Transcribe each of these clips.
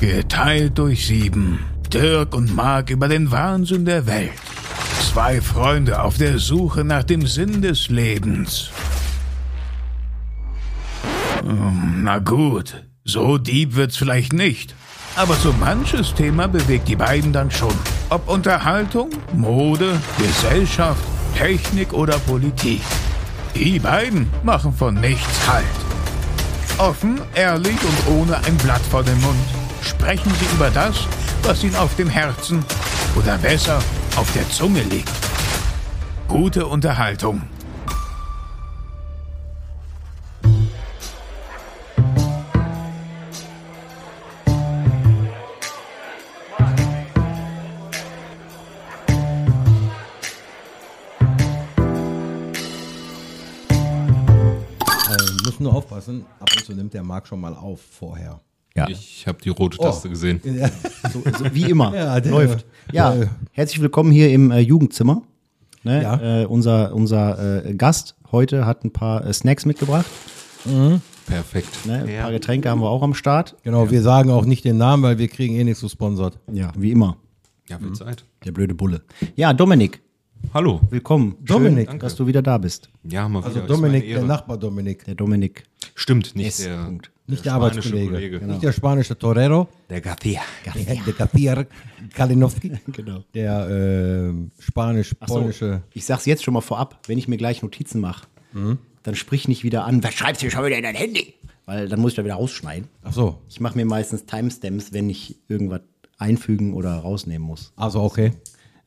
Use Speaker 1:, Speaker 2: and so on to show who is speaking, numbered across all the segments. Speaker 1: Geteilt durch sieben. Dirk und Mark über den Wahnsinn der Welt. Zwei Freunde auf der Suche nach dem Sinn des Lebens. Ähm, Na gut, so deep wird's vielleicht nicht. Aber so manches Thema bewegt die beiden dann schon. Ob Unterhaltung, Mode, Gesellschaft, Technik oder Politik. Die beiden machen von nichts Halt. Offen, ehrlich und ohne ein Blatt vor dem Mund sprechen sie über das, was ihnen auf dem Herzen oder besser auf der Zunge liegt. Gute Unterhaltung.
Speaker 2: Also, muss nur aufpassen, ab und zu nimmt der Marc schon mal auf vorher.
Speaker 3: Ja.
Speaker 4: Ich habe die
Speaker 2: Oh.
Speaker 4: rote Taste gesehen.
Speaker 3: So, so Also, wie immer.
Speaker 2: Ja, der-
Speaker 3: Läuft.
Speaker 2: Ja.
Speaker 3: Ja. Herzlich willkommen hier im äh, Jugendzimmer. Ne?
Speaker 2: Ja.
Speaker 3: Äh, unser unser äh, Gast heute hat ein paar äh, Snacks mitgebracht.
Speaker 4: Perfekt.
Speaker 3: Ne? Ein paar Getränke haben wir auch am Start.
Speaker 2: Genau, wir sagen auch nicht den Namen, weil wir kriegen eh nichts gesponsert.
Speaker 3: Ja, wie immer.
Speaker 4: Ja, viel Zeit.
Speaker 3: Der blöde Bulle. Ja, Dominik,
Speaker 4: Hallo.
Speaker 3: willkommen.
Speaker 2: Dominik.
Speaker 3: Schön, dass du wieder da bist.
Speaker 4: Ja, mal
Speaker 2: Also
Speaker 4: wieder. ist
Speaker 2: Dominik,
Speaker 4: meine Ehre.
Speaker 2: der Nachbar Dominik,
Speaker 3: Der Dominik.
Speaker 4: Stimmt, nicht
Speaker 3: Yes,
Speaker 4: der.
Speaker 3: Punkt.
Speaker 2: nicht der,
Speaker 4: spanische
Speaker 2: Arbeitskollege,
Speaker 4: Kollege.
Speaker 3: Genau.
Speaker 2: nicht der spanische Torero,
Speaker 4: Der Garcia.
Speaker 2: der, der Kapier Kalinowski,
Speaker 3: Genau.
Speaker 2: der ähm, spanisch-polnische.
Speaker 3: Ich sag's jetzt schon mal vorab, wenn ich mir gleich Notizen mache,
Speaker 2: Mhm.
Speaker 3: dann sprich nicht wieder an, was schreibst du schon wieder in dein Handy? Weil dann muss ich da wieder rausschneiden.
Speaker 2: Ach so,
Speaker 3: Ich mache mir meistens Timestamps, wenn ich irgendwas einfügen oder rausnehmen muss.
Speaker 2: also okay.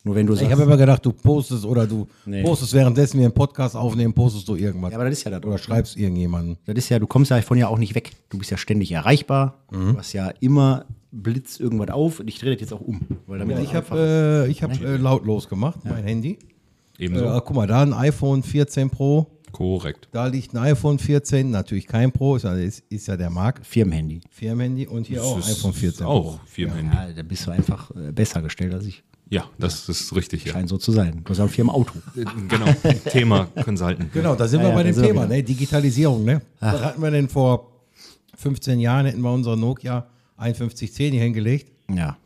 Speaker 3: Nur wenn du sagst,
Speaker 2: Ich habe immer gedacht, du postest oder du
Speaker 3: Nee.
Speaker 2: postest währenddessen wir einen Podcast aufnehmen, postest du irgendwas.
Speaker 3: Ja, aber das ist ja das.
Speaker 2: Oder schreibst irgendjemanden.
Speaker 3: das ist ja, du kommst ja von ja auch nicht weg. Du bist ja ständig erreichbar,
Speaker 2: Mhm.
Speaker 3: du hast ja immer Blitz irgendwas auf und ich drehe das jetzt auch um, weil damit
Speaker 2: Ja,
Speaker 3: das
Speaker 2: ich
Speaker 3: einfach-
Speaker 2: habe äh, ich hab, äh, lautlos gemacht, mein Handy. Äh,
Speaker 4: Ebenso.
Speaker 2: ah, guck mal, da ein iPhone 14 Pro,
Speaker 4: Korrekt.
Speaker 2: da liegt ein iPhone 14, natürlich kein Pro, ist ja, ist, ist ja der Markt,
Speaker 3: Firmenhandy.
Speaker 2: Firmenhandy und hier auch
Speaker 4: Das
Speaker 2: Oh,
Speaker 4: ist
Speaker 2: iPhone 14 Pro.
Speaker 4: Auch Firmenhandy.
Speaker 3: Ja, da bist du einfach äh, besser gestellt als ich.
Speaker 4: Ja, das ist richtig. Ja.
Speaker 3: Scheint so zu sein. Du hast ja ein Firmenauto.
Speaker 4: Äh, Genau. Thema Consultant.
Speaker 2: Genau, da sind
Speaker 3: Ja,
Speaker 2: wir
Speaker 3: ja,
Speaker 2: bei
Speaker 3: da
Speaker 2: dem
Speaker 3: sind wir
Speaker 2: Thema,
Speaker 3: wieder.
Speaker 2: ne? Digitalisierung, ne? Was hatten wir denn vor 15 Jahren, hätten wir unser Nokia 5110 hier hingelegt
Speaker 3: Ja.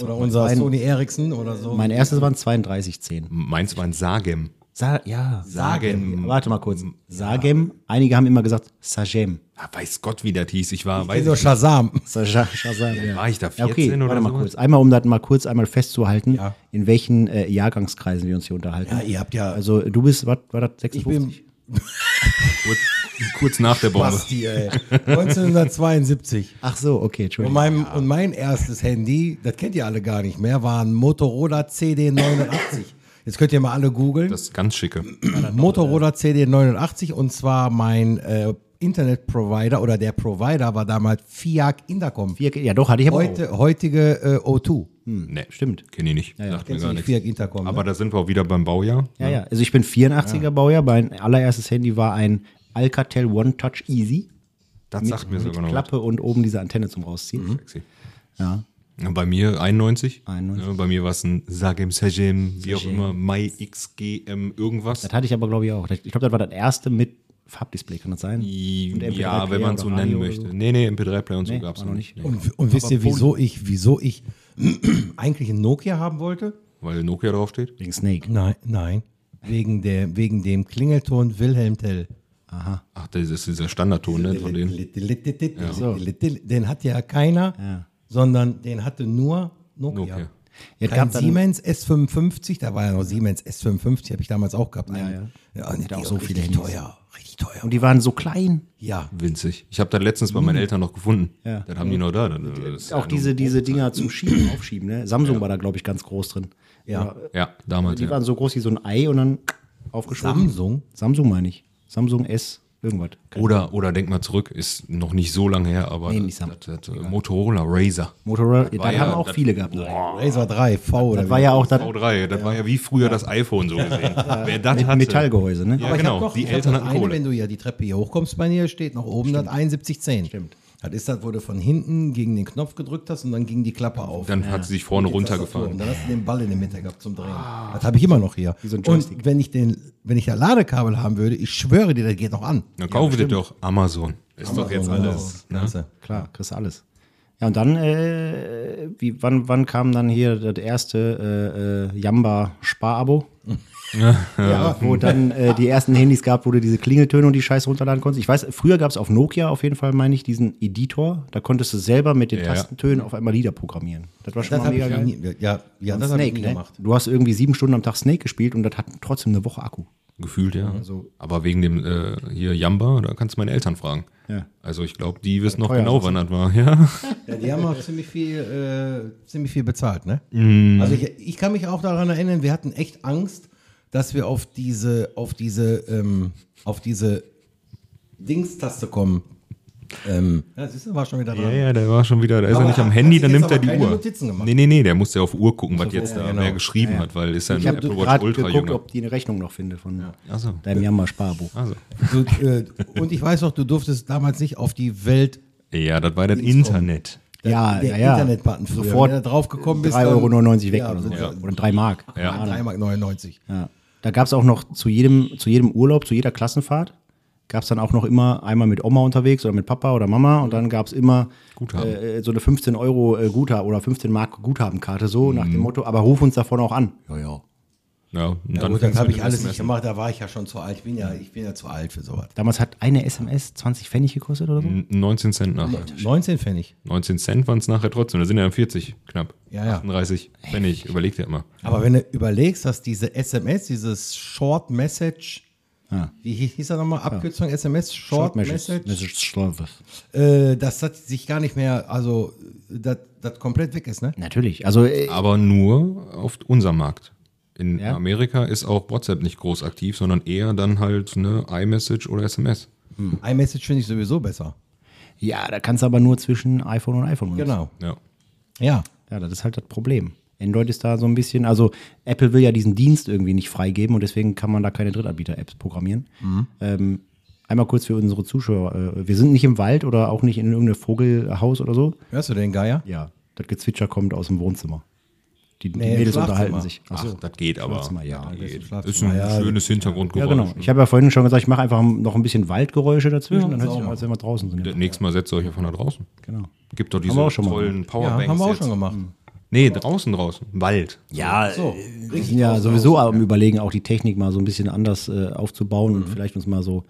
Speaker 2: oder unser
Speaker 3: Ein-
Speaker 2: Sony Ericsson oder so.
Speaker 3: Mein erstes waren 3210.
Speaker 4: Meins war ein Sagem.
Speaker 3: Sa ja.
Speaker 4: Sagem.
Speaker 3: Warte mal kurz. Sagem. Einige haben immer gesagt Sagem.
Speaker 4: Ja, weiß Gott, wie das hieß. Ich war, weiß
Speaker 2: also
Speaker 4: ich,
Speaker 2: Shazam.
Speaker 3: Saja- Shazam, ja.
Speaker 4: war ich da
Speaker 3: Ja,
Speaker 4: 14
Speaker 3: okay,
Speaker 4: oder
Speaker 3: warte mal
Speaker 4: sowas?
Speaker 3: kurz. Einmal, um das mal kurz einmal festzuhalten,
Speaker 2: Ja.
Speaker 3: in welchen äh, Jahrgangskreisen wir uns hier unterhalten.
Speaker 2: Ja, ihr habt ja-
Speaker 3: Also du bist, was war das,
Speaker 2: Ich
Speaker 3: 56?
Speaker 2: bin
Speaker 4: kurz. Kurz nach der Bombe.
Speaker 2: Basti, ey. 1972.
Speaker 3: Ach so, okay,
Speaker 2: Und
Speaker 3: Entschuldigung.
Speaker 2: Oh mein, und mein erstes Handy, das kennt ihr alle gar nicht mehr, war ein Motorola CD89. Jetzt könnt ihr mal alle googeln.
Speaker 4: Das ganz schicke.
Speaker 2: Motorola CD89 und zwar mein äh, Internetprovider oder der Provider war damals Fiat Intercom.
Speaker 3: Vier- ja, doch, hatte ich aber auch.
Speaker 2: Heute, heutige äh, O2.
Speaker 4: Nee,
Speaker 3: Stimmt.
Speaker 4: Kenn ich nicht. Sagt mir
Speaker 2: Kennst
Speaker 4: gar
Speaker 2: du nicht
Speaker 4: nichts.
Speaker 2: Fiat Intercom?
Speaker 4: Aber
Speaker 2: ne?
Speaker 4: da sind wir auch wieder beim Baujahr.
Speaker 3: Ja, ja. Also ich bin 84er Baujahr. Mein allererstes Handy war ein Alcatel One Touch Easy.
Speaker 4: Das sagt mir sogar noch
Speaker 3: Klappe und oben diese Antenne zum Rausziehen.
Speaker 4: was. Sexy. Ja, Bei mir 91.
Speaker 3: 91.
Speaker 4: Ja, bei mir war es ein Sagem, Sejim, wie auch immer, Mai XGM irgendwas.
Speaker 3: Das hatte ich aber, glaube ich, auch. Ich glaube, das war das erste mit Farbdisplay, kann das sein? Und MP3
Speaker 4: Ja, wenn man es so
Speaker 3: oder
Speaker 4: nennen
Speaker 3: Radio oder
Speaker 4: möchte. Nee, nee, MP3-Player und so
Speaker 3: Nee,
Speaker 4: gab es
Speaker 3: war
Speaker 4: noch
Speaker 3: noch
Speaker 4: nicht. Nee.
Speaker 2: und, und wisst ihr, wieso ich, wieso ich eigentlich ein Nokia haben wollte?
Speaker 4: Weil Nokia draufsteht.
Speaker 3: Wegen Snake.
Speaker 2: Nein, nein. Wegen, der, wegen dem Klingelton Wilhelm Tell.
Speaker 4: Ach, das ist dieser Standardton ne, von denen.
Speaker 2: Den hat ja keiner,
Speaker 3: Ja.
Speaker 2: sondern den hatte nur Nokia.
Speaker 4: Nokia.
Speaker 3: Ja,
Speaker 2: Kein
Speaker 3: gab dann-
Speaker 2: Siemens S55, da war ja noch Siemens S55, habe ich damals auch gehabt. Ja, ja. und die auch so viele
Speaker 3: Handys.
Speaker 2: teuer, richtig teuer.
Speaker 3: Und die waren so klein.
Speaker 2: ja,
Speaker 4: Winzig. Ich habe das letztens bei meinen Eltern noch gefunden.
Speaker 3: Hm. Ja. Äh,
Speaker 4: Das haben die noch da. Das ist
Speaker 3: Auch
Speaker 4: ja
Speaker 3: diese, diese Dinger zum Schieben, aufschieben. Ne? Samsung war da, glaube ich, ganz groß drin.
Speaker 2: ja.
Speaker 4: nur- Ja, damals.
Speaker 3: Die
Speaker 4: Ja.
Speaker 3: waren so groß wie so ein Ei und dann aufgeschoben.
Speaker 2: Samsung?
Speaker 3: Samsung meine ich. Samsung S, irgendwas.
Speaker 4: Oder, oder denk mal zurück, ist noch nicht so lange her, aber
Speaker 3: Nee,
Speaker 4: das-
Speaker 3: nicht Samsung.
Speaker 4: das, das, äh, Motorola Razer.
Speaker 3: Motorola, da
Speaker 4: war
Speaker 3: haben
Speaker 4: ja-
Speaker 3: auch
Speaker 4: das-
Speaker 3: viele gehabt.
Speaker 2: Razer 3, V oder
Speaker 3: Das war ja auch das
Speaker 4: V3, das war ja wie früher das iPhone so gesehen. Wer das hatte.
Speaker 3: Metallgehäuse, ne?
Speaker 4: Ja,
Speaker 2: Aber ich
Speaker 4: genau.
Speaker 2: hab noch-
Speaker 4: die
Speaker 2: ich hab
Speaker 4: Eltern
Speaker 2: noch
Speaker 4: hatten
Speaker 2: eine,
Speaker 4: Kohle.
Speaker 2: Wenn du ja die Treppe hier hochkommst bei mir, steht noch oben das 7110.
Speaker 3: Stimmt.
Speaker 2: Das ist das, wo du von hinten gegen den Knopf gedrückt hast und dann ging die Klappe auf.
Speaker 4: Dann hat sie sich vorne
Speaker 2: Und
Speaker 4: runtergefahren.
Speaker 2: dann hast du den Ball in der Mitte gehabt zum Drehen. Das habe ich immer noch hier.
Speaker 3: Ah. so ein Joystick.
Speaker 2: und wenn ich, den, wenn ich da Ladekabel haben würde, ich schwöre dir, das geht noch an.
Speaker 4: Dann kaufe dir doch Amazon. Ist doch jetzt
Speaker 2: Amazon,
Speaker 4: alles. ne?
Speaker 2: genau. Ganze.
Speaker 3: Klar, kriegst du alles. Ja, und dann, äh, wie, wann, wann kam dann hier das erste äh, äh, Jamba-Spar-Abo? ja, wo dann äh, die ersten Handys gab, wo du diese Klingeltöne und die Scheiße runterladen konntest. Ich weiß, früher gab es auf Nokia auf jeden Fall, meine ich, diesen Editor. Da konntest du selber mit den
Speaker 4: Ja.
Speaker 3: Tastentönen auf einmal Lieder programmieren. Das war schon
Speaker 2: Das
Speaker 3: mal
Speaker 2: habe
Speaker 3: mega
Speaker 2: ich
Speaker 3: geil.
Speaker 2: nie, ja, ja, das hab ich
Speaker 3: Snake,
Speaker 2: nie
Speaker 3: ne?
Speaker 2: gemacht.
Speaker 3: Du hast irgendwie sieben Stunden am Tag Snake gespielt und das hat trotzdem eine Woche Akku.
Speaker 4: Gefühlt, ja.
Speaker 2: Also-
Speaker 4: Aber wegen dem äh, hier Jamba, da kannst du meine Eltern fragen.
Speaker 3: Ja.
Speaker 4: Also ich glaube, die wissen noch
Speaker 3: teuer
Speaker 4: genau,
Speaker 3: ist
Speaker 4: wann das war. Ja.
Speaker 2: Ja, die haben auch ziemlich viel, äh, ziemlich viel bezahlt, ne?
Speaker 4: Mhm.
Speaker 2: Also ich, ich kann mich auch daran erinnern, wir hatten echt Angst, dass wir auf diese, auf diese, ähm, auf diese Dings-Taste kommen. Ähm, ja, siehst du, war schon wieder dran.
Speaker 4: ja, ja, der war schon wieder, da ist
Speaker 2: Aber
Speaker 4: er nicht am
Speaker 2: hat
Speaker 4: Handy,
Speaker 2: sich
Speaker 4: dann
Speaker 2: jetzt
Speaker 4: nimmt er
Speaker 2: aber
Speaker 4: die
Speaker 2: keine
Speaker 4: Uhr.
Speaker 2: Notizen gemacht.
Speaker 4: Nee, nee, nee, der muss ja auf Uhr gucken, was jetzt
Speaker 2: ja,
Speaker 4: da
Speaker 2: genau.
Speaker 4: wer geschrieben hat, weil ist ja
Speaker 3: Ich
Speaker 4: ein
Speaker 3: habe
Speaker 4: Apple Watch
Speaker 3: gerade
Speaker 4: Ultra
Speaker 3: geguckt,
Speaker 4: Junge.
Speaker 3: ob die eine Rechnung noch finde von
Speaker 4: Achso.
Speaker 3: deinem Jamba-Sparabo.
Speaker 4: Also.
Speaker 2: Du, äh, und ich weiß noch, du durftest damals nicht auf die Welt
Speaker 4: Ja, das war das
Speaker 2: Die ist
Speaker 4: Internet.
Speaker 3: Ja,
Speaker 2: der
Speaker 3: ja, ja.
Speaker 2: Internetbutton früher.
Speaker 3: Sofort
Speaker 2: Wenn du da drauf gekommen bist,
Speaker 3: 3,99 Euro
Speaker 2: dann-
Speaker 3: weg
Speaker 2: Ja,
Speaker 3: oder so.
Speaker 2: ja.
Speaker 3: Oder 3 Mark.
Speaker 4: Ja.
Speaker 2: Ah, 3,99 Mark.
Speaker 3: Ja. Da gab es auch noch zu jedem, zu jedem Urlaub, zu jeder Klassenfahrt, gab es dann auch noch immer einmal mit Oma unterwegs oder mit Papa oder Mama und dann gab es immer
Speaker 4: Guthaben.
Speaker 3: äh, so eine 15 Euro äh, Guthaben oder 15 Mark Guthabenkarte, so nach
Speaker 4: Mhm.
Speaker 3: dem Motto, aber ruf uns davon auch an. Ja, ja.
Speaker 4: Ja, und
Speaker 2: Ja, gut, das
Speaker 4: fängst du
Speaker 2: habe
Speaker 4: mit
Speaker 2: ich
Speaker 4: dem
Speaker 2: alles
Speaker 4: SMS
Speaker 2: nicht gemacht, da war ich ja schon zu alt. Ich bin ja, ich bin ja zu alt für sowas.
Speaker 3: Damals hat eine SMS 20 Pfennig gekostet oder so?
Speaker 4: an. 19 Cent nachher.
Speaker 2: 19 Pfennig.
Speaker 4: 19 Cent waren es nachher trotzdem. Da sind ja dann 40 knapp.
Speaker 2: Ja, ja.
Speaker 4: 38 Pfennig. Überleg dir mal.
Speaker 2: Aber wenn du überlegst, dass diese SMS, dieses Short Message, wie hi- hieß er nochmal, Abkürzung SMS, Short, Message, Äh, dass das sich gar nicht mehr, also das das komplett weg ist, ne?
Speaker 3: Natürlich. Also äh,
Speaker 4: Aber nur auf unserem Markt. In
Speaker 3: Ja.
Speaker 4: Amerika ist auch WhatsApp nicht groß aktiv, sondern eher dann halt ne iMessage oder SMS.
Speaker 3: Mhm.
Speaker 2: iMessage finde ich sowieso besser.
Speaker 3: ja, da kannst du aber nur zwischen iPhone und iPhone benutzen.
Speaker 2: Genau.
Speaker 4: Ja.
Speaker 2: Ja.
Speaker 3: Ja, das ist halt das Problem. Android ist da so ein bisschen, also Apple will ja diesen Dienst irgendwie nicht freigeben und deswegen kann man da keine Drittanbieter-Apps programmieren. Ähm, einmal kurz für unsere Zuschauer. äh, Wir sind nicht im Wald oder auch nicht in irgendeinem Vogelhaus oder so.
Speaker 2: Hörst du den Geier?
Speaker 3: Ja, das Gezwitscher kommt aus dem Wohnzimmer. Die, die
Speaker 2: Nee, im
Speaker 3: Mädels
Speaker 2: Schlafzimmer.
Speaker 3: unterhalten sich. Ach
Speaker 4: Ach,
Speaker 3: so.
Speaker 4: das geht aber.
Speaker 3: Schlafzimmer, ja,
Speaker 4: Das
Speaker 2: das
Speaker 4: geht.
Speaker 2: ist ein
Speaker 4: Ist ein
Speaker 2: Schlafzimmer, ja.
Speaker 4: schönes
Speaker 3: Ja,
Speaker 4: Hintergrundgeräusch.
Speaker 3: genau. Ich habe ja vorhin schon gesagt, ich mache einfach noch ein bisschen Waldgeräusche dazwischen, dann hört sich
Speaker 2: sauber.
Speaker 3: mal, als wenn wir draußen sind.
Speaker 4: Das nächste Mal setzt ihr euch ja von da draußen.
Speaker 3: Genau.
Speaker 4: Gibt doch
Speaker 3: wir
Speaker 4: diese
Speaker 3: auch schon mal
Speaker 4: tollen
Speaker 2: Ja,
Speaker 4: Powerbanks
Speaker 2: haben wir auch
Speaker 4: jetzt.
Speaker 2: schon gemacht.
Speaker 3: Mhm.
Speaker 4: Nee, draußen, draußen. Wald.
Speaker 3: Ja,
Speaker 2: So,
Speaker 3: Wir sind ja sowieso am Überlegen, auch die Technik mal so ein bisschen anders äh, aufzubauen und vielleicht uns mal so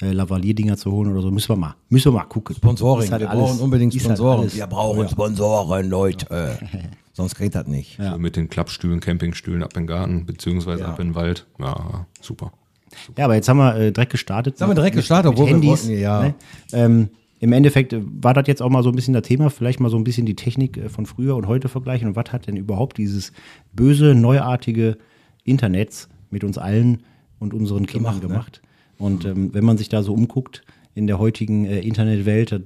Speaker 3: äh, Lavalier-Dinger zu holen oder so. Müssen wir mal, müssen wir mal gucken.
Speaker 2: Sponsoring.
Speaker 3: Ist halt
Speaker 2: wir
Speaker 3: alles-
Speaker 2: brauchen unbedingt
Speaker 3: ist halt
Speaker 2: Sponsoren.
Speaker 3: alles-
Speaker 2: wir brauchen Sponsoren, Leute. Sonst geht das nicht.
Speaker 4: So Mit den Klappstühlen, Campingstühlen ab in den Garten, beziehungsweise ab in den Wald. Ja, super.
Speaker 3: Ja, aber jetzt haben wir äh, direkt gestartet.
Speaker 2: Jetzt haben wir direkt
Speaker 3: Mit-
Speaker 2: gestartet,
Speaker 3: mit
Speaker 2: obwohl wir
Speaker 3: Handys,
Speaker 2: wollten, ja.
Speaker 3: ne? ähm, Im Endeffekt äh, war das jetzt auch mal so ein bisschen das Thema, vielleicht mal so ein bisschen die Technik äh, von früher und heute vergleichen und was hat denn überhaupt dieses böse, neuartige Internets mit uns allen und unseren Kindern
Speaker 2: ne?
Speaker 3: gemacht. Und ähm, wenn man sich da so umguckt in der heutigen äh, Internetwelt, da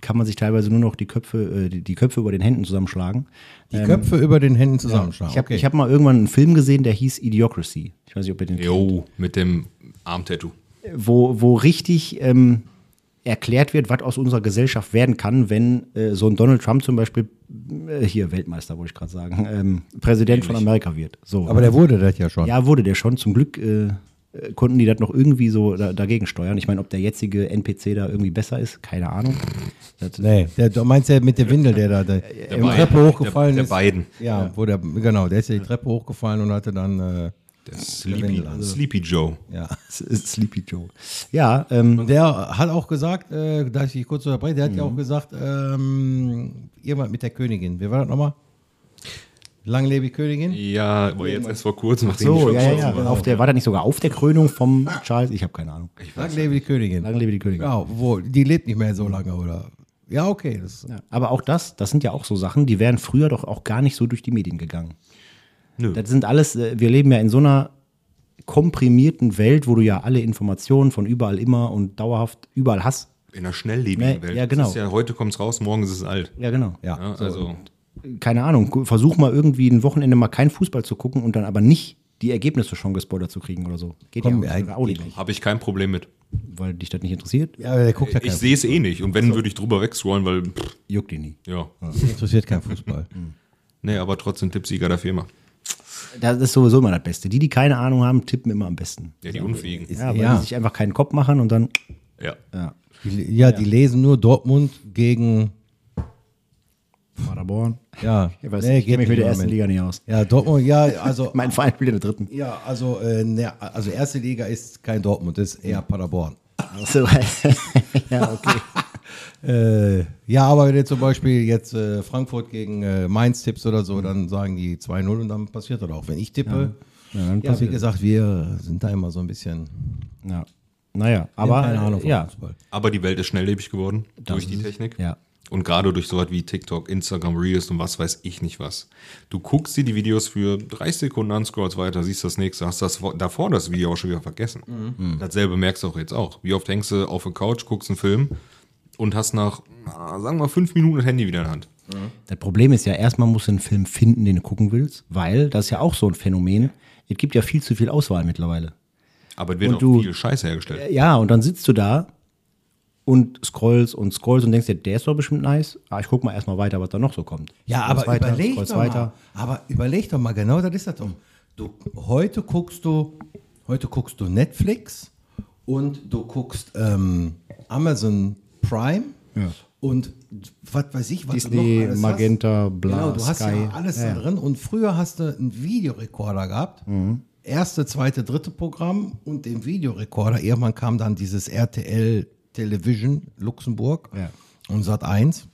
Speaker 3: kann man sich teilweise nur noch die Köpfe, äh, die, die Köpfe über den Händen zusammenschlagen.
Speaker 2: Die Köpfe über den Händen zusammenschlagen.
Speaker 3: Ähm, Ich habe ich hab mal irgendwann einen Film gesehen, der hieß Idiocracy. Ich weiß nicht, ob ihr den
Speaker 4: Jo, mit dem Armtattoo.
Speaker 3: wo, wo richtig ähm, erklärt wird, was aus unserer Gesellschaft werden kann, wenn äh, so ein Donald Trump zum Beispiel äh, hier Weltmeister, wollte ich gerade sagen, ähm, Präsident von Amerika wird. So.
Speaker 2: Aber der wurde das ja schon.
Speaker 3: ja, wurde der schon. Zum Glück äh, äh, konnten die das noch irgendwie so da, dagegen steuern. Ich meine, ob der jetzige NPC da irgendwie besser ist, keine Ahnung. Das,
Speaker 2: Nee, der, du meinst ja mit der Windel, der da der, der
Speaker 4: Biden.
Speaker 2: Treppe hochgefallen
Speaker 4: Der- der
Speaker 2: ist.
Speaker 4: Biden.
Speaker 2: Ja, wo der, genau, der ist ja die Treppe hochgefallen und hatte dann, äh,
Speaker 4: Der Sleepy, Sleepy Joe.
Speaker 2: ja.
Speaker 3: das ist Sleepy Joe. Ja, ähm,
Speaker 2: Und der hat auch gesagt, äh, darf ich dich kurz unterbrechen, der hat
Speaker 3: Mhm.
Speaker 2: ja auch gesagt, ähm, irgendwas mit der Königin. Wer war das nochmal? Langlebig Königin?
Speaker 4: Ja, aber jetzt erst vor kurzem. nachdem die
Speaker 3: so,
Speaker 4: schon
Speaker 3: ja, ja,
Speaker 4: kurz
Speaker 3: ja.
Speaker 4: war.
Speaker 3: Auf der, war der nicht sogar auf der Krönung vom Charles? Ich habe keine Ahnung.
Speaker 2: Langlebig Königin.
Speaker 3: Lange lebe die Königin.
Speaker 2: Ja, obwohl, die lebt nicht mehr so lange, oder? Ja, okay. Das,
Speaker 3: Ja, aber auch das, das sind ja auch so Sachen, die wären früher doch auch gar nicht so durch die Medien gegangen.
Speaker 4: Nö.
Speaker 3: Das sind alles, äh, wir leben ja in so einer komprimierten Welt, wo du ja alle Informationen von überall immer und dauerhaft überall hast.
Speaker 4: In einer schnelllebigen
Speaker 3: Nee,
Speaker 4: Welt.
Speaker 3: ja, genau.
Speaker 4: Das ist ja, heute kommt es raus, morgen ist es alt.
Speaker 3: Ja, genau.
Speaker 2: ja.
Speaker 4: Ja, also,
Speaker 3: Keine Ahnung, gu- versuch mal irgendwie ein Wochenende mal keinen Fußball zu gucken und dann aber nicht die Ergebnisse schon gespoilert zu kriegen oder so. Geht
Speaker 2: Komm,
Speaker 3: ja,
Speaker 2: ja,
Speaker 3: auch
Speaker 2: geht
Speaker 3: nicht,
Speaker 4: habe ich kein Problem mit.
Speaker 3: weil dich das nicht interessiert,
Speaker 2: Ja, aber der guckt ja keinen
Speaker 4: Ich sehe es eh nicht. Und wenn, würde ich drüber wegscrollen, weil, pff,
Speaker 3: juckt die nie.
Speaker 4: ja.
Speaker 2: Fußball. interessiert keinen Fußball.
Speaker 4: Nee, aber trotzdem Tippsieger der Firma.
Speaker 3: Das ist sowieso immer das Beste. Die, die keine Ahnung haben, tippen immer am besten.
Speaker 4: Ja, die Unfähigen.
Speaker 3: Ja, weil
Speaker 2: Ja.
Speaker 3: die sich einfach keinen Kopf machen und dann
Speaker 4: Ja.
Speaker 2: Die, ja, die lesen nur Dortmund gegen
Speaker 3: Paderborn.
Speaker 2: Ja,
Speaker 3: Ich weiß
Speaker 2: nee,
Speaker 3: nicht, ich
Speaker 2: geht
Speaker 3: kenne
Speaker 2: nicht
Speaker 3: mich mit der
Speaker 2: im
Speaker 3: ersten
Speaker 2: Moment.
Speaker 3: Liga nicht aus.
Speaker 2: Ja, Dortmund, ja, also,
Speaker 3: Mein Verein spielt in der dritten.
Speaker 2: ja, also, äh, ne, also erste Liga ist kein Dortmund, das ist
Speaker 3: Mhm.
Speaker 2: eher Paderborn.
Speaker 3: So, ja, okay.
Speaker 2: Äh, ja, aber wenn du zum Beispiel jetzt äh, Frankfurt gegen äh, Mainz tippst oder
Speaker 3: Mhm.
Speaker 2: so, dann sagen die 2-0 und dann passiert das auch. Wenn ich tippe,
Speaker 3: Ja, dann
Speaker 2: ja, wie gesagt, wir sind da immer so ein bisschen.
Speaker 3: Ja. Naja, aber
Speaker 2: keine Ahnung
Speaker 3: äh,
Speaker 2: vom
Speaker 3: ja.
Speaker 2: Fußball.
Speaker 4: Aber die Welt ist schnelllebig geworden durch die Technik.
Speaker 3: ja.
Speaker 4: Und gerade durch sowas wie TikTok, Instagram, Reels und was weiß ich nicht was. Du guckst dir die Videos für 30 Sekunden an, scrollst weiter, siehst das nächste, hast das vor- davor das Video auch schon wieder vergessen. Dasselbe merkst du auch jetzt auch. Wie oft hängst du auf der Couch, guckst einen Film und hast nach, na, sagen wir mal, fünf Minuten das Handy wieder in der Hand.
Speaker 3: Das Problem ist ja, erstmal musst du einen Film finden, den du gucken willst, weil das ist ja auch so ein Phänomen. Es gibt ja viel zu viel Auswahl mittlerweile.
Speaker 4: Aber es wird
Speaker 3: Und
Speaker 4: auch
Speaker 3: du- Äh,
Speaker 4: viel Scheiße hergestellt.
Speaker 3: Ja, und dann sitzt du da und scrollst und scrollst und denkst dir, der ist doch bestimmt nice. Ah, ich guck mal erstmal weiter, was da noch so kommt.
Speaker 2: Ja,
Speaker 3: Scrollst
Speaker 2: aber
Speaker 3: weiter,
Speaker 2: überleg
Speaker 3: scrollst
Speaker 2: doch mal. Aber überleg doch mal, genau das ist das doch. Du, heute guckst du, heute guckst du Netflix und du guckst ähm, Amazon Prime und was weiß ich, was du
Speaker 3: Disney,
Speaker 2: noch alles
Speaker 3: Magenta,
Speaker 2: hast.
Speaker 3: bla,
Speaker 2: Genau, du hast
Speaker 3: Sky.
Speaker 2: ja alles da
Speaker 3: Ja. Mhm.
Speaker 2: drin und früher hast du einen Videorekorder gehabt. Erste, zweite, dritte Programm und den Videorekorder. Irgendwann kam dann dieses RTL Television Luxemburg
Speaker 3: Ja.
Speaker 2: und Sat 1.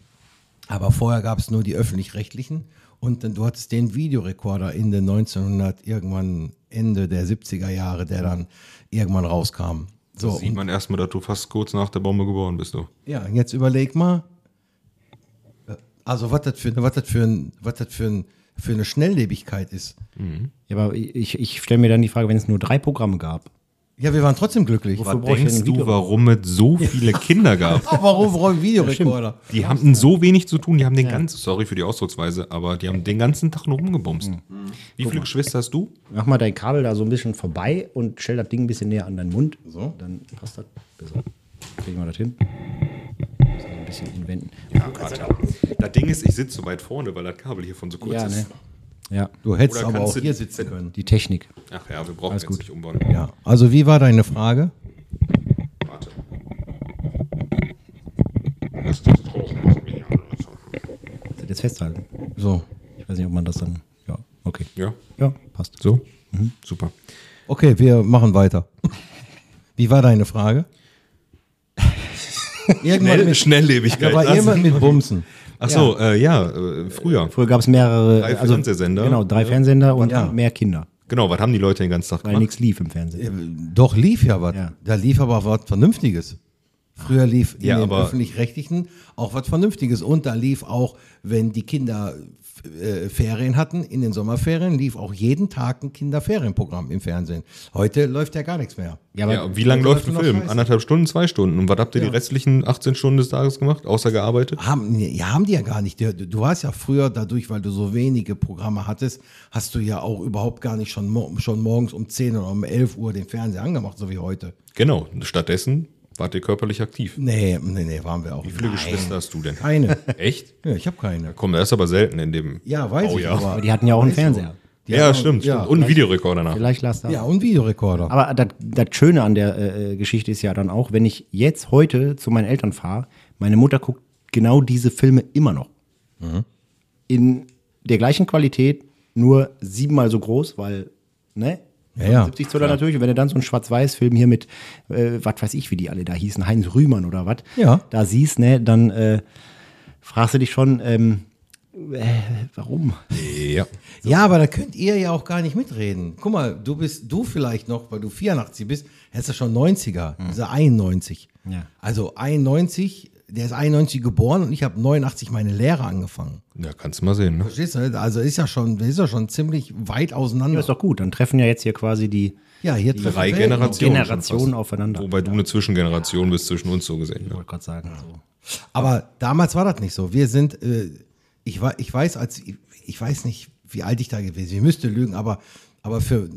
Speaker 2: Aber vorher gab es nur die öffentlich-rechtlichen und dann, du hattest den Videorekorder in den 1900 irgendwann Ende der 70er Jahre, der dann irgendwann rauskam. So,
Speaker 4: Sieht
Speaker 2: und,
Speaker 4: man erstmal, dass du fast kurz nach der Bombe geboren bist, du.
Speaker 2: ja, und jetzt überleg mal, äh, also was das für, was das für, ein, was das für, ein, für eine Schnelllebigkeit ist.
Speaker 3: Ja, aber ich, ich stelle mir dann die Frage, wenn es nur drei Programme gab.
Speaker 2: Ja, wir waren trotzdem glücklich.
Speaker 3: Wofür brauche ich denn
Speaker 4: Denkst
Speaker 3: ein
Speaker 4: du,
Speaker 3: Video?
Speaker 4: warum es so viele Kinder gab?
Speaker 2: Oh, warum brauche ich Videorekorder?
Speaker 4: Die haben so wenig zu tun, die haben den ganzen, sorry für die Ausdrucksweise, aber die haben den ganzen Tag nur rumgebumst. Wie viele Geschwister hast du?
Speaker 3: Mach mal dein Kabel da so ein bisschen vorbei und stell das Ding ein bisschen näher an deinen Mund. So. Dann passt das besser. Kriegen wir das hin? Muss noch ein bisschen hinwenden.
Speaker 4: Ja, warte. Das Ding ist, ich sitze so weit vorne, weil das Kabel hiervon so kurz
Speaker 3: Ja, ne?
Speaker 4: ist.
Speaker 3: Ja,
Speaker 2: Du hättest
Speaker 4: Oder
Speaker 2: aber
Speaker 4: kannst
Speaker 2: auch
Speaker 4: du-
Speaker 2: hier sitzen können.
Speaker 3: die Technik.
Speaker 4: Ach ja, wir brauchen jetzt
Speaker 3: gut.
Speaker 4: nicht umbauen.
Speaker 2: Ja, also wie war deine Frage?
Speaker 4: Warte.
Speaker 3: Kannst du das festhalten?
Speaker 2: So.
Speaker 3: Ich weiß nicht, ob man das dann. Ja, okay.
Speaker 4: Ja,
Speaker 3: Ja, passt.
Speaker 4: so. Super.
Speaker 2: Okay, wir machen weiter. Wie war deine Frage? Irgendwann
Speaker 4: Schnell,
Speaker 2: mit,
Speaker 4: Schnelllebigkeit.
Speaker 2: da war
Speaker 4: das-
Speaker 2: irgendwann mit Bumsen.
Speaker 4: Ach so, äh, ja, äh, früher.
Speaker 3: Früher gab es mehrere.
Speaker 4: Drei Fernsehsender.
Speaker 3: Genau, drei Fernsehsender und
Speaker 2: Ja.
Speaker 3: mehr Kinder,
Speaker 4: Genau, was haben die Leute den ganzen Tag
Speaker 3: weil
Speaker 4: gemacht?
Speaker 3: nichts lief im Fernsehen.
Speaker 2: Doch lief ja was.
Speaker 3: Ja.
Speaker 2: Da lief aber was Vernünftiges. Früher lief in
Speaker 4: Ah. Ja,
Speaker 2: den
Speaker 4: aber-
Speaker 2: öffentlich-rechtlichen auch was Vernünftiges. Und da lief auch, wenn die Kinder äh, Ferien hatten, in den Sommerferien lief auch jeden Tag ein Kinderferienprogramm im Fernsehen. Heute läuft ja gar nichts mehr.
Speaker 4: Ja, wie lange
Speaker 2: Also
Speaker 4: läuft
Speaker 2: läuft
Speaker 4: ein
Speaker 2: noch
Speaker 4: Film?
Speaker 2: Scheiße.
Speaker 4: Anderthalb Stunden, zwei Stunden. Und was habt ihr die restlichen 18 Stunden des Tages gemacht, außer gearbeitet?
Speaker 2: Haben, ja, haben die ja gar nicht. Du, du warst ja früher dadurch, weil du so wenige Programme hattest, hast du ja auch überhaupt gar nicht schon, mor- schon morgens um 10 oder um 11 Uhr den Fernseher angemacht, so wie heute.
Speaker 4: Genau, stattdessen wart ihr körperlich aktiv.
Speaker 2: Nee, nee, nee, waren wir auch.
Speaker 4: Wie viele Geschwister hast du denn?
Speaker 2: Keine.
Speaker 4: Echt?
Speaker 2: Ja, ich habe keine.
Speaker 4: Komm, das ist aber selten in dem.
Speaker 2: Ja, weiß
Speaker 4: Oh,
Speaker 2: ich.
Speaker 4: ja.
Speaker 3: Aber die hatten ja auch einen Fernseher.
Speaker 4: ja, stimmt,
Speaker 2: ja.
Speaker 4: stimmt. Und einen Videorekorder nach.
Speaker 3: Vielleicht lasst das.
Speaker 2: Ja, und Videorekorder.
Speaker 3: Aber das, das Schöne an der äh, äh, Geschichte ist ja dann auch, wenn ich jetzt heute zu meinen Eltern fahre, meine Mutter guckt genau diese Filme immer noch.
Speaker 2: Mhm.
Speaker 3: In der gleichen Qualität, nur siebenmal so groß, weil, ne?
Speaker 2: Ja, ja.
Speaker 3: 70 Zoller natürlich. Und wenn du dann so einen Schwarz-Weiß-Film hier mit, äh, was weiß ich, wie die alle da hießen, Heinz Rühmann oder was,
Speaker 2: Ja.
Speaker 3: da siehst, ne, dann äh, fragst du dich schon, ähm, äh, warum?
Speaker 4: Ja.
Speaker 2: Ja, aber da könnt ihr ja auch gar nicht mitreden. Guck mal, du bist, du vielleicht noch, weil du 84 bist, hast du schon 90er, dieser 91.
Speaker 3: Ja.
Speaker 2: Also 91, der ist 91 geboren und ich habe 89 meine Lehre angefangen.
Speaker 4: Ja, kannst du mal sehen, ne?
Speaker 2: Verstehst du? Also ist ja schon, ist ja schon ziemlich weit
Speaker 3: Ja,
Speaker 2: auseinander.
Speaker 3: ist doch gut. Dann treffen ja jetzt hier quasi die
Speaker 2: Ja, hier
Speaker 4: Drei
Speaker 2: treffen Welten.
Speaker 4: Generationen. schon
Speaker 3: Generationen
Speaker 4: fast.
Speaker 3: aufeinander.
Speaker 4: Wobei du eine Zwischengeneration bist zwischen uns so gesehen.
Speaker 3: Ich
Speaker 4: Ne?
Speaker 3: wollte gerade sagen. So.
Speaker 2: Aber damals war das nicht so. Wir sind, äh, ich, wa- ich weiß, als ich, ich weiß nicht, wie alt ich da gewesen bin. Ich müsste lügen, aber, aber für,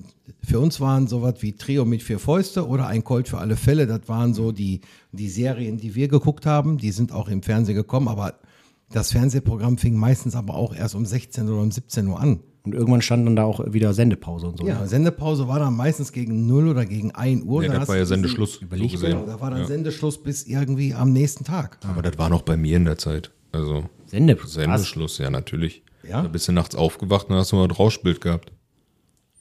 Speaker 2: für uns waren sowas wie Trio mit vier Fäuste oder ein Colt für alle Fälle. Das waren so die, die Serien, die wir geguckt haben. Die sind auch im Fernsehen gekommen, aber das Fernsehprogramm fing meistens aber auch erst um 16 oder um 17 Uhr an.
Speaker 3: Und irgendwann stand dann da auch wieder Sendepause und so.
Speaker 2: Ja,
Speaker 3: ne?
Speaker 2: Sendepause war dann meistens gegen 0 oder gegen 1 Uhr.
Speaker 4: Ja,
Speaker 2: Dann
Speaker 4: das
Speaker 2: hast
Speaker 4: war ja
Speaker 2: du diesen-
Speaker 4: Sendeschluss. So
Speaker 2: Genau,
Speaker 4: gesehen.
Speaker 2: da war dann
Speaker 4: ja.
Speaker 2: Sendeschluss bis irgendwie am nächsten Tag.
Speaker 4: Aber das war noch bei mir in der Zeit. Also
Speaker 3: Sende.
Speaker 4: Sendeschluss, ja, natürlich.
Speaker 2: Ja?
Speaker 4: Da bist du nachts aufgewacht und hast nur ein Rauschbild gehabt.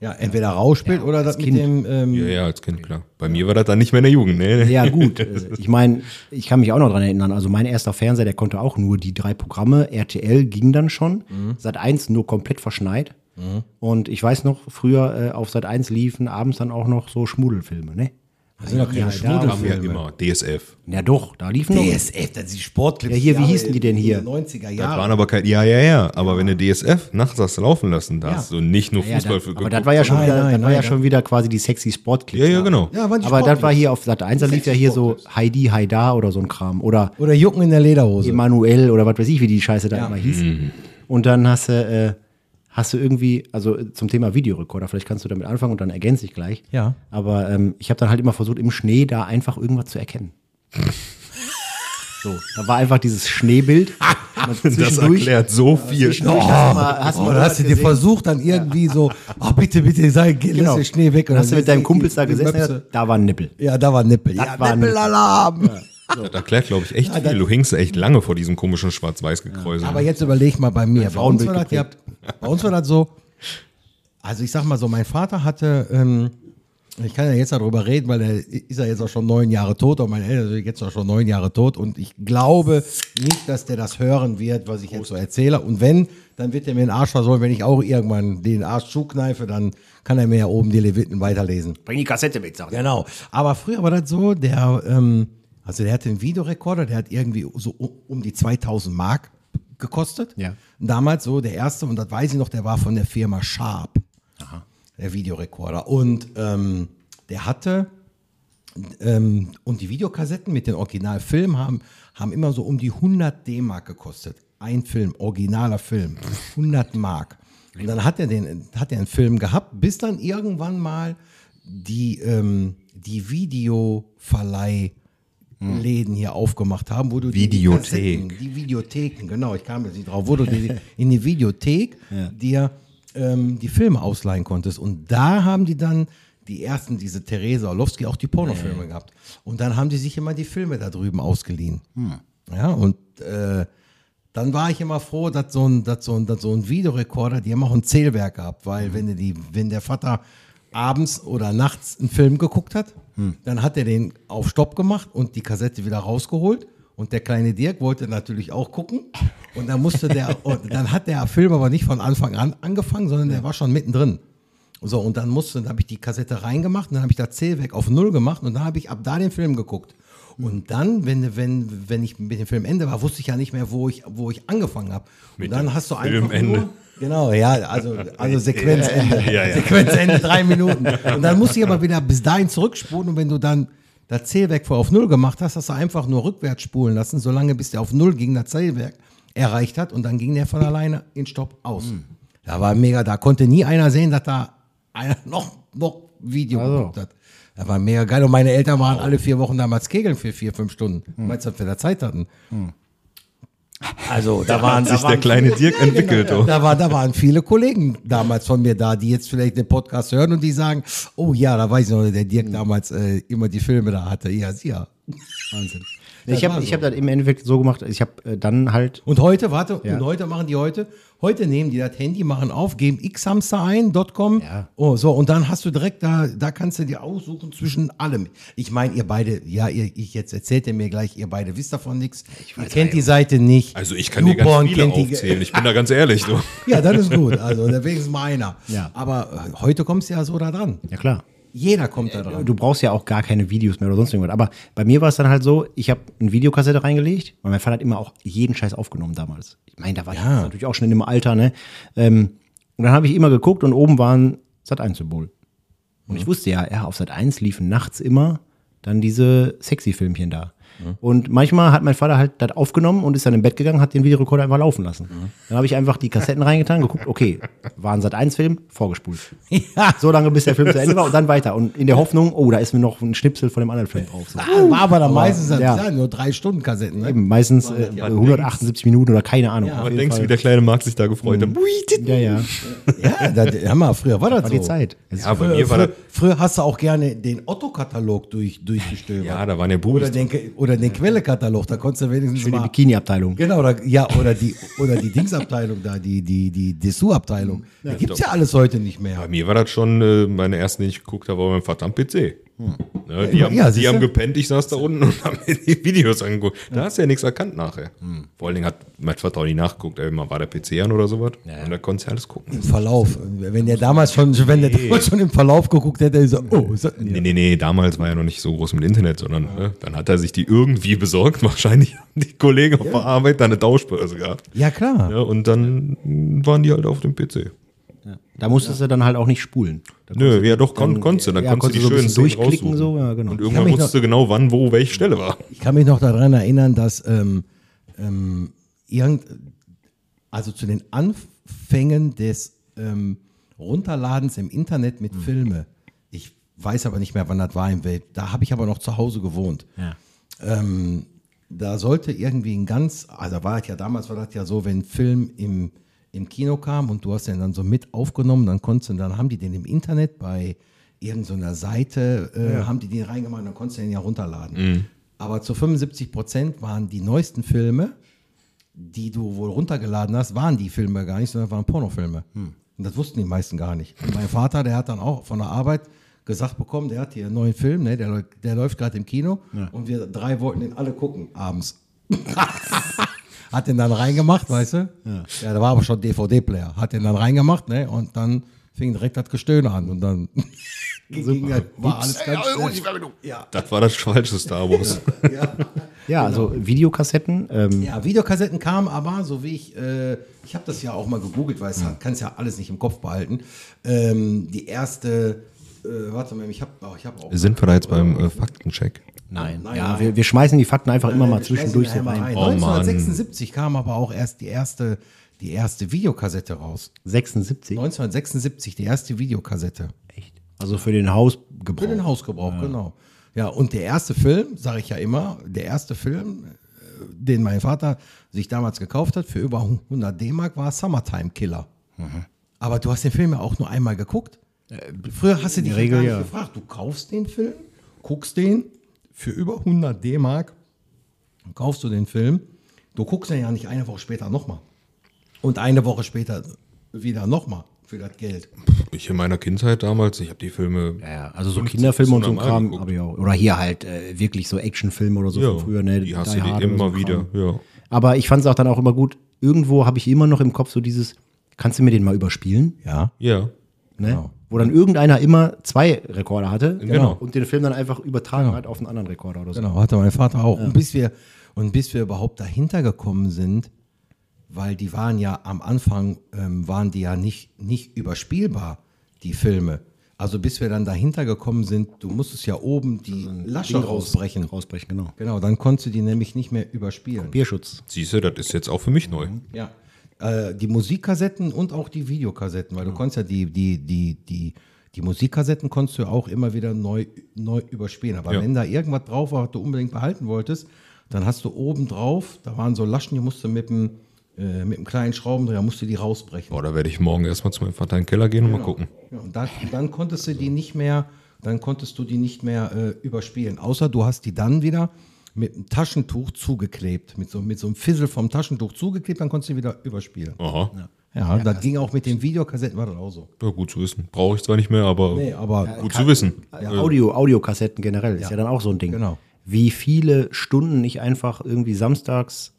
Speaker 2: Ja, entweder rausspielt oder das mit
Speaker 3: Kind.
Speaker 2: dem. Ähm,
Speaker 4: Ja, ja, als Kind, klar. Bei mir war das dann nicht mehr in der Jugend, ne?
Speaker 3: Ja, gut. Äh, Ich meine, ich kann mich auch noch dran erinnern. Also mein erster Fernseher, der konnte auch nur die drei Programme. RTL ging dann schon. Sat 1 nur komplett verschneit. Und ich weiß noch, früher äh, auf Sat 1 liefen abends dann auch noch so Schmudelfilme, ne?
Speaker 2: Das sind doch keine
Speaker 4: Kam ja
Speaker 2: Schmudelfilme.
Speaker 4: immer. DSF.
Speaker 3: Ja, doch, da liefen noch-
Speaker 2: DSF, das ist die Sportclips.
Speaker 3: Ja, hier, wie hießen die denn hier?
Speaker 2: 90er
Speaker 4: Das
Speaker 2: Jahre.
Speaker 4: waren aber kein, ja, ja, ja. Aber wenn du DSF nachts hast laufen lassen, da hast du nicht nur
Speaker 3: Ja,
Speaker 4: Fußball
Speaker 3: dann,
Speaker 4: für
Speaker 3: aber das war ja schon
Speaker 2: Nein,
Speaker 3: wieder,
Speaker 2: nein,
Speaker 3: das war
Speaker 2: nein,
Speaker 3: ja
Speaker 2: nein.
Speaker 3: schon wieder quasi die sexy Sportclips.
Speaker 4: Ja, ja, genau.
Speaker 2: Ja, waren die
Speaker 3: Aber das war
Speaker 2: Sportclips.
Speaker 3: hier auf Sat 1, da lief ja hier so Heidi, Haida oder so ein Kram. Oder
Speaker 2: Oder Jucken in der Lederhose.
Speaker 3: Emanuel oder was weiß ich, wie die Scheiße da
Speaker 2: Ja.
Speaker 3: immer hieß.
Speaker 2: Mhm.
Speaker 3: Und dann hast du, äh, hast du irgendwie, also äh, zum Thema Videorekorder, vielleicht kannst du damit anfangen und dann ergänze ich gleich.
Speaker 2: Ja.
Speaker 3: Aber ähm, ich habe dann halt immer versucht, im Schnee da einfach irgendwas zu erkennen. so, da war einfach dieses Schneebild.
Speaker 4: Das erklärt so viel.
Speaker 3: hast du mal, hast
Speaker 2: Oh, da hast du dir versucht, dann irgendwie so, oh, bitte, bitte, sei, lass
Speaker 3: genau.
Speaker 2: den Schnee weg. Und
Speaker 3: hast du
Speaker 2: dann
Speaker 3: mit deinem
Speaker 2: die-
Speaker 3: Kumpel
Speaker 2: die-
Speaker 3: da
Speaker 2: die
Speaker 3: gesessen, und
Speaker 2: Möpse.
Speaker 3: gesagt, da war ein Nippel.
Speaker 2: Ja, da war Nippel.
Speaker 3: Das
Speaker 2: Ja,
Speaker 3: war ein-
Speaker 2: Nippelalarm.
Speaker 4: Das erklärt, glaube ich, echt viel. Du hingst echt lange vor diesem komischen schwarz-weiß Gekräusel.
Speaker 2: Aber jetzt überleg mal bei mir. Bei uns,
Speaker 3: Frauenbild
Speaker 2: war das, ja, bei uns war das so, also ich sag mal so, mein Vater hatte, ähm, ich kann ja jetzt darüber reden, weil er ist ja jetzt auch schon neun Jahre tot und meine Eltern sind jetzt auch schon neun Jahre tot und ich glaube nicht, dass der das hören wird, was ich jetzt so erzähle. Und wenn, dann wird er mir den Arsch versäumen, wenn ich auch irgendwann den Arsch zukneife, dann kann er mir ja oben die Leviten weiterlesen.
Speaker 3: Bring die Kassette mit, sagt er.
Speaker 2: Genau. Aber früher war das so, der, ähm, also der hatte einen Videorekorder, der hat irgendwie so u- um die 2000 Mark gekostet.
Speaker 3: Ja.
Speaker 2: Damals so der erste, und das weiß ich noch, der war von der Firma Sharp, der Videorekorder. Und ähm, der hatte, ähm, und die Videokassetten mit den Originalfilmen haben, haben immer so um die 100 D-Mark gekostet. Ein Film, originaler Film, 100 Mark. Und dann hat er den, hat er einen Film gehabt, bis dann irgendwann mal die, ähm, die Videoverleih Läden hier aufgemacht haben, wo du die
Speaker 4: Videothek.
Speaker 2: Kassetten, die Videotheken, genau, ich kam jetzt nicht drauf, wo du die, in die Videothek dir ähm, die Filme ausleihen konntest. Und da haben die dann die ersten, diese Theresa Orlowski, auch die Pornofilme gehabt. Und dann haben die sich immer die Filme da drüben ausgeliehen. Ja, und äh, dann war ich immer froh, dass so ein, dass so ein, dass so ein Videorekorder, die haben auch ein Zählwerk gehabt, weil wenn, du die, wenn der Vater abends oder nachts einen Film geguckt hat, dann hat er den auf Stopp gemacht und die Kassette wieder rausgeholt. Und der kleine Dirk wollte natürlich auch gucken. Und dann musste der, und dann hat der Film aber nicht von Anfang an angefangen, sondern der war schon mittendrin. So, und dann musste, dann habe ich die Kassette reingemacht und dann habe ich das Zählwerk auf Null gemacht und dann habe ich ab da den Film geguckt. Und dann, wenn, wenn, wenn ich mit dem Film Ende war, wusste ich ja nicht mehr, wo ich, wo ich angefangen habe. Und dann hast du einfach
Speaker 4: Filmende.
Speaker 2: nur, Genau, ja, also, also Sequenzende.
Speaker 4: Ja, ja.
Speaker 2: Sequenzende, drei Minuten. Und dann musst du aber wieder bis dahin zurückspulen und wenn du dann das Zählwerk vorher auf Null gemacht hast, hast du einfach nur rückwärts spulen lassen, solange bis der auf Null ging, das Zählwerk erreicht hat und dann ging der von alleine in Stopp aus. Da war mega, da konnte nie einer sehen, dass da einer noch, noch Video geguckt hat. Das war mega geil und meine Eltern waren alle vier Wochen damals kegeln für vier, fünf Stunden, weil sie wir da Zeit hatten. Also da, waren,
Speaker 4: hat
Speaker 2: da
Speaker 4: sich der kleine Dirk entwickelt. oh.
Speaker 2: da, war, da waren viele Kollegen damals von mir da, die jetzt vielleicht den Podcast hören und die sagen, oh ja, da weiß ich noch, der Dirk damals äh, immer die Filme da hatte. Ja, ja. Wahnsinn.
Speaker 3: Ich
Speaker 2: war
Speaker 3: habe
Speaker 2: so.
Speaker 3: ich hab das im Endeffekt so gemacht, ich habe äh, dann halt
Speaker 2: Und heute, warte,
Speaker 3: Ja.
Speaker 2: und heute machen die heute, heute nehmen die das Handy, machen auf, geben xhamster ein, .com,
Speaker 3: Ja.
Speaker 2: oh, so, und dann hast du direkt da, da kannst du dir aussuchen zwischen allem. Ich meine, ihr beide, ja, ihr, ich jetzt erzählt ihr mir gleich, ihr beide wisst davon nichts, ihr kennt die Seite nicht.
Speaker 4: Also ich kann dir
Speaker 2: YouPorn
Speaker 4: ganz viele
Speaker 2: kennt die-
Speaker 4: aufzählen. Ich bin da ganz ehrlich. Du.
Speaker 2: Ja, das ist gut, also da wenigstens mal einer.
Speaker 3: Ja.
Speaker 2: Aber äh, heute kommst du ja so da dran.
Speaker 3: Ja, klar.
Speaker 2: Jeder kommt da dran.
Speaker 3: Du brauchst ja auch gar keine Videos mehr oder sonst irgendwas. Aber bei mir war es dann halt so, ich habe eine Videokassette reingelegt, weil mein Vater hat immer auch jeden Scheiß aufgenommen damals. Ich meine, da war ich natürlich auch schon in dem Alter, ne? Ähm, und dann habe ich immer geguckt und oben war ein Sat1-Symbol. Und ich wusste ja, ja, auf Sat 1 liefen nachts immer dann diese sexy Filmchen da. Und manchmal hat mein Vater halt das aufgenommen und ist dann im Bett gegangen, hat den Videorekorder einfach laufen lassen. Dann habe ich einfach die Kassetten reingetan, geguckt, okay, war ein Sat 1 Film, vorgespult. So lange, bis der Film zu Ende war und dann weiter. Und in der Hoffnung, oh, da ist mir noch ein Schnipsel von dem anderen Film drauf. So.
Speaker 2: Ah, war aber dann meistens
Speaker 3: ja.
Speaker 2: ja, nur drei Stunden Kassetten. Ne?
Speaker 3: Eben, meistens äh, 178 Minuten oder keine Ahnung. Auf
Speaker 4: Man
Speaker 3: jeden
Speaker 4: denkst,
Speaker 3: Fall.
Speaker 4: wie der kleine Marc sich da gefreut hat. Ui, dit-
Speaker 3: ja, ja,
Speaker 2: Ja, da, hör mal, früher war das,
Speaker 3: war
Speaker 2: so.
Speaker 3: die Zeit. Es
Speaker 4: Ja, bei
Speaker 2: Früher,
Speaker 4: mir war das,
Speaker 2: früher, früher hast du auch gerne den Otto-Katalog durch, durchgestöbert.
Speaker 4: ja, da waren ja
Speaker 2: oder,
Speaker 4: Bubis.
Speaker 2: den, Oder den Quellekatalog, da konntest du wenigstens
Speaker 3: Für die
Speaker 2: mal.
Speaker 3: Bikini-Abteilung.
Speaker 2: Genau, oder, ja, oder die, oder die Dingsabteilung da, die, die, die Dessous-Abteilung. Da gibt es ja alles heute nicht
Speaker 4: Bei
Speaker 2: mehr.
Speaker 4: mir war das schon, äh, meine ersten, die ich geguckt habe, war mein verdammt PC.
Speaker 3: Hm.
Speaker 4: Ne, die
Speaker 2: Ja,
Speaker 4: haben,
Speaker 2: ja,
Speaker 4: die
Speaker 2: siehste.
Speaker 4: haben gepennt, ich saß da unten und habe mir die Videos angeguckt. Da hast du ja nichts erkannt nachher.
Speaker 3: Hm.
Speaker 4: Vor allen Dingen hat mein Vater auch nicht nachgeguckt, ey, mal war der PC an oder sowas. Und da konntest du alles gucken.
Speaker 2: Im Verlauf. Wenn der damals schon, wenn der damals schon im Verlauf geguckt hätte, hätte ich so, oh, ist das denn
Speaker 4: Nee,
Speaker 2: hier?
Speaker 4: nee, nee, damals war ja noch nicht so groß mit Internet, sondern ne, dann hat er sich die irgendwie besorgt. Wahrscheinlich haben die Kollegen auf der Arbeit da eine Tauschbörse gehabt.
Speaker 2: Ja, klar.
Speaker 4: Ja, und dann waren die halt auf dem PC.
Speaker 3: Da musstest du dann halt auch nicht spulen. Da
Speaker 4: Nö, ja doch, kon konntest du. Dann
Speaker 3: ja,
Speaker 4: konntest du die
Speaker 3: konntest du so ein bisschen
Speaker 4: schönen Szenen
Speaker 3: durchklicken
Speaker 4: raussuchen.
Speaker 3: so, ja, genau.
Speaker 4: Und
Speaker 2: Ich kann
Speaker 4: irgendwann
Speaker 2: mich
Speaker 4: wusstest du genau, wann, wo, welche Stelle war.
Speaker 2: Ich kann mich noch daran erinnern, dass ähm, ähm, irgend, also zu den Anfängen des ähm, Runterladens im Internet mit Filme, ich weiß aber nicht mehr, wann das war im Welt, da habe ich aber noch zu Hause gewohnt. Ähm, da sollte irgendwie ein ganz, also war es ja damals, war das ja so, wenn ein Film im, im Kino kam und du hast den dann so mit aufgenommen, dann konntest du, dann haben die den im Internet bei irgendeiner Seite, äh, haben die den reingemacht, dann konntest du den ja runterladen. Aber zu 75 Prozent waren die neuesten Filme, die du wohl runtergeladen hast, waren die Filme gar nicht, sondern waren Pornofilme. Und das wussten die meisten gar nicht. Und mein Vater, der hat dann auch von der Arbeit gesagt bekommen, der hat hier einen neuen Film, ne, der, läu- der läuft gerade im Kino und wir drei wollten den alle gucken abends. hat den dann reingemacht, weißt du? Ja, da war aber schon DVD-Player. Hat den dann reingemacht ne, und dann fing direkt das Gestöhne an und dann ging das, war alles ganz schnell.
Speaker 4: Das war das falsche Star Wars.
Speaker 3: Ja, also Videokassetten. Ähm,
Speaker 2: Genau. Ja, Videokassetten kamen aber, so wie ich, äh, ich habe das ja auch mal gegoogelt, weil es kann es ja alles nicht im Kopf behalten. Ähm, die erste, äh, warte mal, ich habe oh, ich hab auch.
Speaker 4: Sind wir da jetzt beim äh, Faktencheck?
Speaker 3: Nein,
Speaker 2: Nein,
Speaker 3: ja,
Speaker 2: nein.
Speaker 3: Wir, wir schmeißen die Fakten einfach immer
Speaker 2: Äh,
Speaker 3: mal
Speaker 2: wir
Speaker 3: zwischendurch so
Speaker 2: schmeißen die
Speaker 3: rein.
Speaker 2: einmal rein.
Speaker 4: Oh, Mann.
Speaker 2: 1976 kam aber auch erst die erste, die erste Videokassette raus.
Speaker 3: 76,
Speaker 2: 1976 die erste Videokassette.
Speaker 3: echt. Also für den Hausgebrauch.
Speaker 2: Für den Hausgebrauch, genau. Ja, und der erste Film, sage ich ja immer, der erste Film, äh, den mein Vater sich damals gekauft hat, für über 100 D-Mark, war Summertime Killer. Aber du hast den Film ja auch nur einmal geguckt. Früher hast du dich ja gar
Speaker 3: Regel
Speaker 2: nicht
Speaker 3: ja.
Speaker 2: gefragt. Du kaufst den Film, guckst den für über 100 D-Mark, kaufst du den Film, du guckst den ja nicht eine Woche später nochmal. Und eine Woche später wieder nochmal für das Geld.
Speaker 4: Ich in meiner Kindheit damals, ich habe die Filme.
Speaker 3: Ja, ja, also so Kinderfilme und so ein
Speaker 4: normal
Speaker 3: Kram
Speaker 4: geguckt.
Speaker 3: habe ich auch. Oder hier halt äh, wirklich so Actionfilme oder so
Speaker 4: Ja,
Speaker 3: von früher. Ne?
Speaker 4: die hast du
Speaker 3: Die
Speaker 4: die
Speaker 3: Hard oder
Speaker 4: immer
Speaker 3: so ein
Speaker 4: wieder,
Speaker 3: Kram.
Speaker 4: ja.
Speaker 3: Aber ich fand es auch dann auch immer gut. Irgendwo habe ich immer noch im Kopf so dieses, kannst du mir den mal überspielen?
Speaker 2: Ja.
Speaker 4: Ja.
Speaker 3: Ne? Wo dann irgendeiner immer zwei Rekorder hatte
Speaker 4: Genau.
Speaker 3: und den Film dann einfach übertragen hat auf einen anderen Rekorder oder so.
Speaker 2: Genau, hatte mein Vater auch. Und, bis wir, und bis wir überhaupt dahinter gekommen sind, weil die waren ja am Anfang, ähm, waren die ja nicht, nicht überspielbar, die Filme. Also bis wir dann dahinter gekommen sind, du musstest ja oben die Lasche
Speaker 3: Also Ding raus-
Speaker 2: rausbrechen.
Speaker 3: Rausbrechen, genau.
Speaker 2: Genau, dann konntest du die nämlich nicht mehr überspielen.
Speaker 3: Bierschutz.
Speaker 4: Siehst du, das ist jetzt auch für mich neu.
Speaker 2: Ja. Äh, die Musikkassetten und auch die Videokassetten, weil du konntest ja die, die, die, die, die Musikkassetten konntest du ja auch immer wieder neu, neu überspielen. Aber
Speaker 4: Ja.
Speaker 2: wenn da irgendwas drauf war, was du unbedingt behalten wolltest, dann hast du oben drauf, da waren so Laschen, die musst du mit dem, äh, mit dem kleinen Schraubendreher musst du die rausbrechen.
Speaker 4: Boah, da werde ich morgen erstmal zu meinem Vater in den Keller gehen und
Speaker 3: Genau.
Speaker 4: mal gucken.
Speaker 2: Ja, und dann, und dann konntest du die nicht mehr, dann konntest du die nicht mehr äh, überspielen. Außer du hast die dann wieder mit einem Taschentuch zugeklebt, mit so, mit so einem Fissel vom Taschentuch zugeklebt, dann konntest du die wieder überspielen.
Speaker 4: Aha.
Speaker 2: Ja, das ging auch mit den Videokassetten, war das auch so.
Speaker 4: Ja, gut zu wissen. Brauche ich zwar nicht mehr, aber
Speaker 2: Nee, aber
Speaker 4: gut zu wissen.
Speaker 3: Ja, Audio, Audiokassetten generell ist ja dann auch so ein Ding.
Speaker 2: Genau.
Speaker 3: Wie viele Stunden ich einfach irgendwie samstags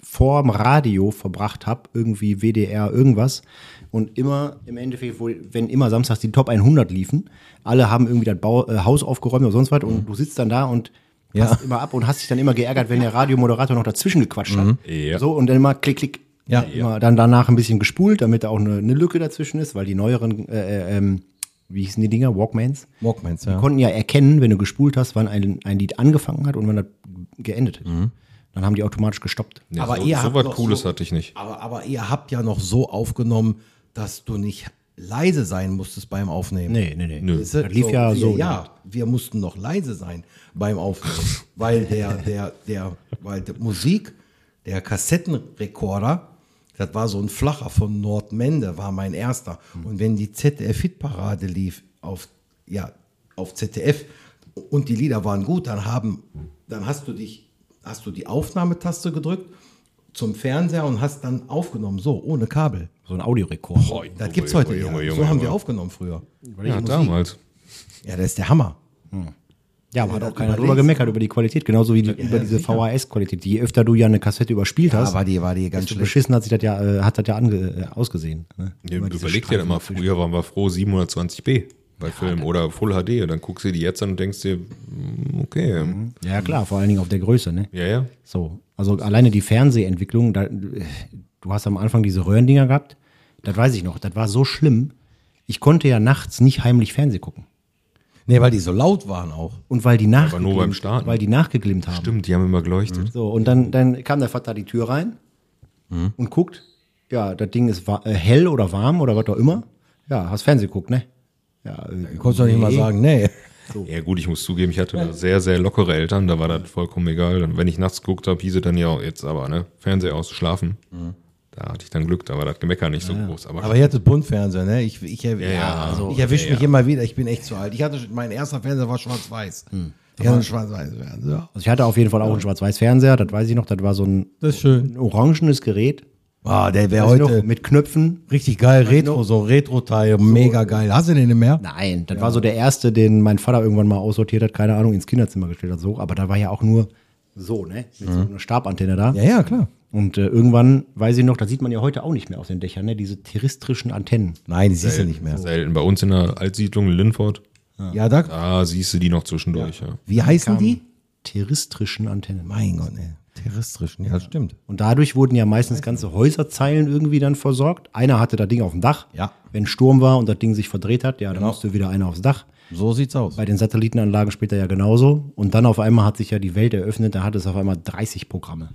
Speaker 3: vorm Radio verbracht habe, irgendwie WDR irgendwas und immer im Endeffekt, wo, wenn immer samstags die Top 100 liefen, alle haben irgendwie das Bau, äh, Haus aufgeräumt oder sonst was und du sitzt dann da und passt immer ab und hast dich dann immer geärgert, wenn der Radiomoderator noch dazwischen gequatscht hat.
Speaker 4: Ja.
Speaker 3: So und dann immer klick, klick. Äh,
Speaker 2: Ja.
Speaker 3: Immer dann danach ein bisschen gespult, damit da auch eine, eine Lücke dazwischen ist, weil die neueren, äh, äh, ähm, wie hießen die Dinger, Walkmans,
Speaker 2: Walkmans,
Speaker 3: wir
Speaker 2: ja.
Speaker 3: konnten ja erkennen, wenn du gespult hast, wann ein, ein Lied angefangen hat und wann das geendet ist. Dann haben die automatisch gestoppt.
Speaker 4: Nee,
Speaker 2: Aber
Speaker 4: so,
Speaker 2: ihr
Speaker 4: so
Speaker 2: habt
Speaker 4: was
Speaker 2: noch
Speaker 4: Cooles
Speaker 2: so-
Speaker 4: hatte ich nicht.
Speaker 2: Aber, aber ihr habt ja noch so aufgenommen, dass du nicht leise sein musstest beim Aufnehmen.
Speaker 3: Nee, nee, nee.
Speaker 4: Nö.
Speaker 2: Weißt du,
Speaker 3: Das lief ja
Speaker 2: Äh, wir,
Speaker 3: so,
Speaker 2: Ja, wir mussten noch leise sein beim Aufnehmen, weil der, der, der, weil die Musik, der Kassettenrekorder, das war so ein flacher von Nordmende, war mein erster.
Speaker 3: Hm.
Speaker 2: Und wenn die ZDF-Hitparade lief auf, ja, auf ZDF und die Lieder waren gut, dann haben, dann hast du dich hast du die Aufnahmetaste gedrückt zum Fernseher und hast dann aufgenommen, so, ohne Kabel.
Speaker 3: So ein Audiorekord.
Speaker 2: Das gibt's heute nicht.
Speaker 4: Junge,
Speaker 2: mehr.
Speaker 4: Junge,
Speaker 2: So haben wir
Speaker 4: Junge.
Speaker 2: aufgenommen früher.
Speaker 4: Ja, damals.
Speaker 2: Ja, das ist der Hammer.
Speaker 3: Ja, aber hat
Speaker 2: das
Speaker 3: auch keiner drüber
Speaker 2: überlegst.
Speaker 3: gemeckert über die Qualität, genauso wie die, über diese VHS-Qualität. Je öfter du ja eine Kassette überspielt hast,
Speaker 2: Ah, war die, war die ganz
Speaker 3: desto
Speaker 2: schlecht.
Speaker 3: beschissen hat sich das ja, äh, hat das ja ange, äh, ausgesehen. Ne?
Speaker 4: Ja,
Speaker 3: Immer diese
Speaker 4: überleg dir das mal, früher waren wir froh 720p bei Filmen oder Full HD. Und dann guckst du die jetzt an und denkst dir, mm, okay,
Speaker 3: Ja, klar, vor allen Dingen auf der Größe, ne?
Speaker 4: ja, ja.
Speaker 3: So, also alleine die Fernsehentwicklung, da, du hast am Anfang diese Röhrendinger gehabt, das weiß ich noch, das war so schlimm. Ich konnte ja nachts nicht heimlich Fernseh gucken.
Speaker 2: Nee, weil die so laut waren auch.
Speaker 3: Und weil die nachgeglimmt,
Speaker 4: nur beim Starten.
Speaker 3: weil die nachgeglimmt haben.
Speaker 4: Stimmt, die haben immer geleuchtet.
Speaker 3: So, und dann, dann kam der Vater die Tür rein
Speaker 2: Mhm.
Speaker 3: und guckt, ja, das Ding ist wa- äh, hell oder warm oder was auch immer. Ja, hast Fernseh geguckt, ne? Ja, äh,
Speaker 2: Du konntest doch nicht mal sagen, nee.
Speaker 4: Ja gut, ich muss zugeben, ich hatte da sehr, sehr lockere Eltern, da war das vollkommen egal. Und wenn ich nachts geguckt habe, hieß es dann ja jetzt aber, ne, Fernseher aus, schlafen. Da hatte ich dann Glück, da war das Gemecker nicht so groß. Aber,
Speaker 2: Aber ihr hattet Buntfernseher, ne? Ich, ich, ja, also, ich erwische mich immer wieder, ich bin echt zu alt. Ich hatte, mein erster Fernseher war schwarz-weiß. Ich hatte einen schwarz-weißen Fernseher.
Speaker 3: Also ich hatte auf jeden Fall auch einen Schwarz-Weiß-Fernseher, das weiß ich noch, das war so ein,
Speaker 2: Das ist schön.
Speaker 3: ein orangenes Gerät.
Speaker 2: Ah, der wäre
Speaker 3: Weiß ich noch,
Speaker 2: heute
Speaker 3: mit Knöpfen.
Speaker 2: richtig geil, Retro, so Retro-Teil, mega geil. Hast du den nicht mehr?
Speaker 3: Nein, das war so der erste, den mein Vater irgendwann mal aussortiert hat, keine Ahnung, ins Kinderzimmer gestellt hat, so. Aber da war ja auch nur so, ne? Mit so einer Stabantenne da.
Speaker 2: Mhm. Ja, ja, klar.
Speaker 3: Und äh, irgendwann, weiß ich noch, das sieht man ja heute auch nicht mehr auf den Dächern, ne? Diese terrestrischen Antennen.
Speaker 2: Nein, die siehst du nicht mehr.
Speaker 4: selten. Bei uns in der Altsiedlung in Linford,
Speaker 2: Ja, da,
Speaker 4: da siehst du die noch zwischendurch, ja.
Speaker 2: wie heißen die?
Speaker 3: Terrestrischen Antennen.
Speaker 2: Mein Gott, ey. Terrestrischen, ja, stimmt.
Speaker 3: Und dadurch wurden ja meistens ganze Häuserzeilen irgendwie dann versorgt. Einer hatte das Ding auf dem Dach.
Speaker 2: Ja.
Speaker 3: Wenn Sturm war und das Ding sich verdreht hat, ja, dann
Speaker 4: Genau.
Speaker 3: musste wieder einer aufs Dach.
Speaker 2: So sieht's aus.
Speaker 3: Bei den Satellitenanlagen später ja genauso. Und dann auf einmal hat sich ja die Welt eröffnet, da hat es auf einmal 30 Programme.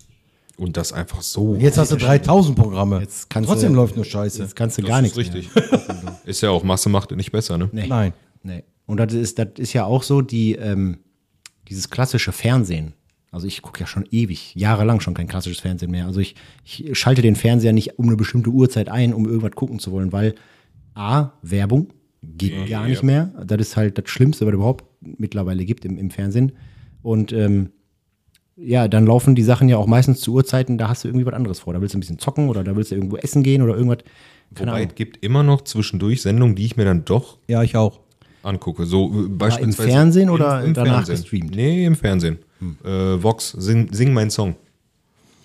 Speaker 4: Und das einfach so.
Speaker 2: Jetzt hast du 3000 Programme.
Speaker 3: Jetzt kannst
Speaker 2: Trotzdem
Speaker 3: du-
Speaker 2: läuft nur Scheiße.
Speaker 3: Jetzt kannst du
Speaker 4: das
Speaker 3: gar
Speaker 4: ist
Speaker 3: nichts
Speaker 4: richtig. ist ja auch, Masse macht nicht besser, ne?
Speaker 3: mehr. Nee.
Speaker 2: Nein.
Speaker 3: Nee. Und das ist, das ist ja auch so die, ähm, dieses klassische Fernsehen. Also ich gucke ja schon ewig, jahrelang schon kein klassisches Fernsehen mehr. Also ich, ich schalte den Fernseher nicht um eine bestimmte Uhrzeit ein, um irgendwas gucken zu wollen, weil A, Werbung geht gar nicht mehr. Das ist halt das Schlimmste, was überhaupt mittlerweile gibt im, im Fernsehen. Und ähm, ja, dann laufen die Sachen ja auch meistens zu Uhrzeiten, da hast du irgendwie was anderes vor. Da willst du ein bisschen zocken oder da willst du irgendwo essen gehen oder irgendwas. Keine
Speaker 4: Wobei,
Speaker 3: Ahnung.
Speaker 4: es gibt immer noch zwischendurch Sendungen, die ich mir dann doch
Speaker 2: Ja, ich auch.
Speaker 4: angucke. So äh, beispielsweise
Speaker 3: Fernsehen oder danach gestreamt? Hm.
Speaker 4: gestreamt? Nee, im Fernsehen. Äh, Vox, sing, sing mein Song.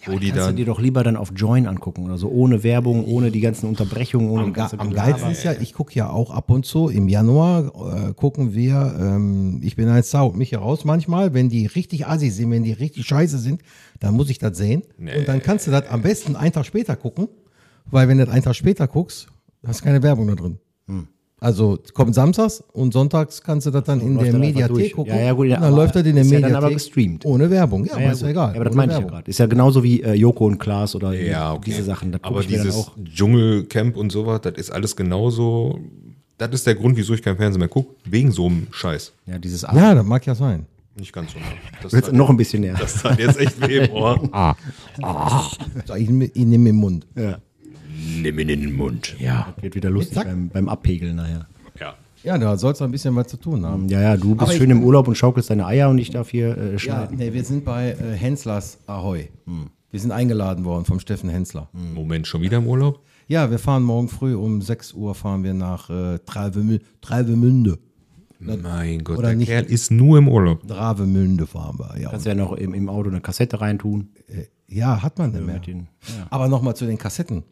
Speaker 4: Wo die
Speaker 3: Kannst du
Speaker 4: dann,
Speaker 3: dir doch lieber dann auf Join angucken oder so, ohne Werbung, ohne die ganzen Unterbrechungen, ohne
Speaker 2: Am,
Speaker 3: das
Speaker 2: ge
Speaker 3: ganze
Speaker 2: am
Speaker 3: Gelaber.
Speaker 2: geilsten ist ja, ich gucke ja auch ab und zu. Im Januar äh, gucken wir, ähm, ich bin ein Sau, mich heraus manchmal, wenn die richtig assi sind, wenn die richtig scheiße sind, dann muss ich das sehen. Und dann kannst du das am besten einen Tag später gucken, weil wenn du das einen Tag später guckst, hast du keine Werbung da drin.
Speaker 3: Hm.
Speaker 2: Also kommt samstags und sonntags kannst du das dann in
Speaker 3: läuft
Speaker 2: der
Speaker 3: das einfach
Speaker 2: Mediathek
Speaker 3: durch.
Speaker 2: gucken.
Speaker 3: Ja, ja, gut, ja,
Speaker 2: und dann
Speaker 3: aber
Speaker 2: läuft das in der
Speaker 3: ist ja
Speaker 2: Mediathek
Speaker 3: dann aber gestreamt.
Speaker 2: ohne Werbung. Ja, aber ist
Speaker 3: gut.
Speaker 2: egal.
Speaker 3: Ja, aber das
Speaker 2: ohne
Speaker 3: meine ich ja
Speaker 2: Werbung.
Speaker 3: gerade. Ist ja genauso wie äh, Joko und Klaas oder
Speaker 4: ja, okay.
Speaker 3: diese Sachen. Das guck
Speaker 4: Aber
Speaker 3: ich mir dann
Speaker 4: dieses
Speaker 3: auch.
Speaker 4: Dschungelcamp und sowas, das ist alles genauso. Das ist der Grund, wieso ich kein Fernsehen mehr gucke. Wegen so einem Scheiß.
Speaker 3: Ja, dieses Ab
Speaker 2: Ja, das mag ja sein.
Speaker 4: Nicht ganz so. nah. Das
Speaker 3: Jetzt
Speaker 4: hat,
Speaker 3: noch ein bisschen näher.
Speaker 4: das hat jetzt echt weh im Ohr.
Speaker 2: Ich, ich nehme im Mund.
Speaker 4: Nimm ihn in den Mund.
Speaker 2: Ja.
Speaker 3: Wird wieder lustig
Speaker 2: Zack.
Speaker 3: beim, beim Abpegeln nachher.
Speaker 4: Ja.
Speaker 2: Ja, da soll es ein bisschen was zu tun haben.
Speaker 3: Ja, ja, du bist
Speaker 2: ich-
Speaker 3: schön im Urlaub und schaukelst deine Eier und ich darf hier äh,
Speaker 2: Ja,
Speaker 3: schneiden.
Speaker 2: nee, wir sind bei äh, Henslers Ahoy.
Speaker 3: Hm.
Speaker 2: Wir sind eingeladen worden vom Steffen Hensler.
Speaker 4: Moment, schon wieder im Urlaub?
Speaker 2: Ja, wir fahren morgen früh um 6 Uhr fahren wir nach äh, Travemü- Travemünde.
Speaker 4: Mein Gott,
Speaker 2: Oder
Speaker 4: der
Speaker 2: nicht.
Speaker 4: Kerl ist nur im Urlaub.
Speaker 2: Travemünde fahren wir, ja.
Speaker 3: Kannst ja noch im, im Auto eine Kassette reintun.
Speaker 2: Ja, hat man denn mehr.
Speaker 3: den- Hm.
Speaker 2: Aber nochmal zu den Kassetten.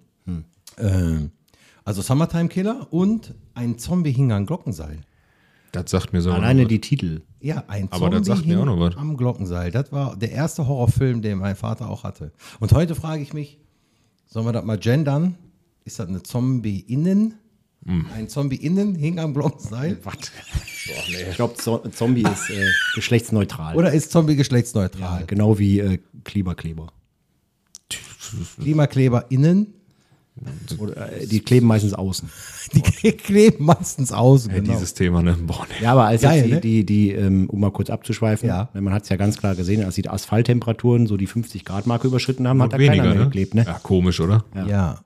Speaker 2: Ähm, also Summertime Killer und ein Zombie hing am Glockenseil.
Speaker 4: Das sagt mir so.
Speaker 3: Alleine die Titel.
Speaker 2: Ja, ein
Speaker 4: Aber das sagt mir
Speaker 2: hing
Speaker 4: auch noch was.
Speaker 2: am Glockenseil. Das war der erste Horrorfilm, den mein Vater auch hatte. Und heute frage ich mich, sollen wir das mal gendern? Ist das eine Zombie-Innen?
Speaker 4: Hm.
Speaker 2: Ein Zombie-Innen hing am Glockenseil?
Speaker 3: Ich glaube, Zo Zombie ist äh, geschlechtsneutral.
Speaker 2: Oder ist Zombie geschlechtsneutral?
Speaker 3: Genau wie äh, Kleberkleber.
Speaker 2: Klimakleber-Innen?
Speaker 3: Oder, äh, die kleben meistens außen.
Speaker 2: Die kleben meistens außen.
Speaker 4: Ja,
Speaker 2: genau.
Speaker 4: Dieses Thema, ne? Boah, ne.
Speaker 3: Ja, aber als
Speaker 2: Geil,
Speaker 3: jetzt die,
Speaker 2: ne?
Speaker 3: die, die ähm, um mal kurz abzuschweifen, ne,
Speaker 2: Ja.
Speaker 3: man hat es ja ganz klar gesehen, als die Asphalttemperaturen so die 50 Grad Marke überschritten haben, hat da keiner
Speaker 4: Weniger,
Speaker 3: mehr
Speaker 4: ne?
Speaker 3: geklebt, ne?
Speaker 4: Ja, komisch, oder?
Speaker 2: Ja.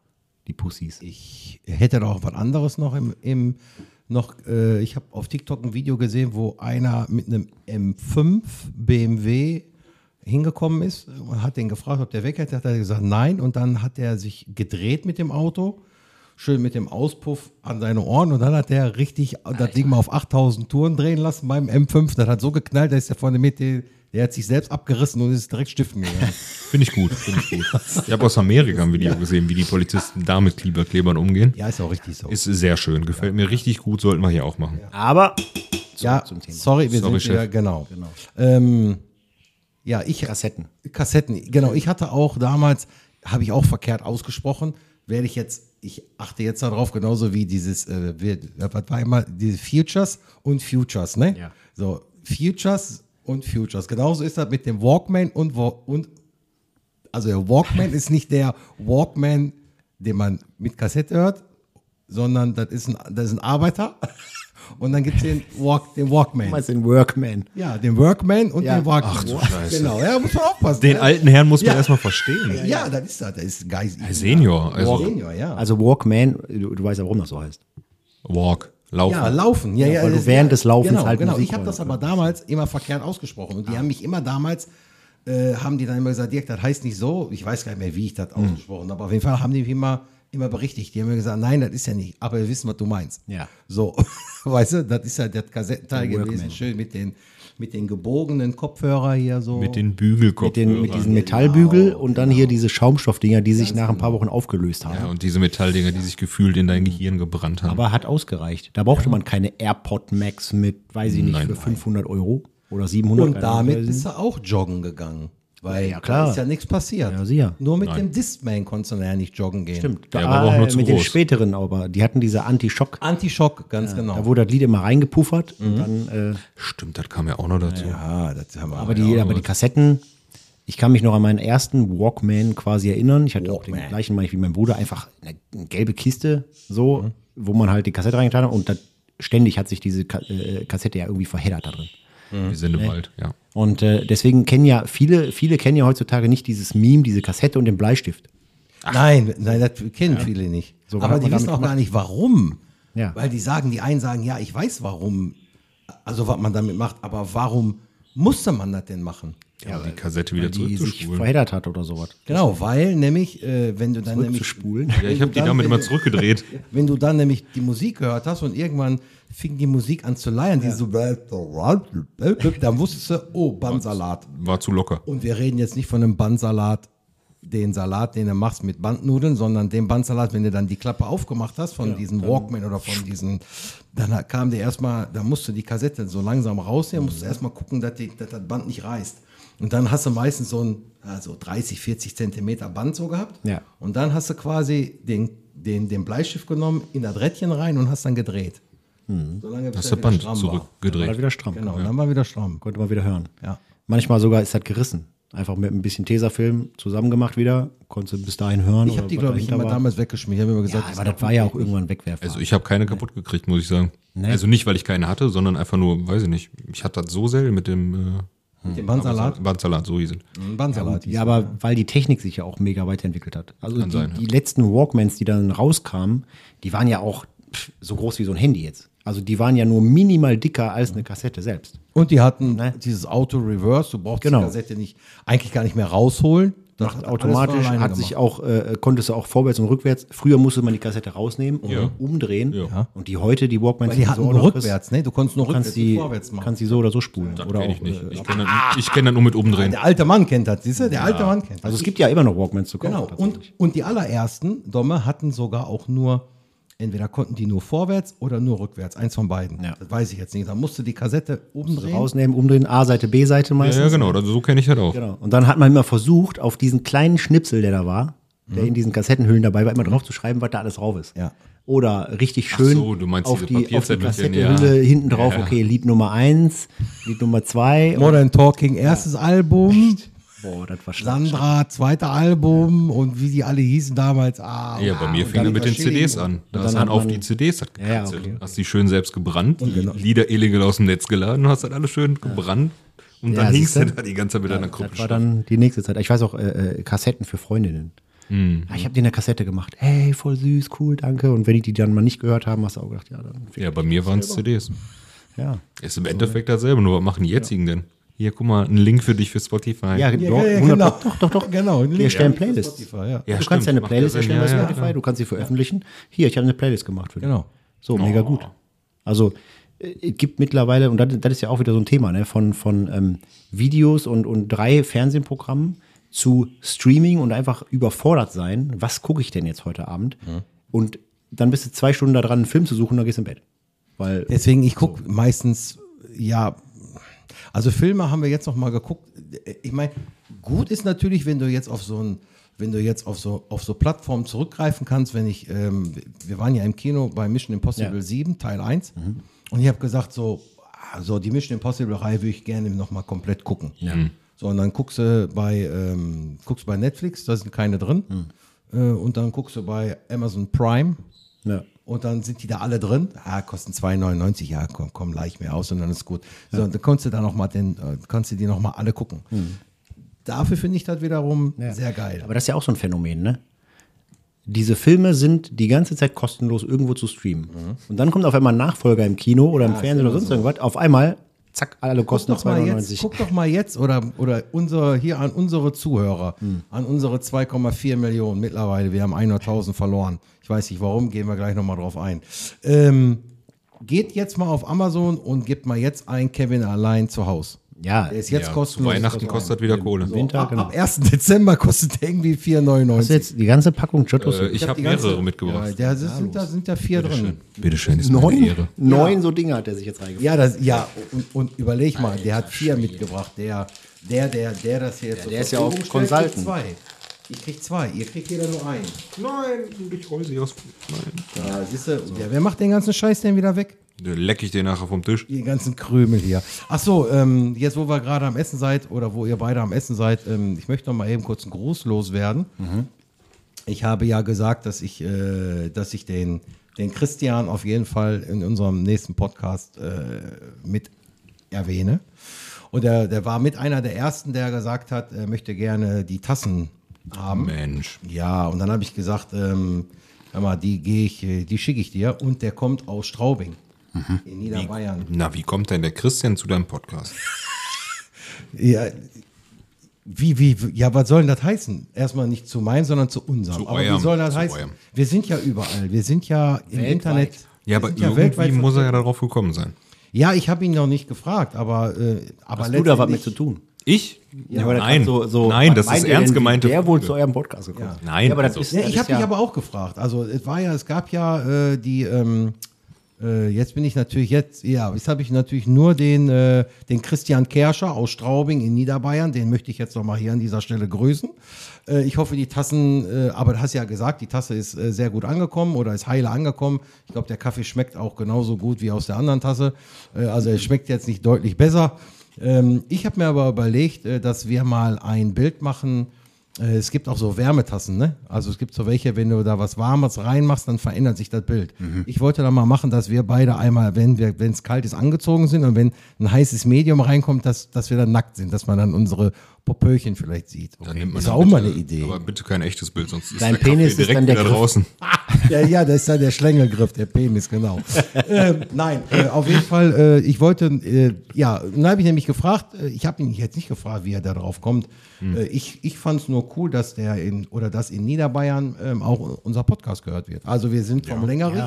Speaker 3: Die Pussys.
Speaker 2: Ich hätte da auch was anderes noch im, im noch, äh, ich habe auf TikTok ein Video gesehen, wo einer mit einem M5 BMW hingekommen ist, hat den gefragt, ob der weg hat. Hat er gesagt, nein. Und dann hat er sich gedreht mit dem Auto, schön mit dem Auspuff an seine Ohren. Und dann hat er richtig das Ding mal auf 8000 Touren drehen lassen beim M5. Das hat so geknallt, da ist der vorne mit, der, der hat sich selbst abgerissen und ist direkt stiften gegangen.
Speaker 4: Finde ich gut. Finde ich gut. Ich habe aus Amerika ein Video gesehen, wie die Polizisten da mit Kleberklebern umgehen.
Speaker 2: ja, ist auch richtig so.
Speaker 4: Ist sehr schön. Gefällt mir richtig gut. Sollten wir hier auch machen.
Speaker 3: Aber
Speaker 2: ja,
Speaker 3: zum Thema.
Speaker 2: sorry, wir
Speaker 4: Sorry,
Speaker 2: sind wieder,
Speaker 4: Chef.
Speaker 2: genau. Ähm, ja, ich,
Speaker 3: Kassetten.
Speaker 2: Kassetten, genau. Ich hatte auch damals, habe ich auch verkehrt ausgesprochen, werde ich jetzt, ich achte jetzt darauf, genauso wie dieses, äh, wir- was war immer, diese Futures und Futures, ne?
Speaker 3: Ja.
Speaker 2: So, Futures und Futures. Genauso ist das mit dem Walkman und, Wa- und also der Walkman ist nicht der Walkman, den man mit Kassette hört, sondern das ist ein, das ist ein Arbeiter. Und dann gibt es den, Walk, den Walkman.
Speaker 3: Damals den Workman.
Speaker 2: Ja, den Workman und
Speaker 3: Ja.
Speaker 2: den Walkman. Ach
Speaker 4: du Scheiße.
Speaker 2: Genau, ja, muss man aufpassen.
Speaker 4: Den
Speaker 2: ne?
Speaker 4: alten Herrn muss man erstmal verstehen.
Speaker 2: Ja, das ist das. Das ist geil.
Speaker 4: Senior. Also
Speaker 2: Senior, ja.
Speaker 3: Also Walkman, du, du weißt ja, warum das so heißt.
Speaker 4: Walk. Laufen.
Speaker 2: ja, laufen. Ja, ja,
Speaker 3: weil du
Speaker 2: das-
Speaker 3: während des Laufens
Speaker 2: genau,
Speaker 3: halt
Speaker 2: Genau,
Speaker 3: Musik
Speaker 2: ich habe
Speaker 3: hören
Speaker 2: das aber damals immer verkehrt ausgesprochen. Und die haben mich immer damals, äh, haben die dann immer gesagt, Dirk, das heißt nicht so. Ich weiß gar nicht mehr, wie ich
Speaker 3: Mhm.
Speaker 2: das ausgesprochen habe. Auf jeden Fall haben die mich immer, immer berichtigt. Die haben mir gesagt, nein, das ist ja nicht. Aber wir wissen, was du meinst.
Speaker 3: Ja.
Speaker 2: So, weißt du, das ist ja der Kassettenteil
Speaker 3: Der
Speaker 2: gewesen.
Speaker 3: Walkman.
Speaker 2: Schön mit den, mit den gebogenen Kopfhörer hier so.
Speaker 4: Mit den Bügelkopf.
Speaker 3: Mit, den, mit diesen
Speaker 4: genau,
Speaker 3: Metallbügel und dann hier diese Schaumstoffdinger, die sich nach ein paar Wochen aufgelöst haben.
Speaker 4: Ja, und diese Metalldinger, die sich gefühlt in dein Gehirn gebrannt haben.
Speaker 3: Aber hat ausgereicht. Da brauchte man keine AirPod Max mit, weiß ich nicht, für 500 Euro oder 700
Speaker 2: Und damit
Speaker 3: Euro.
Speaker 2: bist du auch joggen gegangen. Weil
Speaker 3: Ja, klar.
Speaker 2: da ist ja nichts passiert.
Speaker 3: Ja, sicher.
Speaker 2: Nur mit dem Discman konntest du ja nicht joggen gehen.
Speaker 3: Stimmt.
Speaker 4: Der war aber auch nur zu
Speaker 3: äh, mit den
Speaker 4: groß.
Speaker 3: späteren, aber die hatten diese Anti-Schock.
Speaker 2: Antischock, ganz genau.
Speaker 3: Da wurde das Lied immer reingepuffert.
Speaker 2: Mhm.
Speaker 3: Und dann, äh,
Speaker 4: Stimmt, das kam ja auch noch dazu.
Speaker 2: ja, Ah, genau. das haben wir
Speaker 3: aber, die, aber die Kassetten, ich kann mich noch an meinen ersten Walkman quasi erinnern. Ich hatte auch den
Speaker 2: Walkman.
Speaker 3: gleichen, meine ich, wie mein Bruder, einfach eine, eine gelbe Kiste, so,
Speaker 2: Mhm.
Speaker 3: wo man halt die Kassette reingetan hat. Und das, ständig hat sich diese Ka äh, Kassette ja irgendwie verheddert da drin.
Speaker 4: Wir sind im Wald, ja.
Speaker 3: Und äh, deswegen kennen ja viele, viele kennen ja heutzutage nicht dieses Meme, diese Kassette und den Bleistift.
Speaker 2: Nein, nein, das kennen viele nicht.
Speaker 3: So
Speaker 2: aber
Speaker 3: hat
Speaker 2: die
Speaker 3: man
Speaker 2: wissen
Speaker 3: damit
Speaker 2: auch gar nicht, warum.
Speaker 3: Ja.
Speaker 2: Weil die sagen, die einen sagen, ja, ich weiß warum, also was man damit macht, aber warum musste man das denn machen?
Speaker 4: ja um die Kassette
Speaker 3: Weil
Speaker 4: wieder
Speaker 3: die sich
Speaker 4: zurückzuspulen.
Speaker 3: verheddert hat oder sowas.
Speaker 2: Genau, weil nämlich, äh, wenn du dann nämlich
Speaker 3: Zurückzuspulen.
Speaker 4: Ja, ich habe die damit immer zurückgedreht.
Speaker 2: Wenn du dann nämlich die Musik gehört hast und irgendwann fing die Musik an zu leiern, die so, dann wusstest du, oh, Bandsalat.
Speaker 4: War zu locker.
Speaker 2: Und wir reden jetzt nicht von einem Bandsalat, den Salat, den du machst mit Bandnudeln, sondern den Bandsalat, wenn du dann die Klappe aufgemacht hast von diesem Walkman oder von diesen, dann kam der erstmal, da musst du die Kassette so langsam rausnehmen,
Speaker 3: Mhm.
Speaker 2: musst du erstmal gucken, dass, die, dass das Band nicht reißt. Und dann hast du meistens so ein also 30, 40 Zentimeter Band so gehabt.
Speaker 3: Ja.
Speaker 2: Und dann hast du quasi den, den, den Bleistift genommen, in das Rädchen rein und hast dann gedreht.
Speaker 3: Mhm.
Speaker 2: Solange bis
Speaker 4: Hast
Speaker 2: er
Speaker 4: du
Speaker 2: wieder
Speaker 4: Band
Speaker 2: stramm
Speaker 3: War das
Speaker 4: zurückgedreht.
Speaker 3: wieder stramm.
Speaker 2: War. Genau, dann war wieder stramm.
Speaker 3: Konnte man wieder hören.
Speaker 2: Ja.
Speaker 3: Manchmal sogar ist das gerissen. Einfach mit ein bisschen Tesafilm zusammengemacht wieder. Konntest du bis dahin hören.
Speaker 2: Ich habe
Speaker 3: oder
Speaker 2: die,
Speaker 3: was
Speaker 2: glaube ich,
Speaker 3: dahinter
Speaker 2: immer
Speaker 3: war.
Speaker 2: damals weggeschmissen. Ich habe immer
Speaker 3: Ja,
Speaker 2: gesagt,
Speaker 3: aber das war ja auch irgendwann wegwerfbar.
Speaker 4: Also ich habe keine kaputt gekriegt, muss ich sagen.
Speaker 3: Nee.
Speaker 4: Also nicht, weil ich keine hatte, sondern einfach nur, weiß ich nicht. Ich hatte das so selten mit dem äh,
Speaker 2: Mit dem Bandsalat.
Speaker 4: Bandsalat, so hieß es.
Speaker 2: Bandsalat.
Speaker 3: ja, aber weil die Technik sich ja auch mega weiterentwickelt hat. Also die,
Speaker 4: sein, ja.
Speaker 3: die letzten Walkmans, die dann rauskamen, die waren ja auch pff, so groß wie so ein Handy jetzt. Also die waren ja nur minimal dicker als eine Kassette selbst.
Speaker 2: Und die hatten dieses Auto-Reverse. Du brauchst
Speaker 3: Ne? Genau.
Speaker 2: die Kassette nicht, eigentlich gar nicht mehr rausholen. Das
Speaker 3: Macht
Speaker 2: hat alles von
Speaker 3: automatisch
Speaker 2: alleine
Speaker 3: hat sich
Speaker 2: gemacht.
Speaker 3: auch, äh, konntest du auch vorwärts und rückwärts. Früher musste man die Kassette rausnehmen und
Speaker 4: Ja.
Speaker 3: umdrehen.
Speaker 4: Ja.
Speaker 3: Und die heute, die Walkmans,
Speaker 2: Weil die hatten
Speaker 3: so
Speaker 2: nur
Speaker 3: auch noch kriegst,
Speaker 2: rückwärts, ne? Du konntest nur rückwärts
Speaker 3: kannst
Speaker 2: und
Speaker 3: die,
Speaker 2: vorwärts machen.
Speaker 3: kannst die so oder so spulen.
Speaker 4: Das
Speaker 3: oder
Speaker 4: kenn
Speaker 3: auch,
Speaker 4: ich nicht.
Speaker 3: äh,
Speaker 4: Ich kenne das, ich kenn das nur mit umdrehen.
Speaker 2: Der alte Mann kennt das, siehst du? Der alte Mann kennt das.
Speaker 3: also es gibt ja immer noch Walkmans zu kaufen.
Speaker 2: Genau. Und,
Speaker 3: tatsächlich.
Speaker 2: und die allerersten Domme hatten sogar auch nur, entweder konnten die nur vorwärts oder nur rückwärts. Eins von beiden.
Speaker 3: Ja.
Speaker 2: Das weiß ich jetzt nicht. Da musste die Kassette oben
Speaker 3: Also
Speaker 2: drehen.
Speaker 3: rausnehmen, umdrehen, A-Seite, B-Seite
Speaker 4: Ja,
Speaker 3: meistens.
Speaker 4: ja, genau, also so kenne ich das auch.
Speaker 3: Genau. Und dann hat man immer versucht, auf diesen kleinen Schnipsel, der da war,
Speaker 4: Mhm.
Speaker 3: der in diesen Kassettenhüllen dabei war, immer drauf zu schreiben, was da alles drauf ist.
Speaker 2: Ja.
Speaker 3: Oder richtig schön
Speaker 4: so, du meinst
Speaker 3: auf,
Speaker 4: diese
Speaker 3: die, auf die
Speaker 4: Papierzettelchen, ja.
Speaker 3: Kassettenhülle hinten drauf,
Speaker 4: Ja.
Speaker 3: okay, Lied Nummer eins, Lied Nummer zwei. Und,
Speaker 2: Modern Talking, erstes Album.
Speaker 3: boah, das war schlimm.
Speaker 2: Sandra, zweiter Album und wie die alle hießen damals. Ah,
Speaker 4: Ja, bei mir fing
Speaker 3: dann
Speaker 4: er mit den
Speaker 3: verschieden.
Speaker 4: CDs an. Da
Speaker 3: Und
Speaker 4: hast
Speaker 3: dann
Speaker 4: du dann
Speaker 3: hat
Speaker 4: auf
Speaker 3: man-
Speaker 4: die CDs das
Speaker 3: Ja, ja,
Speaker 4: gekanzelt.
Speaker 3: okay, genau. okay.
Speaker 4: Hast die schön selbst gebrannt, die Lieder illegal aus dem Netz geladen, hast das alles schön gebrannt und
Speaker 3: Ja,
Speaker 4: dann hingst du
Speaker 3: siehste.
Speaker 4: da die ganze Zeit mit deiner Gruppe.
Speaker 3: Das war dann die nächste Zeit. Ich weiß auch, äh, äh, Kassetten für Freundinnen. Ah, Ich habe die in der Kassette gemacht. Hey, voll süß, cool, danke. Und wenn die die dann mal nicht gehört haben, hast du auch gedacht, ja, dann
Speaker 4: Ja, bei mir waren es CDs.
Speaker 3: ja.
Speaker 4: Ist im Endeffekt dasselbe, nur was machen die jetzigen denn? hier, guck mal, ein Link für dich für
Speaker 3: Genau.
Speaker 4: Spotify.
Speaker 2: Ja,
Speaker 3: Ja, doch,
Speaker 2: ja, ja,
Speaker 3: 100
Speaker 2: genau.
Speaker 3: Doch, doch, doch.
Speaker 2: Genau, ein
Speaker 3: Wir
Speaker 2: Link
Speaker 3: erstellen
Speaker 2: für
Speaker 3: Playlists.
Speaker 2: Spotify, ja.
Speaker 3: du
Speaker 4: Ja,
Speaker 3: kannst ja eine
Speaker 4: stimmt, macht ja
Speaker 3: Playlist
Speaker 4: Sinn,
Speaker 3: erstellen bei
Speaker 4: ja, ja,
Speaker 3: Spotify, du kannst sie veröffentlichen. Hier, ich habe eine Playlist gemacht für dich.
Speaker 2: Genau.
Speaker 3: So,
Speaker 4: Oh.
Speaker 3: mega gut. Also äh, es gibt mittlerweile, und das, das ist ja auch wieder so ein Thema, ne, von, von ähm, Videos und, und drei Fernsehprogrammen zu Streaming und einfach überfordert sein, was gucke ich denn jetzt heute Abend?
Speaker 4: Mhm.
Speaker 3: Und dann bist du zwei Stunden da dran, einen Film zu suchen, dann gehst du im Bett. Weil
Speaker 2: Deswegen, ich gucke meistens, ja, also Filme haben wir jetzt noch mal geguckt. Ich meine, gut ist natürlich, wenn du jetzt auf so ein, wenn du jetzt auf so, auf so Plattformen zurückgreifen kannst, wenn ich, ähm, wir waren ja im Kino bei Mission Impossible
Speaker 3: Ja. Mhm.
Speaker 2: 7, Teil 1, und ich habe gesagt, so, also die Mission Impossible-Reihe würde ich gerne noch mal komplett gucken. So, und dann guckst du bei, ähm, guckst bei Netflix, da sind keine drin,
Speaker 3: Mhm.
Speaker 2: äh, und dann guckst du bei Amazon Prime,
Speaker 3: ja,
Speaker 2: und dann sind die da alle drin. Ah, kosten 2,99. Ja, komm, komm, leicht mir aus und dann ist gut. So, und dann konntest du da noch mal den, äh, konntest du die noch mal alle gucken. Dafür finde ich das wiederum sehr geil.
Speaker 3: Aber das ist ja auch so ein Phänomen, ne? Diese Filme sind die ganze Zeit kostenlos irgendwo zu streamen.
Speaker 2: Mhm.
Speaker 3: Und dann kommt auf einmal ein Nachfolger im Kino oder im Fernsehen oder sonst irgendwas. Auf einmal, zack, alle
Speaker 2: guck
Speaker 3: kosten
Speaker 2: doch mal jetzt,
Speaker 3: 92.
Speaker 2: guck doch mal jetzt oder, oder unser, hier an unsere Zuhörer, an unsere 2,4 Millionen mittlerweile. Wir haben 100.000 verloren. Ich weiß nicht warum, gehen wir gleich nochmal drauf ein. Ähm, geht jetzt mal auf Amazon und gebt mal jetzt ein Kevin allein zu Hause.
Speaker 3: Ja,
Speaker 2: Der ist
Speaker 3: hast
Speaker 2: jetzt
Speaker 4: Ja, zu
Speaker 2: kostenlos.
Speaker 4: Weihnachten kostet wieder Kohle.
Speaker 3: So. Winter,
Speaker 2: ab,
Speaker 3: genau.
Speaker 2: ab 1. Dezember kostet der irgendwie 4,99.
Speaker 3: du jetzt die ganze Packung Giottos?
Speaker 4: Äh, ich
Speaker 2: hab
Speaker 4: habe
Speaker 2: die ganze-
Speaker 4: mehrere mitgebracht.
Speaker 2: Ja, da sind, da sind ja vier drin.
Speaker 4: Bitte schön, ist meine Ehre.
Speaker 3: Neun so Dinge hat er sich jetzt reingebracht.
Speaker 2: Ja, das, ja und, und überleg mal, der hat vier mitgebracht. Der, der, der, der das hier jetzt. Ja,
Speaker 3: der ist ja auch Consultant.
Speaker 2: Zwei. Ich krieg zwei, ihr kriegt jeder nur einen.
Speaker 4: Nein, ich roll sie aus. Nein.
Speaker 2: Ja, siehst du, ja, wer macht den ganzen Scheiß denn wieder weg?
Speaker 4: Dann leck ich den nachher vom Tisch.
Speaker 2: Die ganzen Krümel hier. Ach so, ähm, jetzt wo wir gerade am Essen seid oder wo ihr beide am Essen seid, ähm, ich möchte noch mal eben kurz einen Gruß loswerden. Ich habe ja gesagt, dass ich, äh, dass ich den, den Christian auf jeden Fall in unserem nächsten Podcast äh, mit erwähne. Und der, der war mit einer der ersten, der gesagt hat, er möchte gerne die Tassen haben.
Speaker 4: Mensch.
Speaker 2: Ja, und dann habe ich gesagt, ähm, hör mal, die gehe ich, äh, die schicke ich dir. Und der kommt aus Straubing in Niederbayern.
Speaker 4: Na, wie kommt denn der Christian zu deinem Podcast?
Speaker 2: Ja, wie, wie, ja, was soll denn das heißen? Erstmal nicht zu meinem, sondern zu unserem.
Speaker 4: Zu
Speaker 2: aber
Speaker 4: eurem,
Speaker 2: wie soll das
Speaker 4: zu
Speaker 2: heißen?
Speaker 4: eurem.
Speaker 2: Wir sind ja überall. Wir sind ja im Internet. Wir
Speaker 4: Ja, aber
Speaker 2: sind
Speaker 4: irgendwie muss er
Speaker 2: vertreten.
Speaker 4: ja darauf gekommen sein.
Speaker 2: Ja, ich habe ihn noch nicht gefragt, aber. Äh, aber
Speaker 3: Hast du da was
Speaker 2: letztendlich-
Speaker 3: mit zu tun?
Speaker 4: Ich?
Speaker 3: aber das
Speaker 4: nein,
Speaker 3: kann so- so-
Speaker 4: nein,
Speaker 3: was
Speaker 4: das
Speaker 3: meint
Speaker 4: ist
Speaker 3: ihr denn,
Speaker 4: ernst
Speaker 3: wie
Speaker 4: gemeinte
Speaker 3: Der wohl
Speaker 4: Frage.
Speaker 3: zu eurem Podcast gekommen.
Speaker 2: Ja.
Speaker 3: ist?
Speaker 4: Nein,
Speaker 3: aber das
Speaker 4: also-
Speaker 3: ist,
Speaker 2: Ja,
Speaker 3: das
Speaker 2: ich
Speaker 3: ist
Speaker 2: habe mich aber auch gefragt. Also es war ja, es gab ja äh, die. Ähm, äh, jetzt bin ich natürlich jetzt, ja, jetzt habe ich natürlich nur den, äh, den Christian Kerscher aus Straubing in Niederbayern. Den möchte ich jetzt nochmal hier an dieser Stelle grüßen. Äh, ich hoffe, die Tassen, äh, aber du hast ja gesagt, die Tasse ist äh, sehr gut angekommen oder ist heile angekommen. Ich glaube, der Kaffee schmeckt auch genauso gut wie aus der anderen Tasse. Äh, also er schmeckt jetzt nicht deutlich besser. Ähm, ich habe mir aber überlegt, äh, dass wir mal ein Bild machen äh, Es gibt auch so Wärmetassen, ne? Also es gibt so welche, wenn du da was Warmes reinmachst, dann verändert sich das Bild.
Speaker 4: Mhm.
Speaker 2: Ich wollte da mal machen, dass wir beide einmal, wenn wir, wenn es kalt ist, angezogen sind und wenn ein heißes Medium reinkommt, dass, dass wir dann nackt sind, dass man dann unsere Popöchen vielleicht sieht.
Speaker 4: Dann nimmt man
Speaker 2: ist
Speaker 4: dann
Speaker 2: auch
Speaker 4: bitte-
Speaker 2: mal eine Idee.
Speaker 4: Aber bitte kein echtes Bild, sonst ist
Speaker 3: Dein
Speaker 4: der Kaffee
Speaker 3: Penis ist
Speaker 4: direkt
Speaker 3: dann der
Speaker 4: wieder
Speaker 3: Griff.
Speaker 4: draußen.
Speaker 2: ja, ja, das ist ja der Schlängelgriff, der Penis, genau. ähm, nein, äh, auf jeden Fall, äh, ich wollte, äh, ja, dann habe ich nämlich gefragt, äh, ich habe ihn jetzt nicht gefragt, wie er da drauf kommt.
Speaker 3: Hm.
Speaker 2: Äh, ich ich fand es nur cool, dass der in, oder dass in Niederbayern ähm, auch unser Podcast gehört wird. Also wir sind vom Längerich,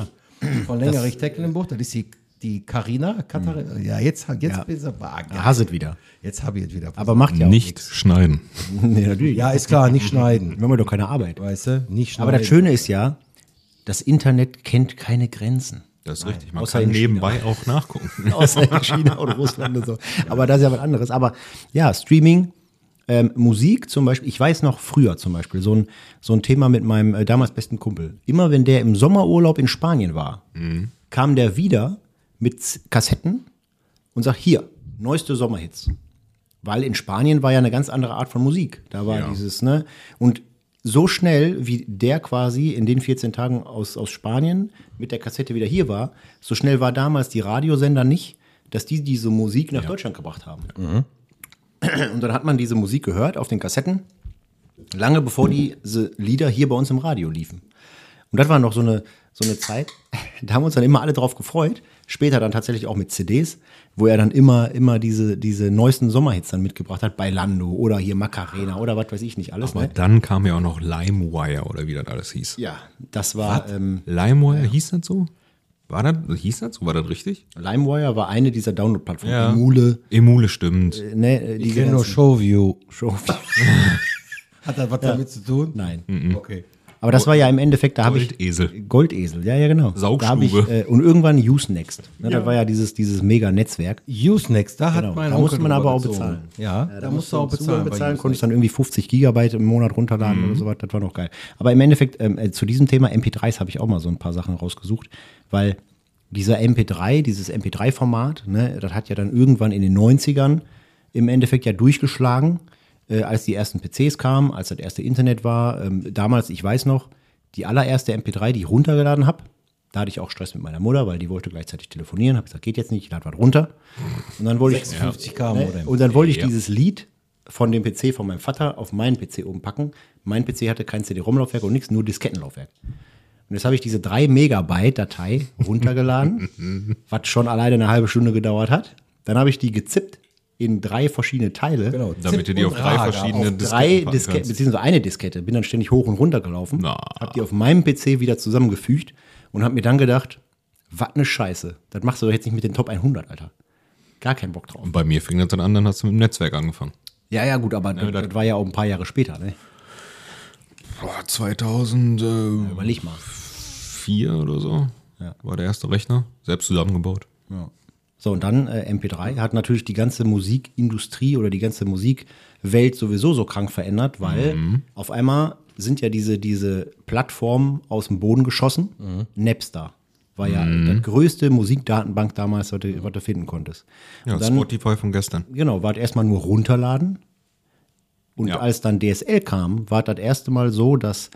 Speaker 2: von Längerich Tecklenburg, das ist die die Karina, Katharina, ja, jetzt, jetzt,
Speaker 3: Hm. Ja.
Speaker 2: bin ich- ah,
Speaker 3: ja. Hasset wieder.
Speaker 2: jetzt habe ich es wieder.
Speaker 3: Aber macht ja auch
Speaker 4: Nicht schneiden.
Speaker 3: Nee, natürlich.
Speaker 2: ja, ist klar, nicht schneiden,
Speaker 3: Wir haben ja doch keine Arbeit.
Speaker 2: weißt du, nicht schneiden.
Speaker 3: Aber das Schöne ist ja, das Internet kennt keine Grenzen.
Speaker 4: Das ist richtig. Man
Speaker 3: außer
Speaker 4: kann
Speaker 3: in China.
Speaker 4: nebenbei auch nachgucken.
Speaker 3: außer in China und Russland und so. Aber das ist ja was anderes. Aber ja, Streaming, ähm, Musik zum Beispiel, ich weiß noch früher zum Beispiel, so ein, so ein Thema mit meinem äh, damals besten Kumpel. Immer wenn der im Sommerurlaub in Spanien war, kam der wieder mit Z- Kassetten und sagt, hier, neueste Sommerhits. Weil in Spanien war ja eine ganz andere Art von Musik. Da war dieses, ne? Und so schnell, wie der quasi in den 14 Tagen aus, aus Spanien mit der Kassette wieder hier war, so schnell war damals die Radiosender nicht, dass die diese Musik nach Deutschland gebracht haben. Und dann hat man diese Musik gehört auf den Kassetten, lange bevor diese Lieder hier bei uns im Radio liefen. Und das war noch so eine, so eine Zeit, da haben uns dann immer alle drauf gefreut. Später dann tatsächlich auch mit CDs, wo er dann immer, immer diese, diese neuesten Sommerhits dann mitgebracht hat, bei Lando oder hier Macarena oder was weiß ich nicht alles.
Speaker 4: Aber
Speaker 3: Ne?
Speaker 4: dann kam ja auch noch LimeWire oder wie das alles hieß.
Speaker 3: Ja, das war ähm,
Speaker 4: LimeWire hieß das so? War das, hieß das so? War das richtig?
Speaker 3: LimeWire war eine dieser Download-Plattformen.
Speaker 4: Ja.
Speaker 3: Emule,
Speaker 4: Emule stimmt.
Speaker 3: äh, ne, äh,
Speaker 2: Ich
Speaker 3: die
Speaker 2: kenne nur
Speaker 3: ganzen-
Speaker 2: Showview.
Speaker 3: Show.
Speaker 2: Hat das was damit zu tun?
Speaker 3: Nein.
Speaker 2: Okay.
Speaker 3: Aber das war ja im Endeffekt, da habe ich
Speaker 4: Goldesel.
Speaker 3: Goldesel, ja, ja, genau. Da hab ich,
Speaker 4: Saugstube.
Speaker 3: äh, und irgendwann Usenext. Ne, Das war ja dieses, dieses Mega-Netzwerk.
Speaker 2: Usenext, da
Speaker 3: Genau,
Speaker 2: hat mein
Speaker 3: da
Speaker 2: Onkel
Speaker 3: musste man aber
Speaker 2: drüber
Speaker 3: auch
Speaker 2: gezogen.
Speaker 3: bezahlen.
Speaker 2: Ja,
Speaker 3: Ja,
Speaker 2: da musst du auch
Speaker 3: einen
Speaker 2: bezahlen.
Speaker 3: Zugang
Speaker 2: bei Mhm.
Speaker 3: bezahlen
Speaker 2: Usenext.
Speaker 3: konntest halt dann irgendwie 50 Gigabyte im Monat runterladen oder so was. Das war noch geil. Aber im Endeffekt, ähm, äh, zu diesem Thema MP3s habe ich auch mal so ein paar Sachen rausgesucht, weil dieser MP3, dieses MP3-Format, ne, das hat ja dann irgendwann in den 90ern im Endeffekt ja durchgeschlagen, äh, als die ersten PCs kamen, als das erste Internet war. Ähm, damals, ich weiß noch, die allererste MP3, die ich runtergeladen habe, da hatte ich auch Stress mit meiner Mutter, weil die wollte gleichzeitig telefonieren. Habe gesagt, geht jetzt nicht, ich lade was runter. Und dann wollte ich
Speaker 2: 56 K Modem.
Speaker 3: Ne? und dann wollte ich dieses Lied von dem PC von meinem Vater auf meinen PC oben packen. Mein PC hatte kein CD-ROM-Laufwerk und nichts, nur Diskettenlaufwerk. Und jetzt habe ich diese 3 Megabyte Datei runtergeladen, was schon alleine eine halbe Stunde gedauert hat. Dann habe ich die gezippt in drei verschiedene Teile.
Speaker 2: Genau,
Speaker 4: Damit ihr die
Speaker 2: Zip
Speaker 4: auf
Speaker 2: und
Speaker 4: drei
Speaker 2: Raga
Speaker 4: verschiedene
Speaker 2: auf-
Speaker 3: Drei
Speaker 4: packen
Speaker 3: Disketten,
Speaker 4: kannst.
Speaker 3: beziehungsweise eine Diskette, bin dann ständig hoch und runter gelaufen,
Speaker 4: Na.
Speaker 3: habe die auf meinem PC wieder zusammengefügt und habe mir dann gedacht, was eine Scheiße, das machst du doch jetzt nicht mit den Top 100, Alter. Gar keinen Bock drauf.
Speaker 4: Und bei mir fing das dann an, dann hast du mit dem Netzwerk angefangen.
Speaker 3: Ja, ja, gut, aber das,
Speaker 4: das-
Speaker 3: das war ja auch ein paar Jahre später, ne?
Speaker 4: Boah,
Speaker 3: äh,
Speaker 4: 2004
Speaker 3: Überleg mal.
Speaker 4: oder so war der erste Rechner, selbst zusammengebaut.
Speaker 3: So, und dann äh, MP3 hat natürlich die ganze Musikindustrie oder die ganze Musikwelt sowieso so krank verändert, weil auf einmal sind ja diese, diese Plattformen aus dem Boden geschossen. Napster war ja die größte Musikdatenbank damals, was du, was du finden konntest.
Speaker 4: Ja,
Speaker 3: und dann,
Speaker 4: Spotify von gestern.
Speaker 3: genau, war das erstmal nur runterladen. Und
Speaker 4: Ja.
Speaker 3: als dann DSL kam, war das erste Mal so, dass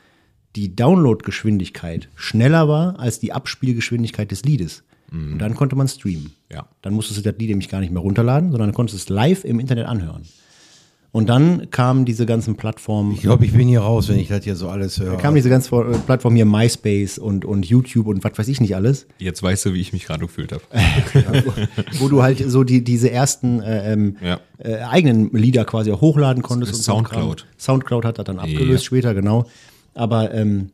Speaker 3: die Downloadgeschwindigkeit schneller war als die Abspielgeschwindigkeit des Liedes. Und dann konnte man streamen.
Speaker 4: Mhm. Ja.
Speaker 3: Dann musstest du das Lied nämlich gar nicht mehr runterladen, sondern du konntest es live im Internet anhören. Und dann kamen diese ganzen Plattformen.
Speaker 2: Ich glaube, ich bin hier raus, wenn ich das hier so alles höre.
Speaker 3: Da kam diese ganze Vor- äh, Plattform hier MySpace und, und YouTube und was weiß ich nicht alles,
Speaker 4: Jetzt weißt du, wie ich mich gerade gefühlt habe.
Speaker 3: wo du halt so die, diese ersten äh, ähm,
Speaker 4: Ja.
Speaker 3: äh, eigenen Lieder quasi auch hochladen konntest.
Speaker 4: Das ist
Speaker 3: so ein
Speaker 4: Soundcloud.
Speaker 3: Kram. Soundcloud hat das dann abgelöst später, genau. Aber ähm,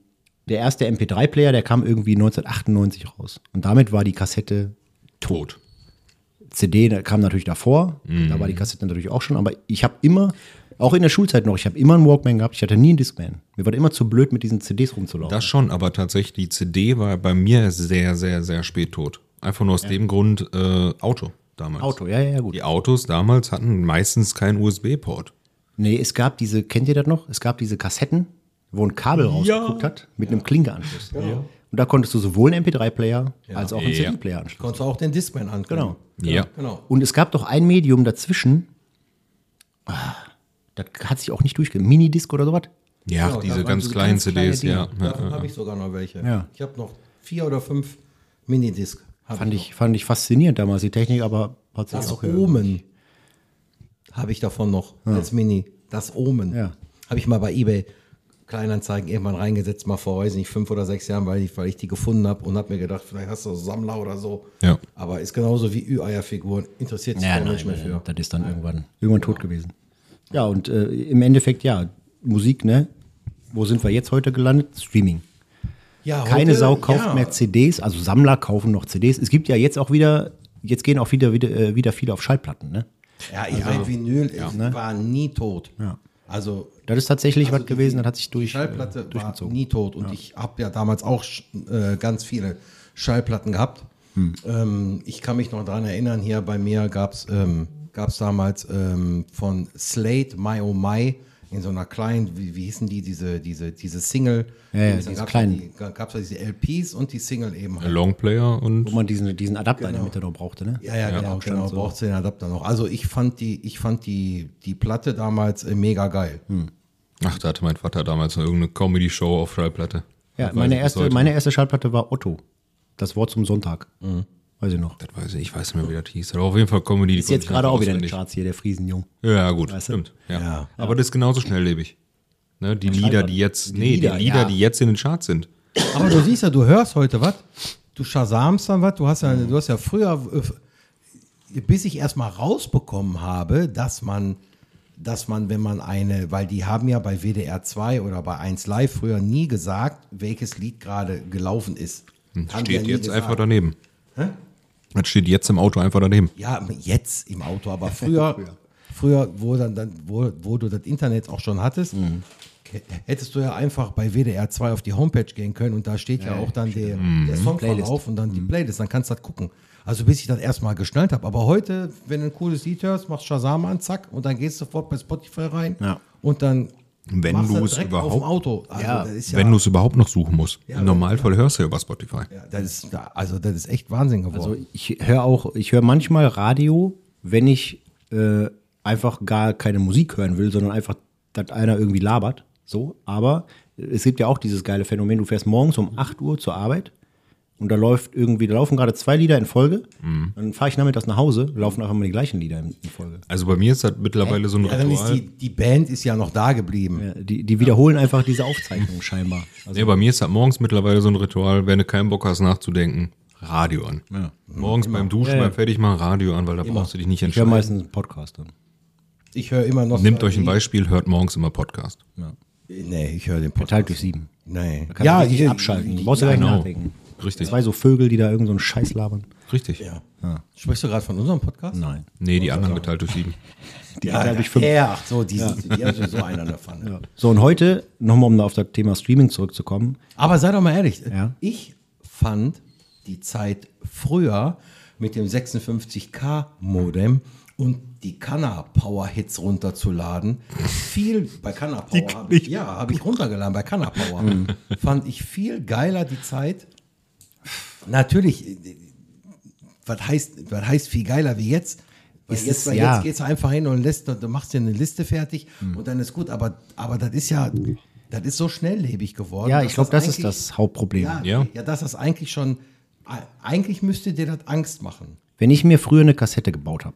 Speaker 3: der erste MP3-Player, der kam irgendwie 1998 raus. Und damit war die Kassette
Speaker 4: Tot. Mhm.
Speaker 3: CD da kam natürlich davor, da war die Kassette natürlich auch schon, aber ich habe immer, auch in der Schulzeit noch, ich habe immer einen Walkman gehabt, ich hatte nie einen Discman. Mir war das immer zu blöd, mit diesen CDs rumzulaufen.
Speaker 4: Das schon, aber tatsächlich, die CD war bei mir sehr, sehr, sehr spät tot. Einfach nur aus dem Grund, äh, Auto damals.
Speaker 3: Auto, ja, ja, ja, gut.
Speaker 4: Die Autos damals hatten meistens keinen USB-Port.
Speaker 3: Nee, es gab diese, kennt ihr das noch? Es gab diese Kassetten, wo ein Kabel rausgeguckt hat, mit einem Klinkeanschluss. Und da konntest du sowohl einen MP3-Player als auch einen
Speaker 4: Ja.
Speaker 3: CD-Player anschließen.
Speaker 2: Konntest du auch den Discman an.
Speaker 3: Genau.
Speaker 4: ja.
Speaker 2: Genau.
Speaker 3: Und es gab doch ein Medium dazwischen, ah, das hat sich auch nicht durchge... Minidisc oder sowas?
Speaker 4: Ja,
Speaker 2: Genau, da
Speaker 4: diese
Speaker 2: waren
Speaker 4: ganz
Speaker 2: diese
Speaker 4: kleinen
Speaker 3: ganz kleine
Speaker 4: CDs, ja.
Speaker 3: Dinger.
Speaker 4: ja.
Speaker 2: Davon habe ich sogar noch welche.
Speaker 3: Ja.
Speaker 2: Ich habe noch vier oder fünf Minidisc. hab
Speaker 3: Fand ich, fand ich faszinierend damals, die Technik, aber hat sich
Speaker 2: Das
Speaker 3: auch gehört.
Speaker 2: Omen habe ich davon noch als Mini. Das Omen.
Speaker 3: Ja.
Speaker 2: Habe ich mal bei eBay Kleinanzeigen irgendwann reingesetzt, mal vor, weiß nicht, fünf oder sechs Jahren, weil ich, weil ich die gefunden habe und habe mir gedacht, vielleicht hast du so Sammler oder so.
Speaker 4: Ja.
Speaker 2: Aber ist genauso wie Ü-Eier-Figuren. Interessiert sich
Speaker 3: Ja,
Speaker 2: kein
Speaker 3: nein,
Speaker 2: Mensch mehr für.
Speaker 3: das ist dann irgendwann, irgendwann tot gewesen. Ja, und äh, im Endeffekt, ja, Musik, ne? Wo sind wir jetzt heute gelandet? Streaming.
Speaker 2: Ja,
Speaker 3: Keine
Speaker 2: heute-
Speaker 3: Sau kauft
Speaker 2: ja.
Speaker 3: mehr CDs, also Sammler kaufen noch CDs. Es gibt ja jetzt auch wieder, jetzt gehen auch wieder, wieder, äh, wieder viele auf Schallplatten, ne?
Speaker 2: Ja, ich mein Vinyl ich war nie tot. Also
Speaker 3: Das ist tatsächlich
Speaker 2: Also
Speaker 3: was
Speaker 2: die-
Speaker 3: gewesen, das hat sich durch.
Speaker 2: Die Schallplatte
Speaker 3: äh,
Speaker 2: war
Speaker 3: durchgezogen.
Speaker 2: nie tot und ich habe ja damals auch sch- äh, ganz viele Schallplatten gehabt.
Speaker 3: Hm.
Speaker 2: Ähm, ich kann mich noch daran erinnern, hier bei mir gab es ähm, gab's damals ähm, von Slate My Oh My in so einer kleinen, wie, wie hießen die, diese, diese, diese Single.
Speaker 3: ja,
Speaker 2: Dann
Speaker 3: diese
Speaker 2: gab's
Speaker 3: kleinen.
Speaker 2: die- Gab's ja diese LPs und die Single eben halt.
Speaker 4: Longplayer und
Speaker 3: Wo man diesen, diesen Adapter in der Mitte noch brauchte, ne?
Speaker 2: Genau. Ja, ja, genau, genau. Braucht den Adapter noch. Also ich fand die, ich fand die, die Platte damals äh, mega geil.
Speaker 4: Ach, da hatte mein Vater damals noch irgendeine Comedy-Show auf Schallplatte.
Speaker 3: Ja,
Speaker 4: Das weiß
Speaker 3: meine
Speaker 4: ich bis
Speaker 3: erste,
Speaker 4: heute.
Speaker 3: meine erste Schallplatte war Otto. Das Wort zum Sonntag. Weiß ich noch.
Speaker 4: Mhm. Das weiß ich, ich weiß nicht mehr, wie das hieß. Aber auf jeden Fall Comedy. die
Speaker 3: Ist
Speaker 4: konnte
Speaker 3: jetzt
Speaker 4: ich
Speaker 3: gerade
Speaker 4: einfach
Speaker 3: auch wieder in den
Speaker 4: auswendig.
Speaker 3: Charts hier, der Friesenjung.
Speaker 4: Ja, gut,
Speaker 3: Weißt du?
Speaker 4: stimmt. Ja.
Speaker 2: Ja.
Speaker 4: Aber das ist genauso schnelllebig. Ne, die Lieder, die jetzt, nee, die
Speaker 3: Lieder,
Speaker 4: Lieder,
Speaker 3: ja.
Speaker 4: die jetzt in den Charts sind.
Speaker 2: Aber du siehst ja, du hörst heute was, du schasamst dann was, du hast ja, du hast ja früher, äh, bis ich erstmal rausbekommen habe, dass man, dass man, wenn man eine, weil die haben ja bei WDR 2 oder bei 1 Live früher nie gesagt, welches Lied gerade gelaufen ist. Haben die ja
Speaker 4: Hm, Steht
Speaker 2: nie
Speaker 4: jetzt
Speaker 2: gesagt.
Speaker 4: einfach daneben. Das steht jetzt im Auto einfach daneben.
Speaker 2: Ja, jetzt im Auto, aber früher, früher, wo, dann, dann, wo, wo du das Internet auch schon hattest, k- hättest du ja einfach bei WDR 2 auf die Homepage gehen können und da steht ja, auch dann der, der Songverlauf und dann die Playlist, dann kannst du das gucken. Also bis ich das erstmal geschnallt habe. Aber heute, wenn du ein cooles Lied hörst, machst Shazam an, zack, und dann gehst du sofort bei Spotify rein
Speaker 3: Ja.
Speaker 2: und dann
Speaker 4: Wenn
Speaker 2: machst
Speaker 4: du
Speaker 2: das
Speaker 4: es
Speaker 2: direkt auf dem
Speaker 4: überhaupt-
Speaker 2: Auto. Also
Speaker 3: Ja,
Speaker 2: das ist ja,
Speaker 4: Wenn du es überhaupt noch suchen musst. Im Normalfall hörst du ja über Spotify.
Speaker 2: ja, das ist, also das ist echt Wahnsinn geworden.
Speaker 3: Also ich höre auch, ich höre manchmal Radio, wenn ich äh, einfach gar keine Musik hören will, sondern einfach, dass einer irgendwie labert. So, aber es gibt ja auch dieses geile Phänomen, du fährst morgens um 8 Uhr zur Arbeit und da läuft irgendwie, da laufen gerade zwei Lieder in Folge,
Speaker 4: Mhm.
Speaker 3: dann fahre ich nachmittags nach Hause, laufen einfach immer die gleichen Lieder in, in Folge.
Speaker 4: Also bei mir ist das mittlerweile so ein
Speaker 2: ja, dann ist
Speaker 4: Ritual.
Speaker 2: die, die Band ist ja noch da geblieben.
Speaker 3: Ja, Äh, die, die wiederholen einfach diese Aufzeichnung scheinbar. Also,
Speaker 4: Nee, bei mir ist das morgens mittlerweile so ein Ritual, wenn du keinen Bock hast nachzudenken, Radio an. Morgens beim Duschen, beim Fertigmachen Radio an, weil da brauchst du dich nicht
Speaker 3: ich höre
Speaker 4: entscheiden.
Speaker 3: meistens einen Podcast dann.
Speaker 2: Ich höre immer noch.
Speaker 4: Nehmt euch ein Beispiel, hört morgens immer Podcast.
Speaker 2: Nee, ich höre den
Speaker 3: Geteilt durch sieben.
Speaker 2: Nee.
Speaker 3: Da kannst du richtig abschalten. Du brauchst ja gar nicht
Speaker 4: genau.
Speaker 3: nachdenken.
Speaker 4: Richtig.
Speaker 3: Zwei so Vögel, die da irgend so einen Scheiß labern.
Speaker 4: Richtig.
Speaker 2: Ja. Sprichst du gerade von unserem Podcast?
Speaker 3: Nein.
Speaker 4: Nee, die anderen geteilt durch sieben.
Speaker 3: Die
Speaker 2: Ja,
Speaker 3: eine habe ich fünf.
Speaker 2: Ja, ach so, die, sind, die haben sowieso einen an der Pfanne.
Speaker 3: So, und heute, nochmal um auf das Thema Streaming zurückzukommen,
Speaker 2: Aber sei doch mal ehrlich,
Speaker 3: Ja.
Speaker 2: ich fand die Zeit früher mit dem 56K-Modem und die Kanna Power Hits runterzuladen, viel bei Kanna Power habe ich, ja, habe ich runtergeladen bei Kanna Power.
Speaker 3: Hm.
Speaker 2: fand ich viel geiler die Zeit. Natürlich, äh, was heißt, was heißt viel geiler wie jetzt? Weil
Speaker 3: Es ist-
Speaker 2: jetzt, weil
Speaker 3: ja. Hm.
Speaker 2: jetzt gehst du einfach hin und lässt, du machst dir eine Liste fertig und dann ist gut. Aber, aber das ist ja, das ist so schnelllebig geworden.
Speaker 3: Ja, ich
Speaker 2: dass
Speaker 3: glaub, das ist
Speaker 2: eigentlich-
Speaker 3: das Hauptproblem.
Speaker 2: Ja, ja.
Speaker 4: Ja.
Speaker 2: ja, das ist eigentlich schon, eigentlich müsste dir das Angst machen.
Speaker 3: wenn ich mir früher eine Kassette gebaut habe,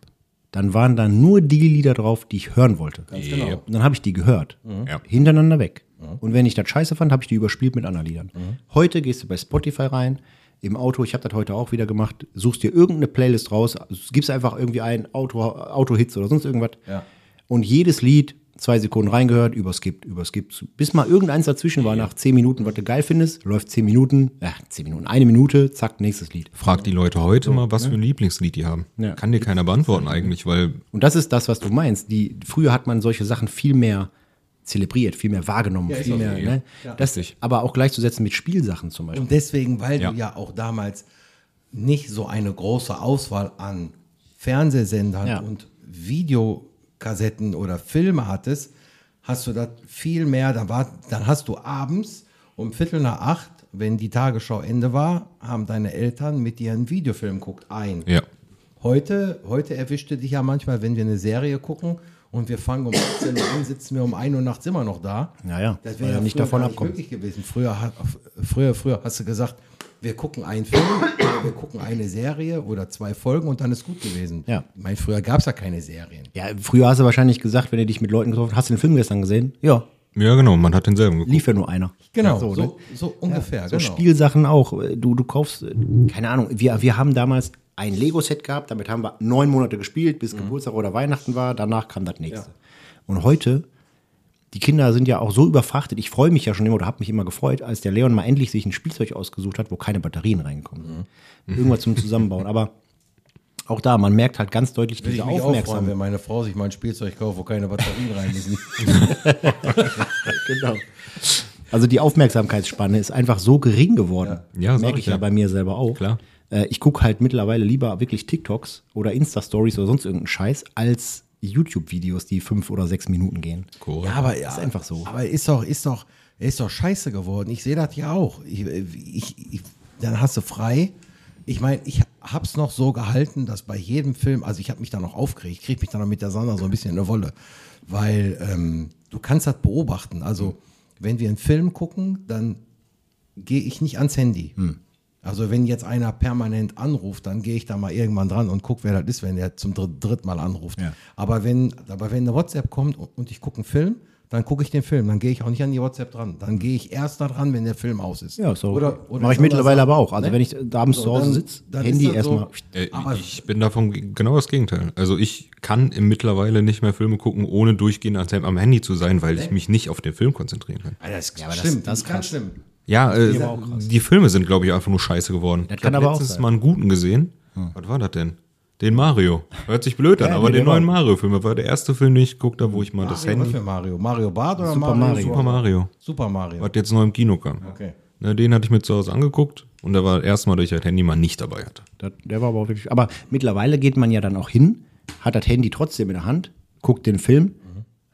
Speaker 3: dann waren da nur die Lieder drauf, die ich hören wollte.
Speaker 2: Ganz genau. Mhm.
Speaker 3: Und dann habe ich die gehört.
Speaker 4: Ja.
Speaker 3: Hintereinander weg. Und wenn ich das scheiße fand, habe ich die überspielt mit anderen Liedern.
Speaker 2: Mhm.
Speaker 3: Heute gehst du bei Spotify rein, im Auto, ich habe das heute auch wieder gemacht, suchst dir irgendeine Playlist raus, gibst einfach irgendwie ein Auto, Auto-Hits oder sonst irgendwas.
Speaker 2: Ja.
Speaker 3: Und jedes Lied zwei Sekunden reingehört, überskippt, überskippt, bis mal irgendeins dazwischen war nach zehn Minuten, was du geil findest, läuft zehn Minuten, ja, zehn Minuten, eine Minute, zack, nächstes Lied.
Speaker 4: Frag die Leute heute mal,
Speaker 2: ne?
Speaker 4: was für ein Lieblingslied die haben.
Speaker 3: Ja.
Speaker 4: Kann dir keiner beantworten eigentlich, weil
Speaker 3: Und das ist das, was du meinst. Die, früher hat man solche Sachen viel mehr zelebriert, viel mehr wahrgenommen,
Speaker 2: ist
Speaker 3: viel
Speaker 2: auch so,
Speaker 3: mehr. Ne? das aber auch gleichzusetzen mit Spielsachen zum Beispiel.
Speaker 2: Und deswegen, weil
Speaker 4: Ja.
Speaker 2: du ja auch damals nicht so eine große Auswahl an Fernsehsendern
Speaker 3: Ja.
Speaker 2: und Videokassetten oder Filme hattest, hast du das viel mehr, dann, war, dann hast du abends um Viertel nach acht, wenn die Tagesschau Ende war, haben deine Eltern mit dir einen Videofilm guckt ein.
Speaker 4: Ja.
Speaker 2: Heute, heute erwischte dich ja manchmal, wenn wir eine Serie gucken und wir fangen um 18 Uhr an, sitzen wir um 1 Uhr nachts immer noch da.
Speaker 3: Ja, ja,
Speaker 2: das
Speaker 3: weil
Speaker 2: wäre ja
Speaker 3: er nicht
Speaker 2: nicht davon
Speaker 3: davon
Speaker 2: nicht
Speaker 3: abkommt.
Speaker 2: möglich gewesen. Früher, hat- früher, früher hast du gesagt, wir gucken einen Film oder wir gucken eine Serie oder zwei Folgen und dann ist gut gewesen.
Speaker 3: Ja.
Speaker 2: Ich meine, früher gab es ja keine Serien.
Speaker 3: Ja, früher hast du wahrscheinlich gesagt, wenn du dich mit Leuten getroffen hast, hast du den Film gestern gesehen? Ja,
Speaker 4: ja genau, man hat denselben geguckt.
Speaker 3: lief ja nur einer.
Speaker 2: Genau,
Speaker 3: so,
Speaker 2: so,
Speaker 3: ne?
Speaker 2: so, ungefähr.
Speaker 3: So
Speaker 2: genau.
Speaker 3: Also Spielsachen auch. Du, du kaufst, äh, keine Ahnung, wir, wir haben damals ein Lego-Set gehabt, damit haben wir neun Monate gespielt,
Speaker 2: Mhm.
Speaker 3: bis Geburtstag oder Weihnachten war, danach kam das nächste. Und heute, die Kinder sind ja auch so überfrachtet, ich freue mich ja schon immer oder habe mich immer gefreut, als der Leon mal endlich sich ein Spielzeug ausgesucht hat, wo keine Batterien reingekommen sind.
Speaker 2: Mhm.
Speaker 3: Irgendwas zum Zusammenbauen. Aber auch da, man merkt halt ganz deutlich
Speaker 2: Würde
Speaker 3: diese
Speaker 2: ich mich auch
Speaker 3: Aufmerksamkeit.
Speaker 2: freuen, wenn meine Frau sich mal ein Spielzeug kauft, wo keine Batterien rein müssen.
Speaker 3: genau. Also die Aufmerksamkeitsspanne ist einfach so gering geworden.
Speaker 4: Ja. Ja, sag
Speaker 3: merke
Speaker 4: ich
Speaker 3: ich ja
Speaker 4: ja.
Speaker 3: bei mir selber auch.
Speaker 4: Klar.
Speaker 3: Äh, ich gucke halt mittlerweile lieber wirklich TikToks oder Insta-Stories oder sonst irgendeinen Scheiß als YouTube-Videos, die fünf oder sechs Minuten gehen.
Speaker 4: Korrekt.
Speaker 2: Ja, aber ja,
Speaker 3: Ist einfach so.
Speaker 2: Aber ist doch, ist doch, ist doch scheiße geworden. Ich sehe das ja auch. Ich, ich, ich, dann hast du frei. Ich meine, ich hab's noch so gehalten, dass bei jedem Film, also ich habe mich da noch aufgeregt, ich krieg mich da noch mit der Sandra so ein bisschen in der Wolle, weil ähm, du kannst das beobachten. Also wenn wir einen Film gucken, dann gehe ich nicht ans Handy.
Speaker 3: Hm.
Speaker 2: Also wenn jetzt einer permanent anruft, dann gehe ich da mal irgendwann dran und gucke, wer das ist, wenn der zum dritt, dritten Mal anruft.
Speaker 3: Ja.
Speaker 2: Aber, wenn, aber wenn eine WhatsApp kommt und und ich gucke einen Film, dann gucke ich den Film. Dann gehe ich auch nicht an die WhatsApp dran. Dann gehe ich erst da dran, wenn der Film aus ist.
Speaker 3: Ja, so.
Speaker 2: Oder, oder
Speaker 3: Mache ich
Speaker 2: soll das
Speaker 3: mittlerweile
Speaker 2: sagen,
Speaker 3: aber auch. Also
Speaker 2: ne?
Speaker 3: wenn ich da abends
Speaker 2: So,
Speaker 3: zu Hause
Speaker 2: dann-
Speaker 3: sitze,
Speaker 2: dann ist
Speaker 3: Handy
Speaker 2: das so.
Speaker 3: erstmal.
Speaker 4: Äh,
Speaker 2: Aber-
Speaker 4: ich bin davon ge- genau das Gegenteil. Also ich kann im mittlerweile nicht mehr Filme gucken, ohne durchgehend ans- am Handy zu sein, weil ich mich nicht auf den Film konzentrieren kann.
Speaker 2: Ja, das ist
Speaker 3: aber das-
Speaker 2: schlimm,
Speaker 3: das ist
Speaker 2: ganz
Speaker 3: krass.
Speaker 2: schlimm.
Speaker 4: Ja, äh, die Filme sind, glaube ich, einfach nur scheiße geworden. ich
Speaker 3: kann
Speaker 4: hab
Speaker 3: aber auch
Speaker 4: letztens
Speaker 3: sein.
Speaker 4: mal einen guten gesehen. Was war das denn? Den Mario. Hört sich blöd an,
Speaker 3: Ja,
Speaker 4: aber
Speaker 3: nee,
Speaker 4: den
Speaker 3: der war-
Speaker 4: neuen Mario-Film. Das war der erste Film, den ich geguckt habe, wo ich mal das
Speaker 2: Mario, was
Speaker 4: Handy...
Speaker 2: für Mario? Mario Bart oder
Speaker 3: Super
Speaker 2: Mario?
Speaker 3: Mario.
Speaker 4: Super Mario.
Speaker 2: Super Mario.
Speaker 4: Was jetzt neu im Kino kam.
Speaker 2: Okay.
Speaker 4: Na, den hatte ich mir zu Hause angeguckt und da war das erste Mal, dass ich das Handy mal nicht dabei hatte.
Speaker 3: Das, der war aber auch wirklich. Aber mittlerweile geht man ja dann auch hin, hat das Handy trotzdem in der Hand, guckt den Film.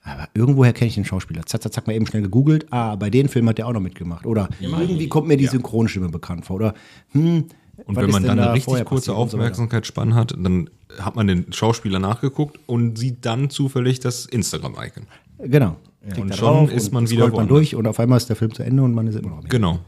Speaker 3: Aber irgendwoher kenne ich den Schauspieler. Zack, zack, zack, mal eben schnell gegoogelt. Ah, bei dem Film hat der auch noch mitgemacht. Oder irgendwie kommt mir die Synchronstimme bekannt vor. Oder, hm, was
Speaker 4: Und wenn
Speaker 3: ist
Speaker 4: man
Speaker 3: denn
Speaker 4: dann
Speaker 3: da
Speaker 4: eine richtig
Speaker 3: vorher
Speaker 4: kurze
Speaker 3: passiert und so weiter?
Speaker 4: Aufmerksamkeitsspanne hat, dann hat man den Schauspieler nachgeguckt und sieht dann zufällig das Instagram-Icon.
Speaker 3: Genau. Klickt
Speaker 4: Und
Speaker 3: da
Speaker 4: schon
Speaker 3: drauf
Speaker 4: ist
Speaker 3: und
Speaker 4: man wieder
Speaker 3: scrollt man
Speaker 4: woanders.
Speaker 3: durch und auf einmal ist der Film zu Ende und man ist immer noch im
Speaker 4: Genau.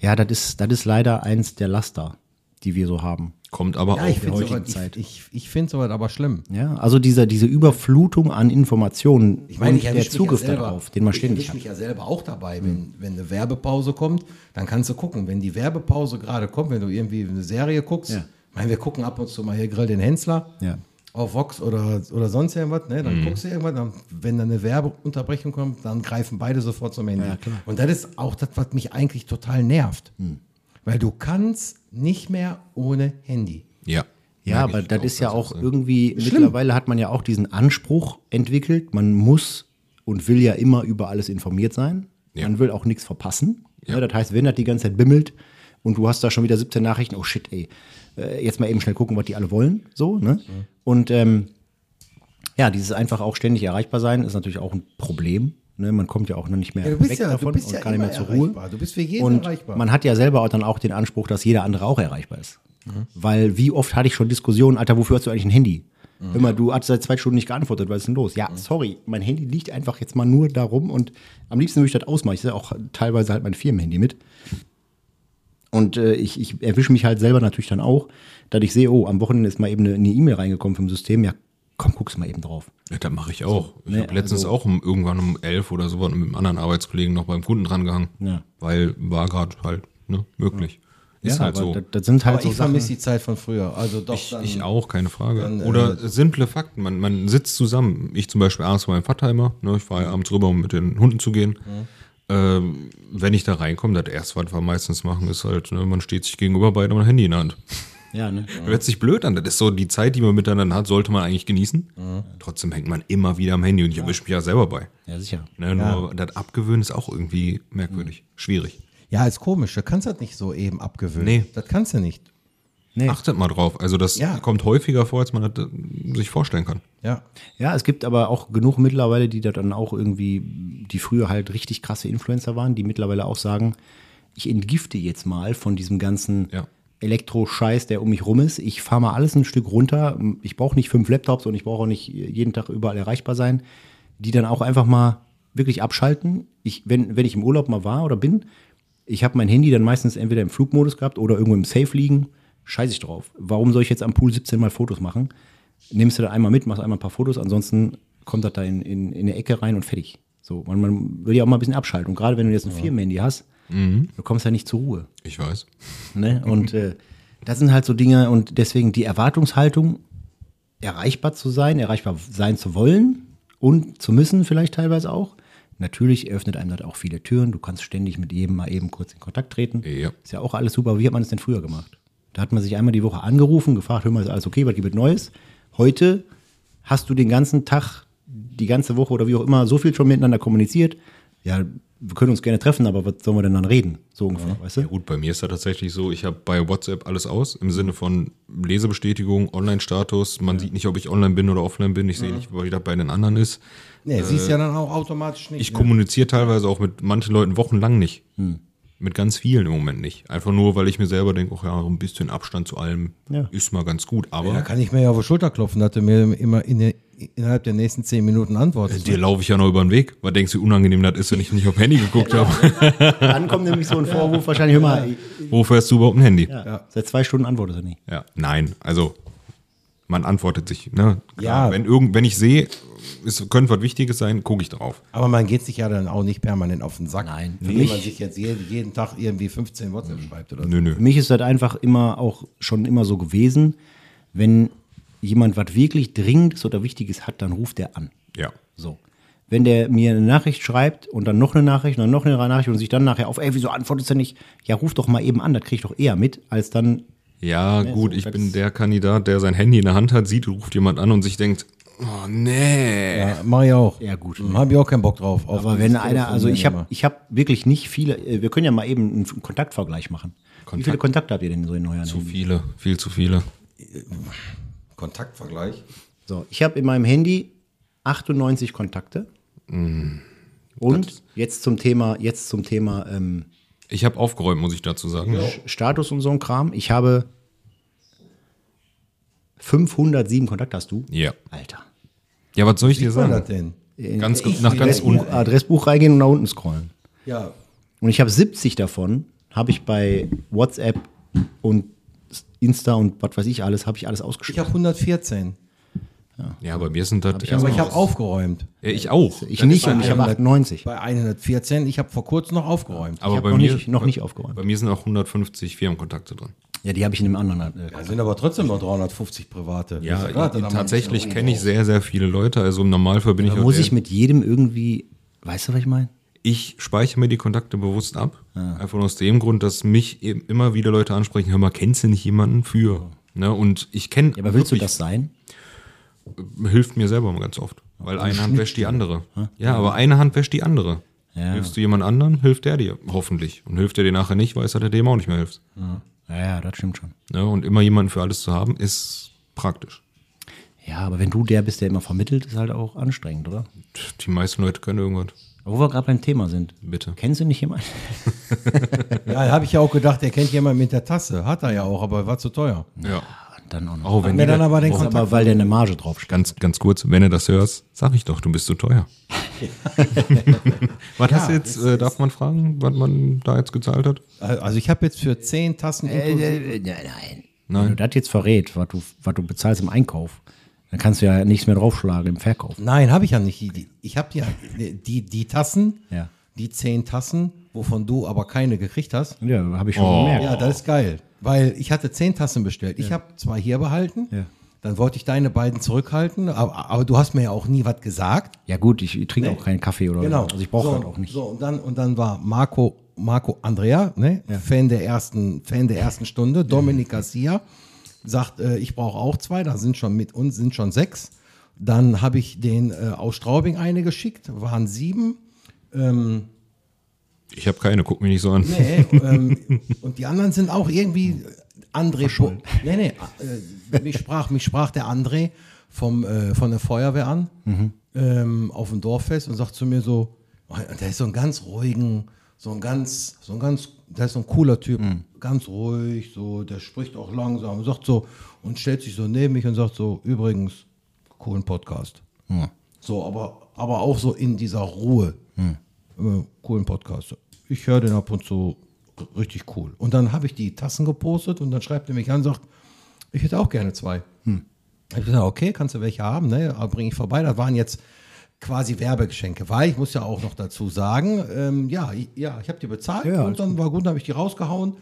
Speaker 3: Ja, das ist, das ist leider eins der Laster, die wir so haben.
Speaker 4: Kommt aber
Speaker 2: Ja,
Speaker 4: auch.
Speaker 2: ich finde
Speaker 3: heutigen
Speaker 2: sowas,
Speaker 3: Zeit.
Speaker 2: ich, ich, ich find sowas aber schlimm.
Speaker 3: Ja, also dieser, diese Überflutung an Informationen
Speaker 2: Ich meine, ich
Speaker 3: und der
Speaker 2: erwisch mich
Speaker 3: Zugriff
Speaker 2: ja selber-
Speaker 3: darauf, den man
Speaker 2: ich erwisch
Speaker 3: ständig hat. Hm.
Speaker 2: mich ja selber auch dabei, wenn, wenn eine Werbepause kommt, dann kannst du gucken. Wenn die Werbepause gerade kommt, wenn du irgendwie eine Serie guckst,
Speaker 3: Ja.
Speaker 2: ich meine, wir gucken ab und zu mal hier Grill den Hensler
Speaker 3: Ja.
Speaker 2: auf Vox oder, oder sonst irgendwas, ne?
Speaker 4: Mhm.
Speaker 2: dann guckst du irgendwas, dann, wenn dann eine Werbeunterbrechung kommt, dann greifen beide sofort zum Handy. und das ist auch das, was mich eigentlich total nervt.
Speaker 3: Hm.
Speaker 2: Weil du kannst nicht mehr ohne Handy.
Speaker 4: Ja.
Speaker 3: Ja,
Speaker 4: Merk
Speaker 3: aber
Speaker 4: ich
Speaker 3: das ist ja
Speaker 4: dass
Speaker 3: auch
Speaker 4: das-
Speaker 3: irgendwie, mittlerweile hat man ja auch diesen Anspruch entwickelt, man muss und will ja immer über alles informiert sein.
Speaker 4: Ja.
Speaker 3: Man will auch nichts verpassen.
Speaker 4: Ja.
Speaker 3: Ja. das heißt, wenn das die ganze Zeit bimmelt und du hast da schon wieder 17 Nachrichten, oh shit, ey, äh, jetzt mal eben schnell gucken, was die alle wollen, so, ne? Und ähm, ja, dieses einfach auch ständig erreichbar sein ist natürlich auch ein Problem. Ne? Man kommt ja auch noch nicht mehr
Speaker 2: Ja, du bist
Speaker 3: weg
Speaker 2: ja- du
Speaker 3: davon
Speaker 2: bist
Speaker 3: und
Speaker 2: ja
Speaker 3: kann nicht mehr
Speaker 2: immer
Speaker 3: zur Ruhe.
Speaker 2: erreichbar. Du bist für jeden
Speaker 3: und
Speaker 2: erreichbar.
Speaker 3: Man hat ja selber auch dann auch den Anspruch, dass jeder andere auch erreichbar ist. Weil wie oft hatte ich schon Diskussionen, Alter, wofür hast du eigentlich ein Handy? Immer, du hast seit zwei Stunden nicht geantwortet, was ist denn los? Ja,
Speaker 2: Mhm.
Speaker 3: sorry, mein Handy liegt einfach jetzt mal nur da rum und am liebsten würde ich das ausmachen. Ich sehe auch teilweise halt mein Firmenhandy mit. Und äh, ich, ich erwische mich halt selber natürlich dann auch, dass ich sehe, oh, am Wochenende ist mal eben eine eine E-Mail reingekommen vom System. Ja, komm, guck's mal eben drauf.
Speaker 4: Ja, das mache ich auch. Ich
Speaker 3: ne,
Speaker 4: habe letztens
Speaker 3: also-
Speaker 4: auch um, irgendwann um elf oder so mit einem anderen Arbeitskollegen noch beim Kunden drangehangen.
Speaker 3: Ja.
Speaker 4: Weil war gerade halt ne, möglich. Ist
Speaker 3: ja,
Speaker 4: halt
Speaker 3: aber
Speaker 4: so.
Speaker 3: Das, das sind halt
Speaker 2: Aber
Speaker 3: so
Speaker 2: ich
Speaker 3: Sachen.
Speaker 2: vermisse die Zeit von früher. Also doch
Speaker 4: Ich,
Speaker 2: dann,
Speaker 4: ich auch, keine Frage. Oder
Speaker 3: äh,
Speaker 4: simple Fakten. Man, man sitzt zusammen. Ich zum Beispiel abends bei meinem Vater immer. Ne, ich
Speaker 3: Mhm.
Speaker 4: fahre ja abends rüber, um mit den Hunden zu gehen. Ähm, wenn ich da reinkomme, das erste, was wir meistens machen, ist halt, ne, man steht sich gegenüber, beide haben ein Handy in der Hand.
Speaker 3: Ja, ne?
Speaker 4: Hört sich blöd an. Das ist so die Zeit, die man miteinander hat, sollte man eigentlich genießen.
Speaker 3: Mhm.
Speaker 4: Trotzdem hängt man immer wieder am Handy und ich erwische mich ja selber bei.
Speaker 3: ja, sicher.
Speaker 4: Ne, Nur das Abgewöhnen ist auch irgendwie merkwürdig. Schwierig.
Speaker 2: Ja, ist komisch. Du kannst das nicht so eben abgewöhnen.
Speaker 4: Nee.
Speaker 2: Das kannst du nicht.
Speaker 3: Nee.
Speaker 4: Achtet mal drauf. Also, das
Speaker 2: Ja.
Speaker 4: kommt häufiger vor, als man das äh, sich vorstellen kann.
Speaker 2: Ja.
Speaker 3: Ja, es gibt aber auch genug mittlerweile, die da dann auch irgendwie, die früher halt richtig krasse Influencer waren, die mittlerweile auch sagen, ich entgifte jetzt mal von diesem ganzen
Speaker 4: Ja.
Speaker 3: Elektroscheiß, der um mich rum ist. Ich fahre mal alles ein Stück runter. Ich brauche nicht fünf Laptops und ich brauche auch nicht jeden Tag überall erreichbar sein. Die dann auch einfach mal wirklich abschalten. Ich, wenn, wenn ich im Urlaub mal war oder bin, ich habe mein Handy dann meistens entweder im Flugmodus gehabt oder irgendwo im Safe liegen. Scheiß ich drauf. Warum soll ich jetzt am Pool 17 mal Fotos machen? Nimmst du da einmal mit, machst einmal ein paar Fotos, ansonsten kommt das da in, in, in eine Ecke rein und fertig. So, man, man will ja auch mal ein bisschen abschalten. Und gerade wenn du jetzt ein Firmenhandy hast, du kommst ja nicht zur Ruhe.
Speaker 4: Ich weiß.
Speaker 3: Ne? Und äh, das sind halt so Dinge und deswegen die Erwartungshaltung, erreichbar zu sein, erreichbar sein zu wollen und zu müssen vielleicht teilweise auch. Natürlich öffnet einem das auch viele Türen. Du kannst ständig mit jedem mal eben kurz in Kontakt treten.
Speaker 4: Ja.
Speaker 3: Ist ja auch alles super. Wie hat man das denn früher gemacht? Da hat man sich einmal die Woche angerufen, gefragt, hör mal, ist alles okay, was gibt es Neues? Heute hast du den ganzen Tag, die ganze Woche oder wie auch immer, so viel schon miteinander kommuniziert. Ja, wir können uns gerne treffen, aber was sollen wir denn dann reden? So ungefähr, weißt du?
Speaker 4: Ja gut, bei mir ist das tatsächlich so, ich habe bei WhatsApp alles aus, im Sinne von Lesebestätigung, Online-Status, man sieht nicht, ob ich online bin oder offline bin, ich sehe nicht, wie das bei den anderen ist.
Speaker 2: Nee,
Speaker 3: Äh,
Speaker 2: siehst ja dann auch automatisch nicht.
Speaker 4: Ich Hm.
Speaker 2: ne?
Speaker 4: kommuniziere teilweise auch mit manchen Leuten wochenlang nicht. Mit ganz vielen im Moment nicht. Einfach nur, weil ich mir selber denke, ach ja, ein bisschen Abstand zu allem
Speaker 3: Ja.
Speaker 4: ist mal ganz gut, aber
Speaker 2: Da kann ich mir ja auf die Schulter klopfen, dass du mir immer in der, innerhalb der nächsten zehn Minuten antwortest.
Speaker 3: Äh,
Speaker 4: dir laufe ich ja noch über den Weg. Was denkst du, wie unangenehm das ist, wenn ich nicht auf Handy geguckt habe?
Speaker 3: Dann kommt nämlich so ein Vorwurf wahrscheinlich, hör mal,
Speaker 4: Wofür hast du überhaupt ein Handy?
Speaker 3: ja. seit zwei Stunden antwortet er nicht.
Speaker 4: Ja, nein, also man antwortet sich. Ne? Klar,
Speaker 2: Ja.
Speaker 4: Wenn, irgend, wenn ich sehe, es könnte was Wichtiges sein, gucke ich drauf.
Speaker 2: Aber man geht sich ja dann auch nicht permanent auf den Sack.
Speaker 3: Nein, für
Speaker 2: Wenn man
Speaker 3: mich- Hm.
Speaker 2: sich jetzt jeden, jeden Tag irgendwie 15 WhatsApp schreibt oder so.
Speaker 4: Nö, nö.
Speaker 3: Für mich ist das einfach immer auch schon immer so gewesen, wenn jemand was wirklich Dringendes oder Wichtiges hat, dann ruft er an.
Speaker 4: Ja.
Speaker 3: So. Wenn der mir eine Nachricht schreibt und dann noch eine Nachricht und dann noch eine Nachricht und sich dann nachher auf, ey, wieso antwortest du nicht? Ja, ruf doch mal eben an, das krieg ich doch eher mit, als dann,
Speaker 4: Ja, gut,
Speaker 3: so,
Speaker 4: ich
Speaker 3: das-
Speaker 4: bin der Kandidat, der sein Handy in der Hand hat, sieht, ruft jemand an und sich denkt, oh nee.
Speaker 2: Ja, mach ich auch. Hm,
Speaker 3: Ja, gut.
Speaker 2: Hab ich auch keinen Bock drauf. auf
Speaker 3: aber
Speaker 2: dieses
Speaker 3: wenn einer, also ich habe
Speaker 2: Telefonieren
Speaker 3: ich hab wirklich nicht viele, äh, wir können ja mal eben einen Kontaktvergleich machen. Wie
Speaker 4: Kontakt-
Speaker 3: viele Kontakte habt ihr denn so in euren
Speaker 4: Zu
Speaker 3: Händen?
Speaker 4: viele, viel zu viele.
Speaker 2: immer. Kontaktvergleich.
Speaker 3: So, ich habe in meinem Handy 98 Kontakte.
Speaker 4: Mm.
Speaker 3: Und jetzt zum Thema, jetzt zum Thema ähm,
Speaker 4: Ich habe aufgeräumt, muss ich dazu sagen.
Speaker 3: Status und so ein Kram. Ich habe 507 Kontakte hast du?
Speaker 4: Ja.
Speaker 3: Alter.
Speaker 4: Ja, was soll ich dir
Speaker 2: Was war das
Speaker 4: sagen?
Speaker 2: denn?
Speaker 4: Ganz, nach ganz
Speaker 3: Adressbuch,
Speaker 4: unten.
Speaker 3: Adressbuch reingehen und nach unten scrollen.
Speaker 2: Ja,
Speaker 3: Und ich habe 70 davon, habe ich bei WhatsApp und Insta und was weiß ich alles, habe ich alles
Speaker 2: ich
Speaker 3: ausgeschlossen.
Speaker 2: habe 114.
Speaker 4: Ja, bei mir sind das.
Speaker 3: ich
Speaker 2: Aber
Speaker 4: erstmal-
Speaker 2: ich habe aufgeräumt.
Speaker 4: ja, ich auch.
Speaker 3: Ich nicht und ich habe 98.
Speaker 2: Bei 114, ich habe vor kurzem noch aufgeräumt.
Speaker 4: Aber
Speaker 3: hab
Speaker 4: bei
Speaker 3: noch
Speaker 4: mir
Speaker 3: nicht- noch nicht
Speaker 4: bei-
Speaker 3: aufgeräumt.
Speaker 4: Bei mir sind auch 150 Firmenkontakte drin.
Speaker 3: Ja, die habe ich in einem anderen. Äh,
Speaker 2: Da sind aber trotzdem noch 350 private.
Speaker 4: Ja,
Speaker 2: Wie gesagt,
Speaker 4: i-
Speaker 2: dann haben wir-
Speaker 4: Also, tatsächlich kenne ich sehr, sehr viele Leute. Also im Normalfall bin ich
Speaker 3: da
Speaker 4: auch
Speaker 3: muss
Speaker 4: der-
Speaker 3: ich mit jedem irgendwie, weißt du, was ich meine?
Speaker 4: ich speichere mir die Kontakte bewusst ab. Einfach nur aus dem Grund, dass mich eben immer wieder Leute ansprechen, hör mal, kennst du nicht jemanden für? Ne? Und ich kenne.
Speaker 3: Ja, aber willst du das sein?
Speaker 4: Hilft mir selber mal ganz oft. Weil eine Hand wäscht die andere. Ja, aber eine Hand wäscht die andere. Hilfst du jemand anderen, hilft der dir, hoffentlich. Und hilft er dir nachher nicht, weiß er, der dem auch nicht mehr hilft.
Speaker 3: Ja, ja, das stimmt schon.
Speaker 4: Ne? Und immer jemanden für alles zu haben, ist praktisch.
Speaker 3: Ja, aber wenn du der bist, der immer vermittelt, ist halt auch anstrengend, oder?
Speaker 4: Die meisten Leute können irgendwas.
Speaker 3: Wo wir gerade beim Thema sind.
Speaker 4: Bitte.
Speaker 3: Kennst du nicht jemanden?
Speaker 2: Ja, habe ich ja auch gedacht, er kennt jemanden mit der Tasse. Hat er ja auch, aber war zu teuer.
Speaker 4: Ja.
Speaker 3: Ah, Dann auch noch.
Speaker 4: Auch Oh, wenn
Speaker 2: Mir
Speaker 4: die-
Speaker 2: dann aber den
Speaker 3: Das ist
Speaker 2: Kontakt.
Speaker 3: aber, weil der eine Marge draufsteht.
Speaker 4: Ganz, ganz kurz, wenn du das hörst, sag ich doch, du bist zu teuer. was hast du jetzt, äh, darf man fragen, was man da jetzt gezahlt hat?
Speaker 2: Also ich habe jetzt für 10 Tassen inklusive-
Speaker 3: Äh, nein, nein. Wenn du das jetzt verrät, was du, was du bezahlst im Einkauf, dann kannst du ja nichts mehr draufschlagen im Verkauf.
Speaker 2: Nein, habe ich ja nicht. Die- die- Ich habe ja die, die Tassen,
Speaker 3: Ja.
Speaker 2: die 10 Tassen, wovon du aber keine gekriegt hast.
Speaker 3: Ja, habe ich schon
Speaker 4: Oh.
Speaker 3: gemerkt.
Speaker 2: Ja, das ist geil. Weil ich hatte zehn Tassen bestellt. Ich habe zwei hier behalten.
Speaker 3: Ja.
Speaker 2: Dann wollte ich deine beiden zurückhalten. Aber, aber du hast mir ja auch nie was gesagt.
Speaker 3: Ja, gut, ich, trinke auch keinen Kaffee oder so. Also ich brauche
Speaker 2: Genau. so,
Speaker 3: halt auch nicht.
Speaker 2: So, und dann, und dann war Marco, Marco Andrea, ne? Fan, der ersten, Fan der ersten Stunde, Dominik Garcia, sagt, äh, ich brauche auch zwei, da sind schon mit uns, sind schon sechs. Dann habe ich den äh, aus Straubing eine geschickt, waren sieben.
Speaker 4: Ich habe keine, guck mich nicht so an.
Speaker 2: Nee, ähm, und die anderen sind auch irgendwie André. Bo- Nee, nee, äh, mich, sprach, mich sprach der André vom, äh, von der Feuerwehr an ähm, auf dem Dorffest und sagt zu mir so, "Oh, der ist so ein ganz ruhigen, so ein ganz, so ein ganz, der ist so ein cooler Typ, ganz ruhig, so, der spricht auch langsam und sagt so und stellt sich so neben mich und sagt so, übrigens, coolen Podcast. So, aber, aber auch so in dieser Ruhe.
Speaker 3: Hm.
Speaker 2: Äh, coolen Podcast. Ich höre den ab und zu r- richtig cool. Und dann habe ich die Tassen gepostet und dann schreibt er mich an und sagt, ich hätte auch gerne zwei.
Speaker 3: Hm.
Speaker 2: Ich habe gesagt, okay, kannst du welche haben, ne? bringe ich vorbei. Das waren jetzt quasi Werbegeschenke, weil ich muss ja auch noch dazu sagen, ähm, ja, i- ja, ich habe die bezahlt
Speaker 3: Ja,
Speaker 2: und
Speaker 3: alles
Speaker 2: dann war gut, dann habe ich die rausgehauen.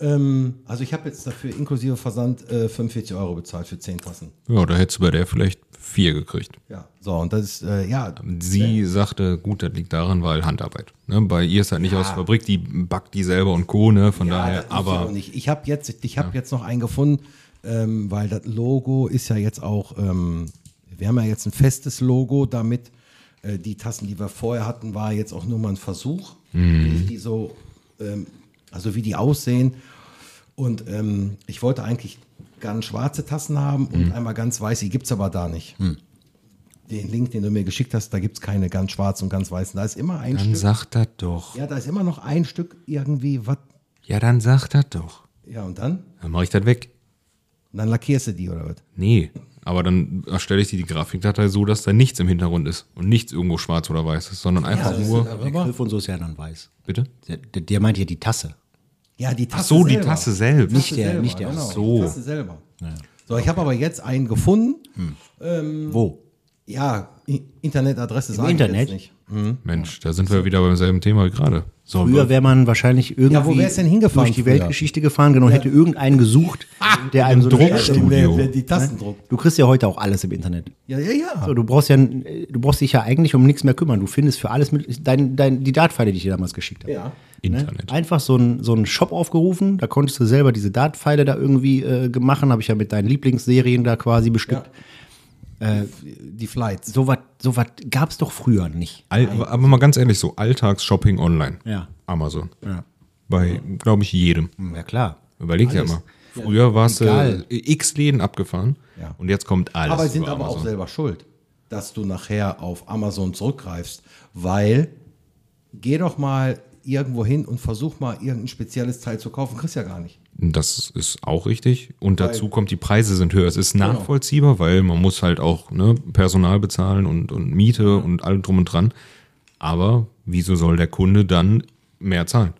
Speaker 2: Ähm, also ich habe jetzt dafür inklusive Versand äh, 45 Euro bezahlt für 10 Tassen.
Speaker 4: Ja, da hättest du bei der vielleicht vier gekriegt.
Speaker 2: Ja, so und das ist, äh, ja,
Speaker 4: Sie sagte, gut, das liegt daran, weil Handarbeit. Ne? Bei ihr ist halt nicht aus der Fabrik, die backt die selber und Co. Ne? Von
Speaker 2: Ja,
Speaker 4: daher,
Speaker 2: das muss ja auch
Speaker 4: aber
Speaker 2: nicht. Ich habe jetzt, ich habe jetzt noch einen gefunden, ähm, weil das Logo ist ja jetzt auch. Ähm, wir haben ja jetzt ein festes Logo, damit äh, die Tassen, die wir vorher hatten, war jetzt auch nur mal ein Versuch, wie ich die so, ähm, also wie die aussehen. Und ähm, ich wollte eigentlich ganz schwarze Tassen haben und einmal ganz weiß. Die gibt es aber da nicht. Den Link, den du mir geschickt hast, da gibt es keine ganz schwarz und ganz weißen. Da ist immer ein
Speaker 4: dann
Speaker 2: Stück.
Speaker 4: sagt das doch.
Speaker 2: Ja, da ist immer noch ein Stück irgendwie, was.
Speaker 4: Ja, dann sagt das doch.
Speaker 2: Ja, und dann?
Speaker 4: Dann mache ich das weg.
Speaker 2: Und dann lackierst du die oder was?
Speaker 4: Nee, aber dann erstelle ich dir die Grafikdatei so, dass da nichts im Hintergrund ist und nichts irgendwo schwarz oder weiß ist, sondern einfach nur.
Speaker 3: Der Griff und so ist ja dann weiß.
Speaker 4: Bitte?
Speaker 3: Der, der, der meint ja die Tasse.
Speaker 2: Ja, die Tasse.
Speaker 4: so, die
Speaker 2: selber.
Speaker 4: Tasse selbst.
Speaker 3: Nicht der- nicht der-
Speaker 2: Genau,
Speaker 4: so.
Speaker 2: Die Tasse selber. So, ich habe aber jetzt einen gefunden. Mhm.
Speaker 3: Wo?
Speaker 2: Ja, I- Internetadresse sage ich jetzt
Speaker 3: Internet?
Speaker 2: nicht.
Speaker 4: Mensch, da sind wir wieder beim selben Thema wie gerade. So,
Speaker 3: Früher wäre man wahrscheinlich irgendwie
Speaker 2: Ja, wo wär's denn hingefahren
Speaker 3: durch die
Speaker 2: früher?
Speaker 3: Weltgeschichte gefahren, genau, hätte irgendeinen gesucht, der einem so eine
Speaker 4: Druckstuhl.
Speaker 3: Scheiße-
Speaker 4: Studio.
Speaker 2: Der, der, die Tastendruck.
Speaker 3: Du kriegst ja heute auch alles im Internet.
Speaker 2: Ja, ja, ja.
Speaker 3: So, du brauchst ja, äh, du brauchst dich ja eigentlich um nichts mehr kümmern. Du findest für alles mit, dein, dein, die Dartpfeile, die ich dir damals geschickt habe. ne?
Speaker 2: ja.
Speaker 4: Internet.
Speaker 3: Einfach so einen so einen Shop aufgerufen, da konntest du selber diese Dartpfeile da irgendwie äh, machen, habe ich ja mit deinen Lieblingsserien da quasi bestückt. Äh,
Speaker 2: Die Flights.
Speaker 3: So was so was gab es doch früher nicht.
Speaker 4: All, aber mal ganz ehrlich, so Alltagsshopping online.
Speaker 3: Ja.
Speaker 4: Amazon. Bei, glaube ich, jedem.
Speaker 3: Ja klar.
Speaker 4: Überleg dir mal. Früher warst du
Speaker 3: Egal.
Speaker 4: x Läden abgefahren
Speaker 2: Ja.
Speaker 4: und jetzt kommt alles.
Speaker 2: aber sind
Speaker 4: über
Speaker 2: aber auch
Speaker 4: Amazon.
Speaker 2: selber schuld, dass du nachher auf Amazon zurückgreifst, weil geh doch mal irgendwo hin und versuch mal irgendein spezielles Teil zu kaufen, kriegst ja gar nicht.
Speaker 4: Das ist auch richtig. Und dazu kommt, die Preise sind höher. Es ist
Speaker 3: Genau.
Speaker 4: nachvollziehbar, weil man muss halt auch ne, Personal bezahlen und, und Miete und allem drum und dran. Aber wieso soll der Kunde dann mehr zahlen?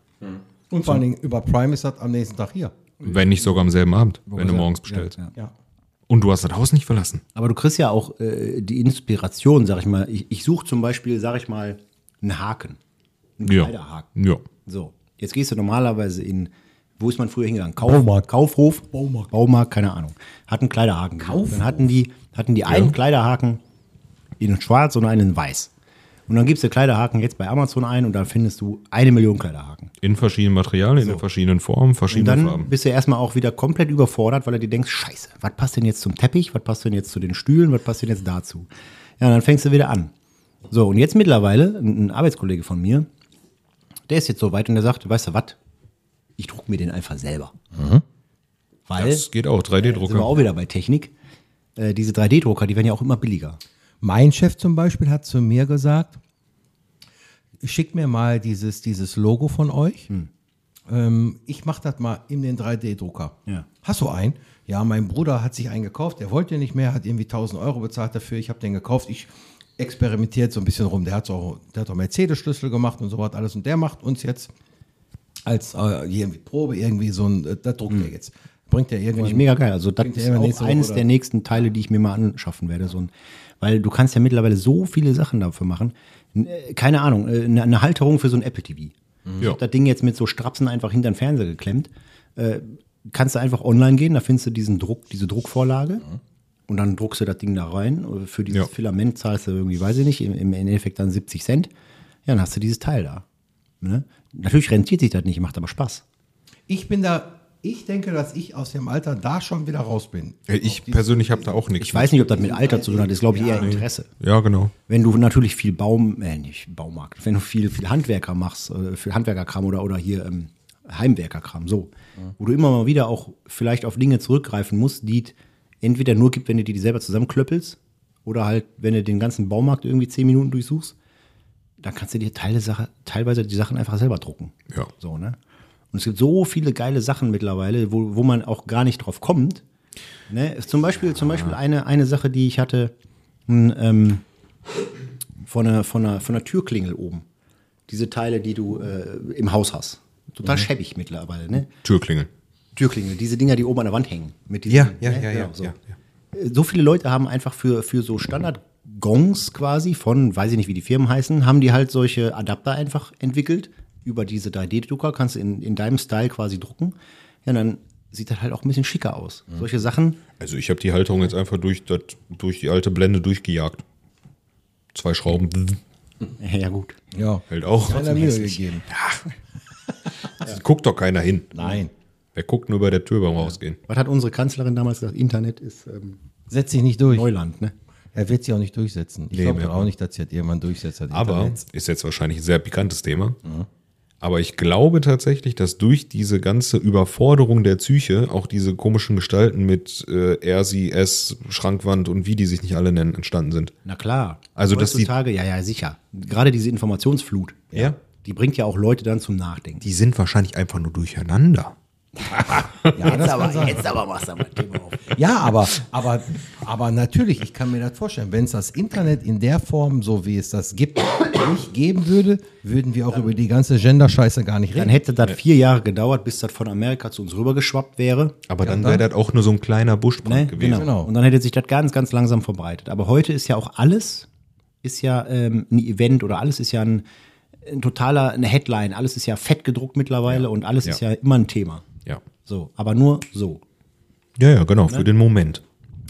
Speaker 2: Und vor allen Dingen über Prime ist das am nächsten Tag hier.
Speaker 4: Wenn nicht sogar am selben Abend, wenn du morgens bestellst.
Speaker 2: Ja.
Speaker 4: Und du hast das Haus nicht verlassen.
Speaker 3: Aber du kriegst ja auch äh, die Inspiration, sag ich mal. Ich, ich suche zum Beispiel, sag ich mal, einen Haken. Einen
Speaker 4: Ja.
Speaker 3: Kleiderhaken.
Speaker 4: ja.
Speaker 3: So, jetzt gehst du normalerweise in, wo ist man früher hingegangen? Kauf, Kaufhof, Baumarkt. keine Ahnung. Hat einen Kleiderhaken. Kaufhof. Dann hatten die, hatten die einen Kleiderhaken in schwarz und einen in weiß. Und dann gibst du Kleiderhaken jetzt bei Amazon ein und dann findest du eine Million Kleiderhaken.
Speaker 4: In verschiedenen Materialien, in verschiedenen Formen,
Speaker 3: Und
Speaker 4: verschiedenen
Speaker 3: dann
Speaker 4: Farben.
Speaker 3: bist du erstmal auch wieder komplett überfordert, weil du dir denkst, scheiße, was passt denn jetzt zum Teppich, was passt denn jetzt zu den Stühlen, was passt denn jetzt dazu? Ja, und dann fängst du wieder an. So, und jetzt mittlerweile, ein ein Arbeitskollege von mir, der ist jetzt so weit und der sagt, weißt du was, ich druck mir den einfach selber. Weil,
Speaker 4: Das geht auch,
Speaker 3: Äh, sind wir
Speaker 4: 3D-Drucker.
Speaker 3: auch wieder bei Technik, äh, diese 3D-Drucker, die werden ja auch immer billiger.
Speaker 2: Mein Chef zum Beispiel hat zu mir gesagt, schickt mir mal dieses, dieses Logo von euch.
Speaker 3: Hm.
Speaker 2: Ähm, ich mache das mal in den 3D-Drucker.
Speaker 3: Ja.
Speaker 2: Hast du einen? Ja, mein Bruder hat sich einen gekauft, der wollte nicht mehr, hat irgendwie 1000 Euro bezahlt dafür. Ich habe den gekauft, ich experimentiert so ein bisschen rum. Der, hat's auch, der hat auch Mercedes-Schlüssel gemacht und so was alles. Und der macht uns jetzt als äh, hier irgendwie Probe irgendwie so ein, äh, da druckt er jetzt. Bringt er
Speaker 3: Hm. Finde
Speaker 2: irgendwann.
Speaker 3: ich mega geil. Also das
Speaker 2: Klingt ja
Speaker 3: ist
Speaker 2: immer
Speaker 3: auch
Speaker 2: nächste Woche,
Speaker 3: eines
Speaker 2: oder?
Speaker 3: der nächsten Teile, die ich mir mal anschaffen werde. So ein, weil du kannst ja mittlerweile so viele Sachen dafür machen. N- äh, Keine Ahnung, äh, eine, eine Halterung für so ein Apple TV.
Speaker 2: Mhm.
Speaker 3: Ich
Speaker 4: Ja.
Speaker 3: hab das Ding jetzt mit so Strapsen einfach hinter den Fernseher geklemmt. Äh, kannst du einfach online gehen, da findest du diesen Druck, diese Druckvorlage.
Speaker 2: Mhm.
Speaker 3: Und dann druckst du das Ding da rein. Äh, Für dieses
Speaker 4: Ja.
Speaker 3: Filament zahlst du irgendwie, weiß ich nicht, im, im Endeffekt dann 70 Cent. Ja, dann hast du dieses Teil da. Ne? Natürlich rentiert sich das nicht, macht aber Spaß.
Speaker 2: Ich bin da, ich denke, dass ich aus dem Alter da schon wieder raus bin.
Speaker 4: Äh, Ich persönlich habe da auch nichts.
Speaker 3: Ich weiß nicht, ob das mit Alter zu tun hat, ist, glaube ich, eher Interesse.
Speaker 4: Ja, genau.
Speaker 3: Wenn du natürlich viel Baum, äh, nicht Baumarkt, wenn du viel, viel Handwerker machst, äh, viel Handwerkerkram oder, oder hier ähm, Heimwerkerkram, so, wo du immer mal wieder auch vielleicht auf Dinge zurückgreifen musst, die es entweder nur gibt, wenn du dir die selber zusammenklöppelst oder halt, wenn du den ganzen Baumarkt irgendwie zehn Minuten durchsuchst, dann kannst du dir Teile, Sache, teilweise die Sachen einfach selber drucken.
Speaker 4: Ja.
Speaker 3: So, ne? Und es gibt so viele geile Sachen mittlerweile, wo, wo man auch gar nicht drauf kommt. Ne? Zum Beispiel, zum Beispiel eine, eine Sache, die ich hatte, ein, ähm, von einer, von, einer, von einer Türklingel oben. Diese Teile, die du äh, im Haus hast. Total schäbig mittlerweile, ne?
Speaker 4: Türklingel.
Speaker 3: Türklingel, diese Dinger, die oben an der Wand hängen. Mit diesen,
Speaker 4: Ja, ja,
Speaker 3: ne?
Speaker 4: ja,
Speaker 3: Genau,
Speaker 4: ja,
Speaker 3: so.
Speaker 4: ja,
Speaker 3: Äh, So viele Leute haben einfach für, für so Standard-Gongs quasi von, weiß ich nicht, wie die Firmen heißen, haben die halt solche Adapter einfach entwickelt. Über diese 3D-Drucker kannst du in, in deinem Style quasi drucken. Ja, dann sieht das halt auch ein bisschen schicker aus.
Speaker 4: Mhm.
Speaker 3: Solche Sachen,
Speaker 4: Also ich habe die Halterung jetzt einfach durch, das, durch die alte Blende durchgejagt. Zwei Schrauben
Speaker 3: ja gut.
Speaker 2: Ja.
Speaker 4: hält auch.
Speaker 2: Keiner Mühe gegeben.
Speaker 4: Das Guckt doch keiner hin.
Speaker 2: Nein.
Speaker 4: Wer guckt nur bei der Tür beim Rausgehen?
Speaker 3: Was hat unsere Kanzlerin damals gesagt? Internet ist ähm,
Speaker 2: Setzt sich nicht durch.
Speaker 3: Neuland, ne?
Speaker 2: Er wird sich auch nicht durchsetzen. Ich
Speaker 4: Nee,
Speaker 2: glaube
Speaker 4: mehr-
Speaker 2: auch nicht, dass sie das irgendwann durchsetzt. das
Speaker 4: Aber
Speaker 2: Internet.
Speaker 4: ist jetzt wahrscheinlich ein sehr pikantes Thema. Aber ich glaube tatsächlich, dass durch diese ganze Überforderung der Psyche auch diese komischen Gestalten mit äh, er, sie, es, Schrankwand und wie die sich nicht alle nennen, entstanden sind.
Speaker 3: Na klar.
Speaker 4: Also, dass die-
Speaker 3: Heutzutage, ja, ja, sicher. Gerade diese Informationsflut,
Speaker 4: Ja.
Speaker 3: die bringt ja auch Leute dann zum Nachdenken.
Speaker 4: Die sind wahrscheinlich einfach nur durcheinander.
Speaker 2: ja, das kann sein.
Speaker 3: jetzt aber machst du mal Thema auf.
Speaker 2: Ja, aber, aber, aber natürlich, ich kann mir das vorstellen, wenn es das Internet in der Form, so wie es das gibt, nicht geben würde, würden wir auch über die ganze Gender-Scheiße gar nicht
Speaker 3: Dann
Speaker 2: reden.
Speaker 3: hätte das vier Jahre gedauert, bis das von Amerika zu uns rübergeschwappt wäre.
Speaker 4: Aber dann wäre das auch nur so ein kleiner Buschbrand
Speaker 3: Ne?
Speaker 4: gewesen.
Speaker 3: Genau.
Speaker 2: Genau.
Speaker 3: Und dann hätte sich das ganz, ganz langsam verbreitet. Aber heute ist ja auch alles, ist ja ähm, ein Event oder alles ist ja ein, ein totaler, eine Headline. Alles ist ja fett gedruckt mittlerweile und alles
Speaker 4: Ja.
Speaker 3: ist ja immer ein Thema.
Speaker 4: Ja.
Speaker 3: So, aber nur so.
Speaker 4: ja, ja, genau, für den Moment.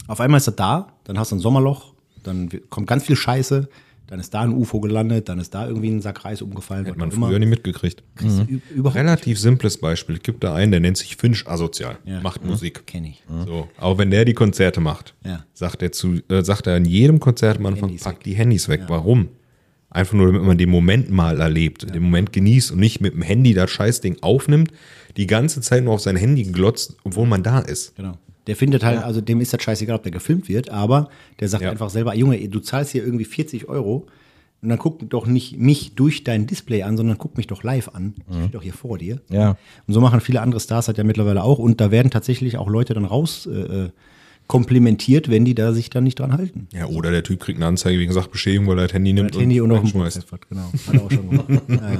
Speaker 3: Auf einmal ist das da, dann hast du ein Sommerloch, dann w- kommt ganz viel Scheiße, dann ist da ein UFO gelandet, dann ist da irgendwie ein Sack Reis umgefallen.
Speaker 4: Hätte
Speaker 3: was
Speaker 4: man
Speaker 3: auch immer.
Speaker 4: früher nie mitgekriegt.
Speaker 3: Ü- Überhaupt
Speaker 4: Relativ simples Beispiel. Es gibt da einen, der nennt sich Finch Asozial.
Speaker 3: Ja.
Speaker 4: Macht Musik.
Speaker 3: kenne ich. Mhm.
Speaker 4: So. Aber wenn der die Konzerte macht,
Speaker 3: Ja.
Speaker 4: sagt er zu, äh, sagt er in jedem Konzert am Anfang,
Speaker 3: Handys
Speaker 4: pack die Handys weg. Warum? Einfach nur, damit man den Moment mal erlebt, den Moment genießt und nicht mit dem Handy das Scheißding aufnimmt, die ganze Zeit nur auf sein Handy glotzt, obwohl man da ist.
Speaker 3: Genau. Der findet halt, also dem ist das scheißegal, ob der gefilmt wird, aber der sagt
Speaker 4: Ja.
Speaker 3: einfach selber, Junge, du zahlst hier irgendwie 40 Euro und dann guck doch nicht mich durch dein Display an, sondern guck mich doch live an.
Speaker 4: Mhm.
Speaker 3: Ich stehe doch hier vor dir.
Speaker 2: Ja.
Speaker 3: Und so machen viele andere Stars halt ja mittlerweile auch und da werden tatsächlich auch Leute dann raus äh, äh, komplimentiert, wenn die da sich dann nicht dran halten.
Speaker 4: Ja, oder der Typ kriegt eine Anzeige wegen Sachbeschädigung, weil er das Handy nimmt
Speaker 3: Das Handy und auf dem
Speaker 4: wegschmeißt.
Speaker 3: Boden pfeffert, genau. Hat er auch schon gemacht. ja,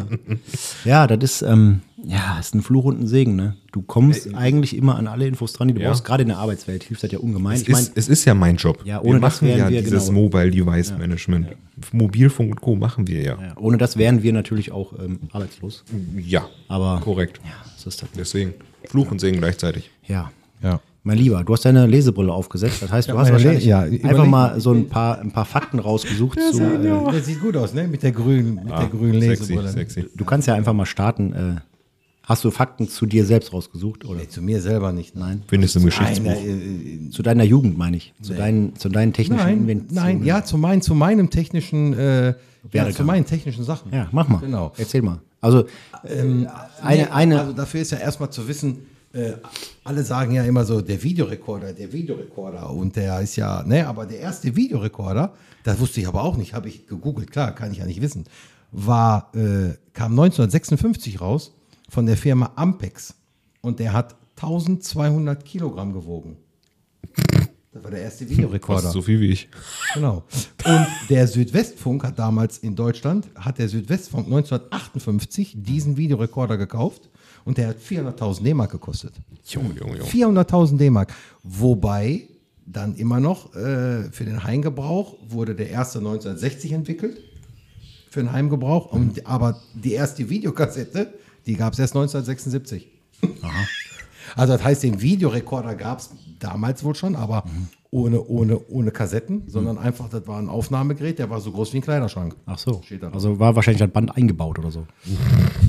Speaker 3: ja. ja, das ist, ähm, ja, ist ein Fluch und ein Segen, ne? Du kommst eigentlich immer an alle Infos dran, die du
Speaker 4: Ja.
Speaker 3: brauchst. Gerade in der Arbeitswelt hilft das ja ungemein.
Speaker 4: Es, ist, es ist ja mein Job.
Speaker 3: Ja,
Speaker 4: wir
Speaker 3: ohne das
Speaker 4: machen
Speaker 3: wären
Speaker 4: ja
Speaker 3: wir,
Speaker 4: dieses
Speaker 3: genau.
Speaker 4: Mobile Device Management. Mobilfunk und Co. machen wir ja.
Speaker 3: Ja, ohne das wären wir natürlich auch ähm, arbeitslos.
Speaker 2: Mhm.
Speaker 4: Ja,
Speaker 3: Aber-
Speaker 4: korrekt.
Speaker 3: Ja, so ist das.
Speaker 4: Deswegen Fluch und Segen gleichzeitig.
Speaker 3: Ja.
Speaker 2: Ja.
Speaker 3: Mein Lieber, du hast deine Lesebrille aufgesetzt. Das heißt, du
Speaker 2: Ja,
Speaker 3: hast
Speaker 2: meine Le-
Speaker 3: wahrscheinlich
Speaker 2: ja,
Speaker 3: einfach
Speaker 2: überleg-
Speaker 3: mal so ein paar, ein paar Fakten rausgesucht. Zu, äh,
Speaker 2: Das sieht gut aus, ne? Mit der grünen, mit der grünen
Speaker 4: Ah, sexy,
Speaker 2: Lesebrille.
Speaker 4: sexy.
Speaker 3: du kannst ja einfach mal starten. Äh, hast du Fakten zu dir selbst rausgesucht? Oder
Speaker 2: Nee, zu mir selber nicht. Nein.
Speaker 4: Findest du im Geschichtsbuch.
Speaker 2: Nein, äh, äh,
Speaker 3: zu deiner Jugend, meine ich. Zu, deinen, zu deinen technischen
Speaker 2: nein,
Speaker 3: Inventionen.
Speaker 2: nein, ja, zu, mein, zu meinem technischen, äh, ja,
Speaker 3: Werdegang.
Speaker 2: zu meinen technischen Sachen.
Speaker 3: Ja, mach mal.
Speaker 2: Genau. Äh,
Speaker 3: Erzähl mal. Also, ähm, eine,
Speaker 2: Nee,
Speaker 3: eine,
Speaker 2: Also dafür ist ja erstmal zu wissen, äh, alle sagen ja immer so, der Videorekorder, der Videorekorder und der ist ja, ne, aber der erste Videorekorder, das wusste ich aber auch nicht, habe ich gegoogelt, klar, kann ich ja nicht wissen, war, äh, kam 1956 raus von der Firma Ampex und der hat 1200 Kilogramm gewogen. Das war der erste Videorekorder.
Speaker 4: Fast so viel wie ich.
Speaker 2: Genau. Und der Südwestfunk hat damals in Deutschland, hat der Südwestfunk 1958 diesen Videorekorder gekauft und der hat 400.000 D-Mark gekostet.
Speaker 4: Junge, Junge, Junge.
Speaker 2: 400.000 D-Mark. Wobei dann immer noch äh, für den Heimgebrauch wurde der erste 1960 entwickelt. Für den Heimgebrauch. Und, aber die erste Videokassette, die gab es erst 1976. Also das heißt, den Videorekorder gab es damals wohl schon, aber
Speaker 3: Mhm.
Speaker 2: ohne, ohne, ohne Kassetten, sondern einfach, das war ein Aufnahmegerät, der war so groß wie ein Kleiderschrank.
Speaker 3: ach so.
Speaker 2: Steht da drauf.
Speaker 3: Also war wahrscheinlich das Band eingebaut oder so.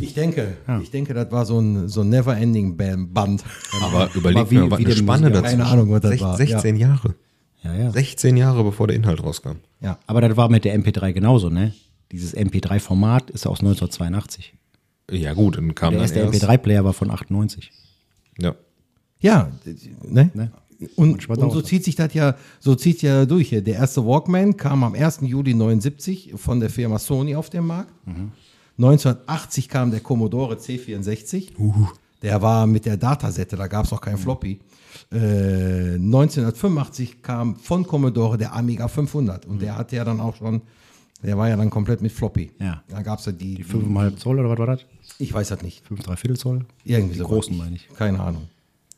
Speaker 2: Ich denke, ich denke, das war so ein, so ein Never-Ending-Band.
Speaker 4: Aber überleg
Speaker 3: Aber wie-
Speaker 4: mal, was
Speaker 3: wie
Speaker 4: eine
Speaker 3: der
Speaker 4: Spanne
Speaker 3: Musiker-
Speaker 4: dazu.
Speaker 2: Keine Ahnung, was das war.
Speaker 4: 16 Jahre.
Speaker 3: Ja, ja.
Speaker 4: 16 Jahre, bevor der Inhalt rauskam.
Speaker 2: Ja.
Speaker 3: Aber das war mit der MP3 genauso, ne? Dieses MP3-Format ist aus 1982.
Speaker 4: Ja gut, dann kam
Speaker 3: Der
Speaker 4: dann
Speaker 3: erste
Speaker 4: erst.
Speaker 3: MP3-Player war von 98.
Speaker 4: Ja.
Speaker 2: Ja, ne?
Speaker 3: Ne?
Speaker 2: Und,
Speaker 3: dauert
Speaker 2: und so
Speaker 3: das.
Speaker 2: zieht sich das ja, so zieht ja durch. hier. Der erste Walkman kam am 1. Juli 79 von der Firma Sony auf den Markt.
Speaker 3: Mhm.
Speaker 2: 1980 kam der Commodore C64. Der war mit der Datasette, da gab es noch
Speaker 3: Mhm.
Speaker 2: keinen Floppy. Äh, 1985 kam von Commodore der Amiga 500 und
Speaker 3: Mhm.
Speaker 2: der hatte ja dann auch schon, der war ja dann komplett mit Floppy.
Speaker 3: Ja.
Speaker 2: Da gab es ja die,
Speaker 3: 5,5 Zoll oder was war das?
Speaker 2: ich weiß das nicht,
Speaker 3: 5,3 Viertel Zoll?
Speaker 2: irgendwie
Speaker 3: Die
Speaker 2: sowas.
Speaker 3: großen meine ich.
Speaker 2: Keine Ahnung.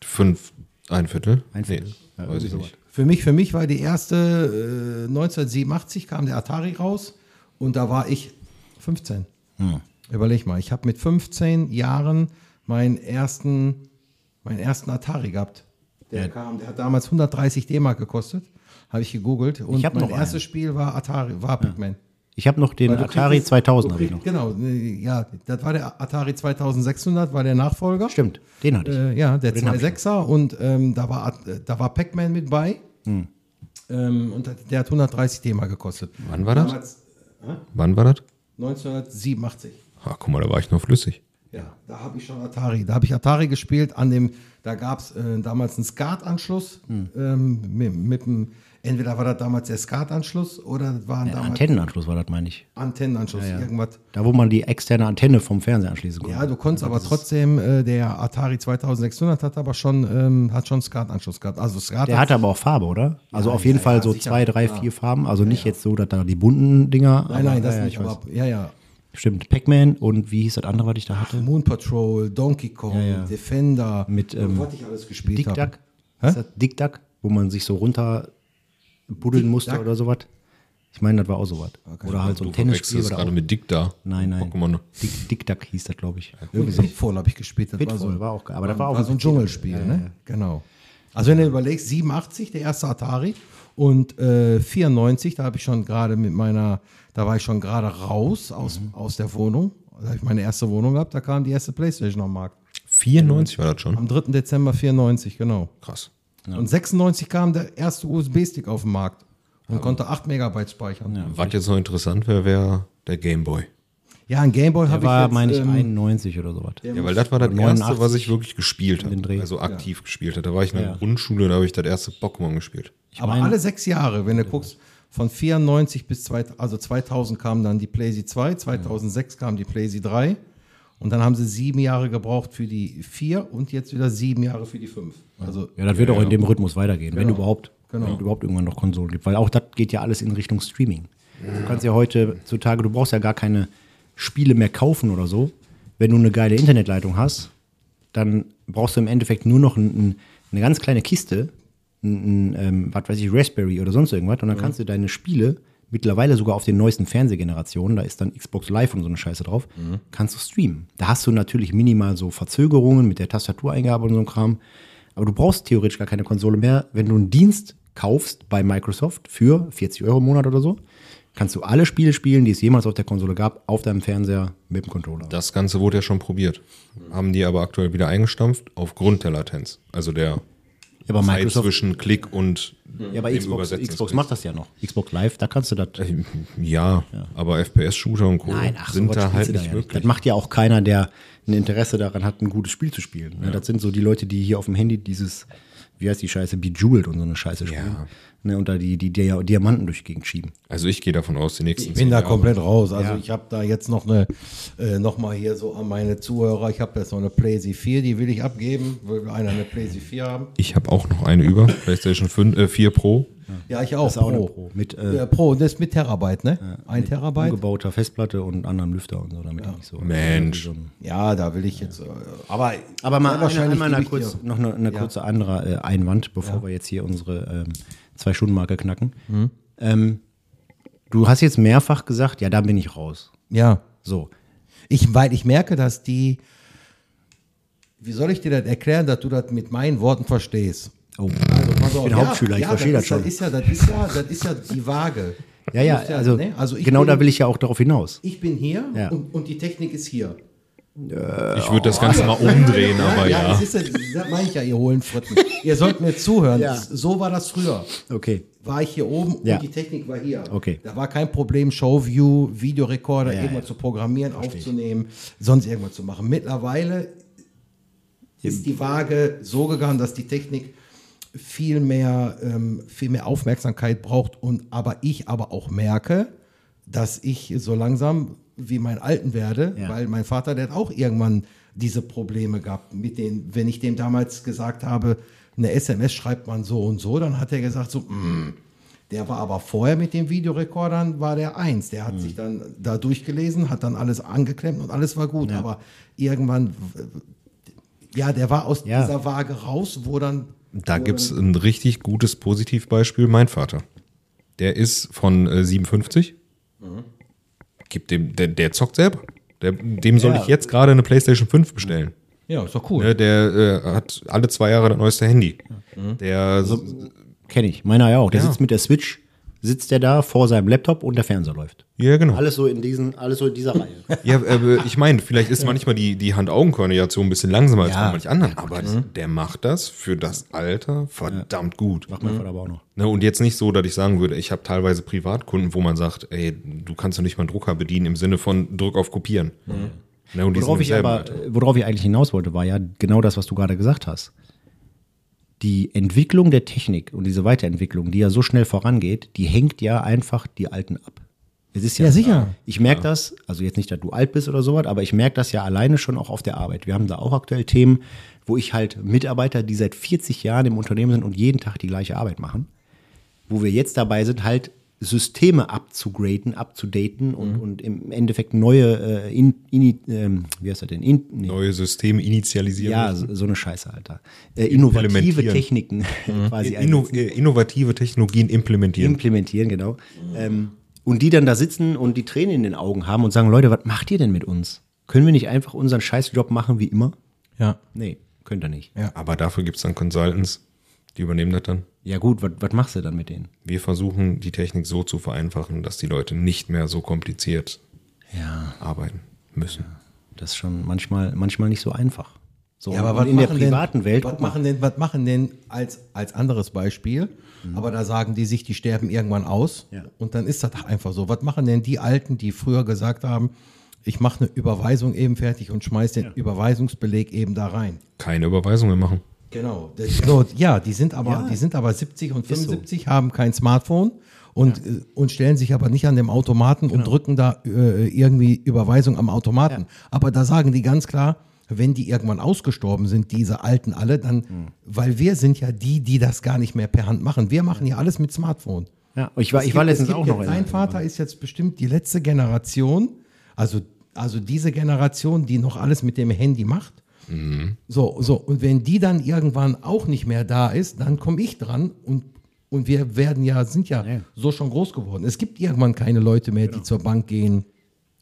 Speaker 4: Fünf, ein Viertel?
Speaker 3: Ein Viertel.
Speaker 4: Nee,
Speaker 3: Ja,
Speaker 4: weiß ich
Speaker 3: irgendwie
Speaker 4: nicht.
Speaker 2: Für mich, für mich war die erste äh, 1987 kam der Atari raus und da war ich 15.
Speaker 3: Hm.
Speaker 2: Überleg mal, ich habe mit 15 Jahren meinen ersten, meinen ersten Atari gehabt. Der kam, der hat damals 130 D-Mark gekostet, habe ich gegoogelt. Und
Speaker 3: Ich hab
Speaker 2: mein
Speaker 3: noch einen.
Speaker 2: erstes Spiel war Atari, war Pac-Man.
Speaker 3: Ich habe noch den
Speaker 2: Weil du
Speaker 3: Atari
Speaker 2: kriegst-
Speaker 3: 2000
Speaker 2: du
Speaker 3: habe ich noch.
Speaker 2: kriegst- Genau, äh, ja, das war der Atari 2600, war der Nachfolger.
Speaker 3: Stimmt, den hatte ich.
Speaker 2: Äh, ja, der
Speaker 3: Den hab ich
Speaker 2: 2.6er und ähm, da war, At- äh, da war Pac-Man mit bei.
Speaker 3: Hm.
Speaker 2: Ähm, und hat- der hat 130 D-Mark gekostet.
Speaker 4: Wann war das?
Speaker 2: Damals
Speaker 4: Wann war das?
Speaker 2: 1987.
Speaker 4: Ach, guck mal, da war ich noch flüssig.
Speaker 2: Ja, da habe ich schon Atari. Da habe ich Atari gespielt. An dem, da gab es äh, damals einen SCART-Anschluss.
Speaker 3: Hm.
Speaker 2: Ähm, mit, mit dem, entweder war das damals der SCART-Anschluss oder das waren
Speaker 3: Der
Speaker 2: damals
Speaker 3: Antennenanschluss war das, meine ich.
Speaker 2: Antennenanschluss, irgendwas.
Speaker 3: Da, wo man die externe Antenne vom Fernseher anschließen konnte.
Speaker 2: Ja, du konntest aber trotzdem, äh, der Atari 2600 hat aber schon, ähm, hat schon SCART-Anschluss gehabt. Also SCART
Speaker 3: Der hatte aber auch Farbe, oder? Also auf jeden Fall so zwei, drei, vier Farben. Also nicht jetzt so, dass da die bunten Dinger.
Speaker 2: Nein, nein, das
Speaker 3: ja, ja,
Speaker 2: nicht.
Speaker 3: ich weiß.
Speaker 2: Aber, ja, ja.
Speaker 3: Stimmt, Pac-Man und wie hieß das andere, was ich da hatte?
Speaker 2: Moon Patrol, Donkey Kong, Defender.
Speaker 3: Mit, ähm,
Speaker 2: was ich alles gespielt
Speaker 3: Dick
Speaker 2: habe.
Speaker 3: Duck. Ist das Dick Duck, wo man sich so runter buddeln musste
Speaker 2: Duck?
Speaker 3: oder sowas? Ich meine, das war auch sowas. Oder halt so ein
Speaker 4: Du verwechselst
Speaker 3: Tennisspiel
Speaker 4: es
Speaker 3: oder
Speaker 4: gerade
Speaker 3: auch.
Speaker 4: mit Dick da.
Speaker 3: Nein, nein.
Speaker 4: Pokémon. ne?
Speaker 3: Dick, Dick Duck hieß das, glaube ich.
Speaker 2: Und Pitfall habe ich gespielt. Das
Speaker 3: Pitfall war auch geil, aber das war auch
Speaker 2: so ein Dschungelspiel, ne? Genau. Also wenn du überlegst, 87, der erste Atari und äh, 94, da habe ich schon gerade mit meiner, da war ich schon gerade raus aus,
Speaker 3: Mhm.
Speaker 2: aus der Wohnung. Da habe ich meine erste Wohnung gehabt, da kam die erste Playstation am Markt.
Speaker 4: 94 war das schon.
Speaker 2: Am 3. Dezember 94, genau.
Speaker 4: Krass.
Speaker 2: Und 96 kam der erste USB-Stick auf den Markt und konnte 8 Megabyte speichern. Ja,
Speaker 4: Was jetzt noch interessant wäre, wäre der Gameboy.
Speaker 2: ein Gameboy
Speaker 3: Der
Speaker 2: habe ich
Speaker 3: war,
Speaker 2: jetzt,
Speaker 3: meine ich,
Speaker 2: ähm,
Speaker 3: 91 oder sowas.
Speaker 4: Ja, weil das war das
Speaker 3: 89
Speaker 4: erste, was ich wirklich gespielt habe.
Speaker 3: den Dreh.
Speaker 4: Also aktiv gespielt habe. Da war ich in der Grundschule, da habe ich das erste Pokémon gespielt.
Speaker 2: Aber alle sechs Jahre, wenn du guckst, von 94 bis 2000, also 2000 kam dann die PlayStation 2, 2006 kam die PlayStation 3 und dann haben sie sieben Jahre gebraucht für die 4 und jetzt wieder sieben Jahre für die 5. Also
Speaker 3: Ja, das wird auch in dem Rhythmus weitergehen, wenn überhaupt.
Speaker 2: Genau.
Speaker 3: Wenn überhaupt irgendwann noch Konsolen gibt. Weil auch das geht ja alles in Richtung Streaming. Du kannst ja heutzutage, du brauchst ja gar keine Spiele mehr kaufen oder so. Wenn du eine geile Internetleitung hast, dann brauchst du im Endeffekt nur noch ein, ein, eine ganz kleine Kiste, ein, ein ähm, was weiß ich, Raspberry oder sonst irgendwas. Und dann kannst du deine Spiele mittlerweile sogar auf den neuesten Fernsehgenerationen, da ist dann Xbox Live und so eine Scheiße drauf,
Speaker 4: Mhm.
Speaker 3: kannst du streamen. Da hast du natürlich minimal so Verzögerungen mit der Tastatureingabe und so ein Kram. Aber du brauchst theoretisch gar keine Konsole mehr. Wenn du einen Dienst kaufst bei Microsoft für 40 Euro im Monat oder so, kannst du alle Spiele spielen, die es jemals auf der Konsole gab, auf deinem Fernseher mit dem Controller.
Speaker 4: Das Ganze wurde ja schon probiert. Haben die aber aktuell wieder eingestampft aufgrund der Latenz. Also der
Speaker 3: aber
Speaker 4: Zeit zwischen Klick und
Speaker 3: Ja, aber
Speaker 4: dem
Speaker 3: Xbox,
Speaker 4: Übersetzungs-
Speaker 3: Xbox macht das ja noch. Xbox Live, da kannst du das.
Speaker 4: äh, Ja, aber FPS-Shooter und Co. sind
Speaker 3: sowas
Speaker 4: da
Speaker 3: spielst
Speaker 4: halt
Speaker 3: du
Speaker 4: nicht
Speaker 3: ja
Speaker 4: möglich.
Speaker 3: Das macht ja auch keiner, der ein Interesse daran hat, ein gutes Spiel zu spielen. Ne, Das sind so die Leute, die hier auf dem Handy dieses, wie heißt die Scheiße, Bejeweled und so eine Scheiße spielen. Ne, und da die, die Dia- Diamanten durch die Gegend schieben.
Speaker 4: Also ich gehe davon aus, die nächsten
Speaker 2: ich bin
Speaker 4: zehn
Speaker 2: da
Speaker 4: Jahre-
Speaker 2: komplett raus. Also ich habe da jetzt noch eine, äh, noch mal hier so an meine Zuhörer, ich habe jetzt noch eine PlayStation 4, die will ich abgeben, will einer eine PlayStation 4 haben.
Speaker 4: Ich habe auch noch eine über, PlayStation 5, äh, 4 Pro.
Speaker 2: Ja, ich auch.
Speaker 3: Das ist auch eine Pro. Mit äh,
Speaker 2: Ja, Pro, das ist mit Terabyte, ne? Ein Terabyte.
Speaker 3: umgebauter Festplatte und anderem Lüfter und so, damit die nicht so.
Speaker 4: Mensch.
Speaker 3: so ein-
Speaker 2: Ja, da will ich jetzt. Äh, aber
Speaker 3: Aber mal
Speaker 2: sehr
Speaker 3: eine,
Speaker 2: wahrscheinlich
Speaker 3: einmal
Speaker 2: gebe
Speaker 3: eine
Speaker 2: ich dir-
Speaker 3: kurz, noch eine, eine kurze andere äh, Einwand, bevor wir jetzt hier unsere ähm, Zwei-Stunden-Marke knacken.
Speaker 2: Mhm.
Speaker 3: Ähm, du hast jetzt mehrfach gesagt, ja, da bin ich raus.
Speaker 2: Ja.
Speaker 3: So.
Speaker 2: Ich, weil ich merke, dass die. Wie soll ich dir das erklären, dass du das mit meinen Worten verstehst?
Speaker 3: Oh.
Speaker 2: Also, pass
Speaker 3: bin Hauptschüler, ich verstehe das schon.
Speaker 2: Ist, ist ja, das, ist ja, das ist ja die Waage.
Speaker 3: Ja, ja,
Speaker 2: Du musst
Speaker 3: also,
Speaker 2: ne? also ich
Speaker 3: genau
Speaker 2: bin,
Speaker 3: da will ich ja auch darauf hinaus.
Speaker 2: Ich bin hier
Speaker 3: Ja.
Speaker 2: und, und die Technik ist hier.
Speaker 4: Ich würde das Ganze mal umdrehen, aber
Speaker 2: ja,
Speaker 4: ja.
Speaker 2: Das, ist ja, das meine ich ja, ihr hohlen Fritten. ihr sollt mir zuhören.
Speaker 3: Ja.
Speaker 2: So war das früher.
Speaker 3: Okay.
Speaker 2: war ich hier oben
Speaker 3: Ja.
Speaker 2: und die Technik war hier.
Speaker 3: Okay.
Speaker 2: Da war kein Problem, Showview, Videorekorder,
Speaker 3: Ja,
Speaker 2: irgendwas
Speaker 3: ja.
Speaker 2: zu programmieren, aufzunehmen, sonst irgendwas zu machen. Mittlerweile ist die Waage so gegangen, dass die Technik viel mehr, ähm, viel mehr Aufmerksamkeit braucht und aber ich aber auch merke, dass ich so langsam wie mein Alten werde,
Speaker 3: Ja.
Speaker 2: weil mein Vater, der hat auch irgendwann diese Probleme gehabt, mit denen, wenn ich dem damals gesagt habe, eine SMS schreibt man so und so, dann hat er gesagt so, "Mm, der war aber vorher mit den Videorekordern, war der eins. Der hat
Speaker 3: Mhm.
Speaker 2: sich dann da durchgelesen, hat dann alles angeklemmt und alles war gut. Aber irgendwann, äh, ja, der war aus
Speaker 3: Ja.
Speaker 2: dieser Waage raus, wo dann
Speaker 4: Da gibt es ein richtig gutes Positivbeispiel, mein Vater. Der ist von äh, 57.
Speaker 3: Mhm.
Speaker 4: Gibt dem, der, der zockt selber. Der, dem soll
Speaker 3: Ja.
Speaker 4: ich jetzt gerade eine PlayStation 5 bestellen.
Speaker 2: Ja, ist doch cool.
Speaker 4: Ne, der äh, hat alle zwei Jahre das neueste Handy.
Speaker 3: Mhm.
Speaker 4: Der
Speaker 3: Also, Kenne ich. Meiner ja auch. Der
Speaker 4: Ja.
Speaker 3: sitzt mit der Switch, sitzt der da vor seinem Laptop und der Fernseher läuft.
Speaker 4: Ja, genau.
Speaker 3: Alles so in diesen, alles so in dieser Reihe.
Speaker 4: Ja, äh, ich meine, vielleicht ist manchmal die, die Hand-Augen-Koordination ein bisschen langsamer als
Speaker 3: Ja.
Speaker 4: bei manch anderen, aber der macht das für das Alter verdammt gut.
Speaker 3: Macht mein Vater aber auch noch.
Speaker 4: Ne, und jetzt nicht so, dass ich sagen würde, ich habe teilweise Privatkunden, wo man sagt, ey, du kannst doch nicht mal einen Drucker bedienen im Sinne von Druck auf Kopieren. Na, und die
Speaker 3: Mhm. Worauf
Speaker 4: sind
Speaker 3: ich,
Speaker 4: im selben
Speaker 3: aber,
Speaker 4: Alter.
Speaker 3: worauf ich eigentlich hinaus wollte, war ja genau das, was du gerade gesagt hast. Die Entwicklung der Technik und diese Weiterentwicklung, die ja so schnell vorangeht, die hängt ja einfach die Alten ab. Es ist ja,
Speaker 2: Ja, sicher.
Speaker 3: Ich merke das, also jetzt nicht, dass du alt bist oder sowas, aber ich merke das ja alleine schon auch auf der Arbeit. Wir haben da auch aktuell Themen, wo ich halt Mitarbeiter, die seit 40 Jahren im Unternehmen sind und jeden Tag die gleiche Arbeit machen, wo wir jetzt dabei sind, halt Systeme abzugraden, abzudaten und,
Speaker 2: Mhm.
Speaker 3: und im Endeffekt neue äh, in, in, ähm, wie heißt das denn? In, nee.
Speaker 4: Neue Systeme initialisieren.
Speaker 3: Ja, so, so eine Scheiße, Alter. Äh, innovative
Speaker 4: Implementieren.
Speaker 3: Techniken
Speaker 2: Mhm.
Speaker 3: quasi
Speaker 4: Inno äh, innovative Technologien implementieren.
Speaker 3: implementieren, genau. Ähm, und die dann da sitzen und die Tränen in den Augen haben und sagen, Leute, was macht ihr denn mit uns? Können wir nicht einfach unseren Scheißjob machen wie immer?
Speaker 2: Ja.
Speaker 3: Nee, könnt ihr nicht.
Speaker 4: aber dafür gibt es dann Consultants, die übernehmen das dann.
Speaker 3: Ja gut, was- was machst du dann mit denen?
Speaker 4: Wir versuchen, die Technik so zu vereinfachen, dass die Leute nicht mehr so kompliziert
Speaker 3: Ja,
Speaker 4: arbeiten müssen.
Speaker 3: das ist schon manchmal, manchmal nicht so einfach. So,
Speaker 2: Ja, aber
Speaker 3: und
Speaker 2: was
Speaker 3: in der
Speaker 2: machen denn-
Speaker 3: privaten Welt,
Speaker 2: Was
Speaker 3: guck mal,
Speaker 2: machen denn, was machen denn als, als anderes Beispiel? Aber da sagen die sich, die sterben irgendwann aus.
Speaker 3: Mhm. Ja.
Speaker 2: Und dann ist das einfach so. Was machen denn die Alten, die früher gesagt haben, ich mache eine Überweisung eben fertig und schmeiß den Überweisungsbeleg eben da rein?
Speaker 4: Keine Überweisung mehr machen.
Speaker 2: Genau. Das, so, ja, die sind aber,
Speaker 3: Ja.
Speaker 2: die sind aber 70 und
Speaker 3: Ist so.
Speaker 2: 75, haben kein Smartphone und, äh, und stellen sich aber nicht an dem Automaten und drücken da äh, irgendwie Überweisung am Automaten. Aber da sagen die ganz klar, wenn die irgendwann ausgestorben sind, diese Alten alle, dann, weil wir sind ja die, die das gar nicht mehr per Hand machen. Wir machen ja, alles mit Smartphone.
Speaker 3: Ja, ich war,
Speaker 2: Es
Speaker 3: ich war
Speaker 2: gibt- es
Speaker 3: letztens
Speaker 2: gibt
Speaker 3: auch noch
Speaker 2: jetzt-
Speaker 3: in
Speaker 2: Sein Vater ist jetzt bestimmt die letzte Generation, also, also diese Generation, die noch alles mit dem Handy macht. So, so, und wenn die dann irgendwann auch nicht mehr da ist, dann komme ich dran und, und wir werden ja, sind ja
Speaker 3: Ja. Genau.
Speaker 2: so schon groß geworden. Es gibt irgendwann keine Leute mehr, die zur Bank gehen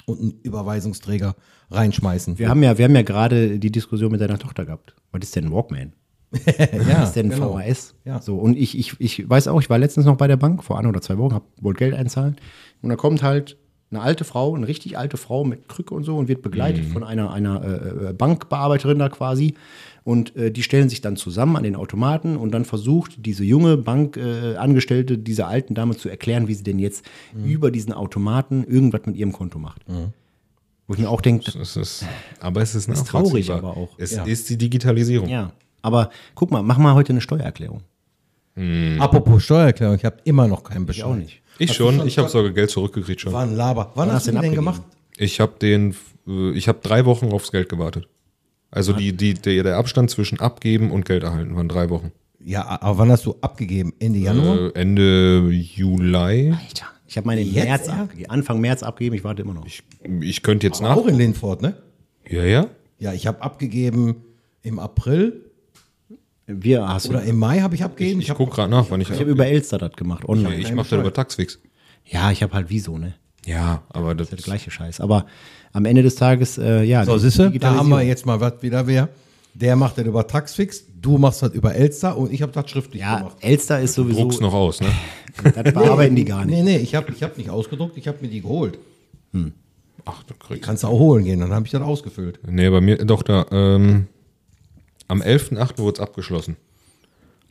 Speaker 2: und einen Überweisungsträger reinschmeißen.
Speaker 3: Wir haben ja, wir haben ja gerade die Diskussion mit deiner Tochter gehabt. Was ist denn ein Walkman?
Speaker 2: ja,
Speaker 3: Was ist denn ein
Speaker 2: genau.
Speaker 3: VHS?
Speaker 2: Ja.
Speaker 3: So, und ich, ich, ich weiß auch, ich war letztens noch bei der Bank, vor ein oder zwei Wochen, hab, wollte Geld einzahlen. Und da kommt halt eine alte Frau, eine richtig alte Frau mit Krücke und so und wird
Speaker 2: Mhm.
Speaker 3: begleitet von einer, einer äh, äh, Bankbearbeiterin da quasi. Und äh, die stellen sich dann zusammen an den Automaten und dann versucht diese junge Bankangestellte äh, Angestellte dieser alten Dame zu erklären, wie sie denn jetzt
Speaker 2: Mhm.
Speaker 3: über diesen Automaten irgendwas mit ihrem Konto macht. Wo ich mir auch denke,
Speaker 4: Es ist, aber es ist,
Speaker 3: Ist traurig,
Speaker 4: nachvollziehbar.
Speaker 3: aber auch.
Speaker 4: Es
Speaker 2: Ja.
Speaker 4: ist die Digitalisierung.
Speaker 3: ja, aber guck mal, mach mal heute eine Steuererklärung.
Speaker 2: Apropos Steuererklärung, ich habe immer noch keinen
Speaker 3: Ich auch
Speaker 2: Bescheid.
Speaker 3: nicht.
Speaker 4: Ich schon, ich habe sogar Geld zurückgekriegt schon.
Speaker 2: Wann Laber? Wann, hast
Speaker 3: hast
Speaker 2: du
Speaker 3: du
Speaker 2: die denn
Speaker 3: abgegeben?
Speaker 2: gemacht?
Speaker 4: Ich habe den, äh, ich habe drei Wochen aufs Geld gewartet. Also die, die, der, der Abstand zwischen abgeben und Geld erhalten waren drei Wochen.
Speaker 2: Ja, aber wann hast du abgegeben? Ende
Speaker 3: Hm.
Speaker 2: Januar?
Speaker 4: Äh, Ende Juli.
Speaker 3: Alter, ich habe meine im
Speaker 2: Jetzt
Speaker 3: März
Speaker 2: erst?
Speaker 3: abgegeben. Anfang März abgeben, ich warte immer noch.
Speaker 4: Ich, ich könnte jetzt nach.
Speaker 2: Auch in Lindford, ne?
Speaker 4: Ja, ja.
Speaker 2: Ja, ich habe abgegeben im April
Speaker 3: Wir hast
Speaker 2: oder im Mai habe ich abgegeben.
Speaker 4: Ich
Speaker 2: hab-
Speaker 4: guck gerade nach, wann ich.
Speaker 3: Ich habe über Elster das gemacht, online.
Speaker 4: ich mache das über Taxfix.
Speaker 3: Ja, ich habe halt Wieso, ne?
Speaker 4: Ja, aber das,
Speaker 3: Der gleiche Scheiß. Aber am Ende des Tages, äh, ja.
Speaker 2: so,
Speaker 3: die
Speaker 2: siehst du, da haben
Speaker 3: Digitalisierung.
Speaker 2: wir jetzt mal was wieder wer. Der macht das über Taxfix, du machst das über Elster und ich habe das schriftlich
Speaker 3: Ja,
Speaker 2: gemacht.
Speaker 3: Elster ist sowieso.
Speaker 4: druck's noch aus, ne?
Speaker 3: Das bearbeiten die gar nicht.
Speaker 2: Nee, nee, ich habe ich hab nicht ausgedruckt, ich habe mir die geholt.
Speaker 4: Ach, du kriegst.
Speaker 2: Kannst du auch holen gehen, dann habe ich das ausgefüllt.
Speaker 4: Nee, bei mir, doch, da, ähm, am 11.8. wurde es abgeschlossen.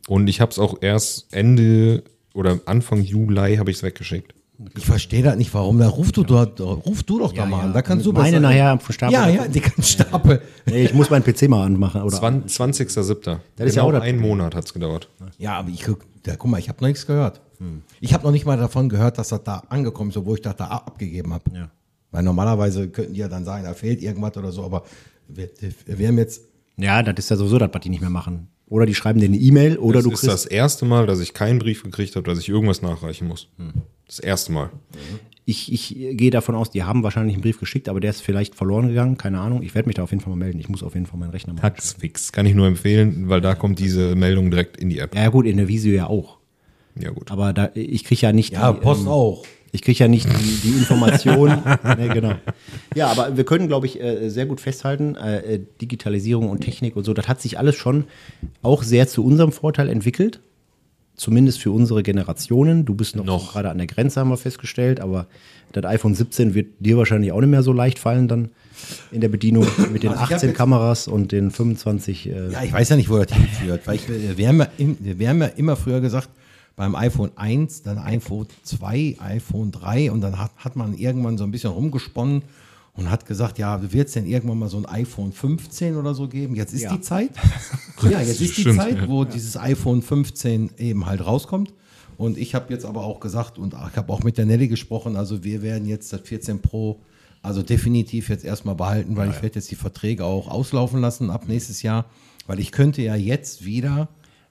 Speaker 4: Und ich habe es auch erst Ende oder Anfang Juli habe ich es weggeschickt.
Speaker 2: Ich verstehe das nicht, warum. Da ruf du, da, da, ruf du doch da mal an, da kannst du besser-
Speaker 3: Meine nachher vom Stapel.
Speaker 2: Ja, ja, die ganzen Stapel.
Speaker 3: Nee, ich muss meinen PC mal anmachen. Oder
Speaker 4: 20.07.
Speaker 3: Das ist ja auch das
Speaker 4: Genau ein Monat hat es gedauert.
Speaker 2: Ja, aber ich guck, da, guck mal, ich habe noch nichts gehört.
Speaker 3: Hm.
Speaker 2: Ich habe noch nicht mal davon gehört, dass das da angekommen ist, obwohl ich das da ab- abgegeben habe.
Speaker 3: Ja.
Speaker 2: Weil normalerweise könnten die ja dann sagen, da fehlt irgendwas oder so, aber wir, wir haben jetzt.
Speaker 3: ja, das ist ja sowieso das, was die nicht mehr machen. Oder die schreiben dir eine E-Mail oder
Speaker 4: Das
Speaker 3: du
Speaker 4: ist
Speaker 3: kriegst.
Speaker 4: das erste Mal, dass ich keinen Brief gekriegt habe, dass ich irgendwas nachreichen muss.
Speaker 3: Hm.
Speaker 4: Das erste Mal.
Speaker 3: Ich, ich gehe davon aus, die haben wahrscheinlich einen Brief geschickt, aber der ist vielleicht verloren gegangen. Keine Ahnung. Ich werde mich da auf jeden Fall mal melden. Ich muss auf jeden Fall meinen Rechner mal.
Speaker 4: Taxfix kann ich nur empfehlen, weil da kommt diese Meldung direkt in die App.
Speaker 3: Ja, gut, in der Visio ja auch.
Speaker 4: Ja, gut.
Speaker 3: Aber da, ich kriege ja nicht. die, ähm,
Speaker 2: auch.
Speaker 3: Ich kriege ja nicht die, die Information. nee, genau. Ja, aber wir können, glaube ich, äh, sehr gut festhalten, äh, äh, Digitalisierung und Technik und so, das hat sich alles schon auch sehr zu unserem Vorteil entwickelt. Zumindest für unsere Generationen. Du bist noch,
Speaker 4: Noch.
Speaker 3: gerade an der Grenze, haben wir festgestellt, aber das iPhone 17 wird dir wahrscheinlich auch nicht mehr so leicht fallen, dann in der Bedienung mit den
Speaker 2: Also ich hab
Speaker 3: 18
Speaker 2: jetzt-
Speaker 3: Kameras und den 25. Äh,
Speaker 2: Ja, ich weiß ja nicht, wo das hinführt. Weil ich, äh, wir, haben ja im, wir haben ja immer früher gesagt, beim iPhone 1, dann iPhone 2, iPhone 3 und dann hat, hat man irgendwann so ein bisschen rumgesponnen und hat gesagt, ja, wird es denn irgendwann mal so ein iPhone 15 oder so geben? Jetzt ist
Speaker 3: Ja.
Speaker 2: die Zeit. ja, jetzt ist die
Speaker 4: Stimmt,
Speaker 2: Zeit,
Speaker 4: ja.
Speaker 2: wo dieses iPhone 15 eben halt rauskommt. Und ich habe jetzt aber auch gesagt, und ich habe auch mit der Nelly gesprochen, also wir werden jetzt das 14 Pro also definitiv jetzt erstmal behalten, weil ich werde jetzt die Verträge auch auslaufen lassen ab nächstes Jahr, weil ich könnte ja jetzt wieder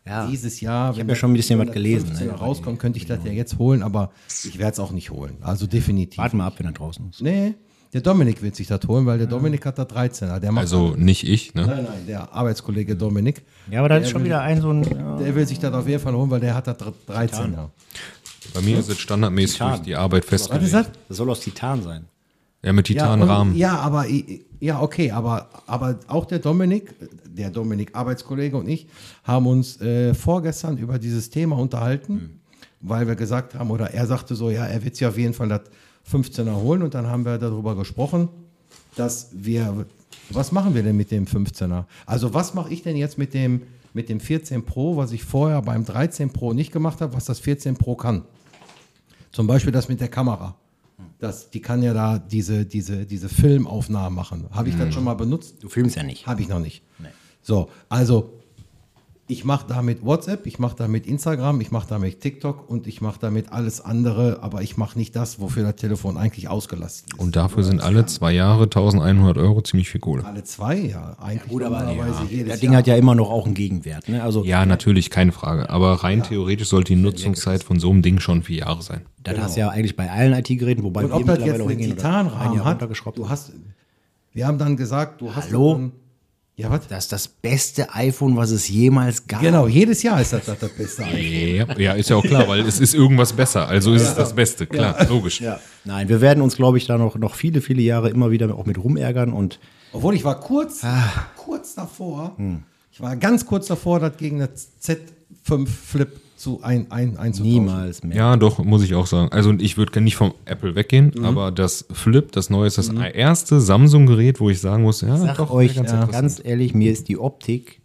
Speaker 3: Ja.
Speaker 2: dieses Jahr,
Speaker 3: Ich hab ja schon ein bisschen
Speaker 2: wenn
Speaker 3: was
Speaker 2: das
Speaker 3: gelesen,
Speaker 2: 15
Speaker 3: ne, über
Speaker 2: rauskommt, könnte ich das ja jetzt holen, aber ich werde es auch nicht holen. Also definitiv.
Speaker 3: Warten wir ab, wenn er draußen ist.
Speaker 2: Nee, der Dominik wird sich das holen,
Speaker 3: Hm.
Speaker 2: weil der Dominik hat da 13er. Der macht
Speaker 4: Also nicht ich, ne?
Speaker 2: Nein, nein, der Arbeitskollege Dominik.
Speaker 3: Ja, aber da ist schon wieder ein so ein.
Speaker 2: Der will sich das auf jeden Fall holen, weil der hat da 13er.
Speaker 4: Bei mir ist es standardmäßig
Speaker 3: Titan.
Speaker 4: durch die Arbeit
Speaker 2: Was ist
Speaker 4: festgelegt.
Speaker 2: das?
Speaker 3: Das soll aus Titan sein.
Speaker 4: Ja, mit
Speaker 2: und-
Speaker 4: Titanrahmen.
Speaker 2: ja, aber i- ja, okay, aber, aber auch der Dominik, der Dominik Arbeitskollege und ich haben uns äh, vorgestern über dieses Thema unterhalten, weil wir gesagt haben, oder er sagte so, ja, er wird sich auf jeden Fall das 15er holen und dann haben wir darüber gesprochen, dass wir, was machen wir denn mit dem 15er? Also was mache ich denn jetzt mit dem, mit dem 14 Pro, was ich vorher beim 13 Pro nicht gemacht habe, was das 14 Pro kann? Zum Beispiel das mit der Kamera. Das, die kann ja da diese, diese, diese Filmaufnahmen machen. Habe
Speaker 3: Mhm.
Speaker 2: ich das schon mal benutzt?
Speaker 3: Du filmst ja nicht.
Speaker 2: Habe ich noch nicht. So, also ich mache damit WhatsApp, ich mache damit Instagram, ich mache damit TikTok und ich mache damit alles andere, aber ich mache nicht das, wofür das Telefon eigentlich ausgelastet ist.
Speaker 4: Und dafür sind alle zwei Jahre 1100 Euro ziemlich viel Kohle.
Speaker 2: alle zwei, ja, eigentlich
Speaker 3: Gut, aber
Speaker 2: normalerweise jedes
Speaker 3: das Ding
Speaker 2: Jahr.
Speaker 3: hat ja immer noch auch einen Gegenwert. Ne? Also,
Speaker 4: Ja, natürlich, keine Frage. Aber rein theoretisch sollte die Nutzungszeit von so einem Ding schon vier Jahre sein.
Speaker 3: das hast du
Speaker 4: genau.
Speaker 3: ja eigentlich bei allen IT-Geräten, wobei
Speaker 2: Und ob das jetzt
Speaker 3: auch
Speaker 2: einen
Speaker 3: hingehen oder ein
Speaker 2: Titanrahmen
Speaker 3: Jahr
Speaker 2: hat,
Speaker 3: runtergeschraubt
Speaker 2: du
Speaker 3: haben.
Speaker 2: hast, wir haben dann gesagt, du hast...
Speaker 3: Hallo?
Speaker 2: Dann, ja, was?
Speaker 3: Das ist das beste iPhone, was es jemals gab.
Speaker 2: Genau, jedes Jahr ist das das, das Beste.
Speaker 4: Ja, ja, ist ja auch klar, weil es ist irgendwas besser. Also ist es das Beste, klar, logisch.
Speaker 3: Ja. Nein, wir werden uns, glaube ich, da noch, noch viele, viele Jahre immer wieder auch mit rumärgern und
Speaker 2: Obwohl ich war kurz,
Speaker 3: Ah.
Speaker 2: kurz davor,
Speaker 3: Hm.
Speaker 2: ich war ganz kurz davor, das gegen das Z5 Flip zu ein, ein, einzutauschen.
Speaker 3: niemals mehr.
Speaker 4: Ja, doch, muss ich auch sagen. Also ich würde nicht vom Apple weggehen,
Speaker 3: Mhm.
Speaker 4: aber das Flip, das neue, ist das erste Samsung-Gerät, wo ich sagen muss, ja,
Speaker 3: Sag
Speaker 4: doch,
Speaker 3: euch ganz,
Speaker 4: ganz interessant.
Speaker 3: ganz ehrlich, mir ist die Optik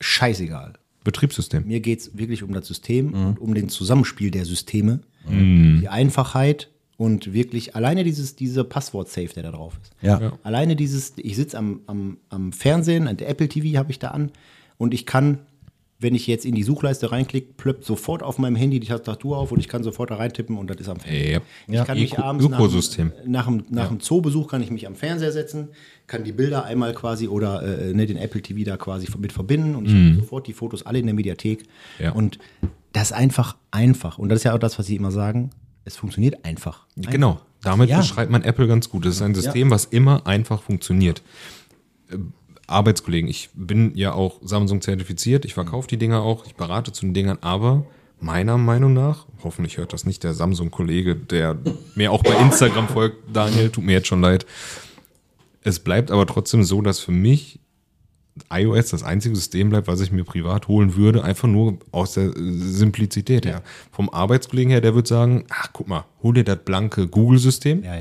Speaker 3: scheißegal.
Speaker 4: Betriebssystem.
Speaker 3: Mir geht es wirklich um das System und um den Zusammenspiel der Systeme, die Einfachheit und wirklich alleine dieses dieser Passwort-Safe, der da drauf ist.
Speaker 2: Ja. Ja.
Speaker 3: Alleine dieses, ich sitze am, am, am Fernsehen, an der Apple TV habe ich da an und ich kann, wenn ich jetzt in die Suchleiste reinklicke, plöppt sofort auf meinem Handy die Tastatur auf und ich kann sofort da reintippen und das ist am Fernsehen.
Speaker 4: Ja.
Speaker 3: Ich kann mich
Speaker 4: Öko-
Speaker 3: abends nach,
Speaker 4: Ökosystem.
Speaker 3: dem- nach, dem, nach dem Zoobesuch kann ich mich am Fernseher setzen, kann die Bilder einmal quasi oder äh, ne, den Apple TV da quasi mit verbinden und ich habe sofort die Fotos alle in der Mediathek.
Speaker 4: Mhm. Ja.
Speaker 3: Und das ist einfach einfach. Und das ist ja auch das, was sie immer sagen. Es funktioniert einfach.
Speaker 4: Genau, damit
Speaker 2: Ja.
Speaker 4: beschreibt man Apple ganz gut. Das ist ein System, was immer einfach funktioniert. Ähm, Arbeitskollegen, ich bin ja auch Samsung zertifiziert, ich verkaufe die Dinger auch, ich berate zu den Dingern, aber meiner Meinung nach, hoffentlich hört das nicht der Samsung-Kollege, der mir auch bei Instagram folgt, Daniel, tut mir jetzt schon leid. Es bleibt aber trotzdem so, dass für mich iOS das einzige System bleibt, was ich mir privat holen würde, einfach nur aus der äh, Simplizität her. Vom Arbeitskollegen her, der würde sagen, ach guck mal, hol dir das blanke Google-System.
Speaker 3: Ja,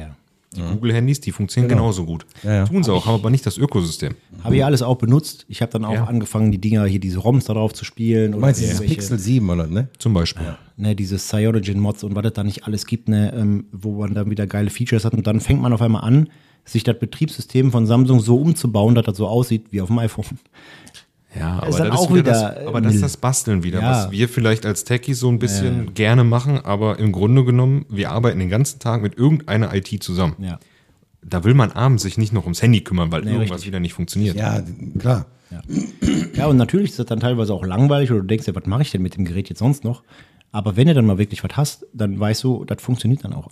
Speaker 3: Genau. ja.
Speaker 4: Die Google-Handys, die funktionieren genauso gut. Tun sie auch, haben aber nicht das Ökosystem.
Speaker 3: Habe ich alles auch benutzt. Ich habe dann auch
Speaker 4: Ja.
Speaker 3: angefangen, die Dinger hier, diese ROMs da drauf zu spielen.
Speaker 2: Du meinst dieses
Speaker 3: irgendwelche-
Speaker 2: Pixel 7 oder ne?
Speaker 4: Zum Beispiel.
Speaker 3: ne, diese Cyanogen-Mods und was es da nicht alles gibt, ne, ähm, wo man dann wieder geile Features hat. Und dann fängt man auf einmal an, sich das Betriebssystem von Samsung so umzubauen, dass das so aussieht wie auf dem iPhone.
Speaker 4: Ja, aber,
Speaker 3: Ist dann
Speaker 4: das,
Speaker 3: auch
Speaker 4: ist wieder
Speaker 3: wieder,
Speaker 4: das,
Speaker 3: äh,
Speaker 4: aber das ist
Speaker 3: Müll.
Speaker 4: das Basteln wieder,
Speaker 3: Ja.
Speaker 4: was wir vielleicht als Techies so ein bisschen gerne machen, aber im Grunde genommen, wir arbeiten den ganzen Tag mit irgendeiner IT zusammen.
Speaker 3: Ja.
Speaker 4: Da will man abends sich nicht noch ums Handy kümmern, weil irgendwas
Speaker 3: richtig.
Speaker 4: wieder nicht funktioniert.
Speaker 2: Ja, klar.
Speaker 3: Also ja, und natürlich ist das dann teilweise auch langweilig oder du denkst dir, was mache ich denn mit dem Gerät jetzt sonst noch? Aber wenn du dann mal wirklich was hast, dann weißt du, das funktioniert dann auch.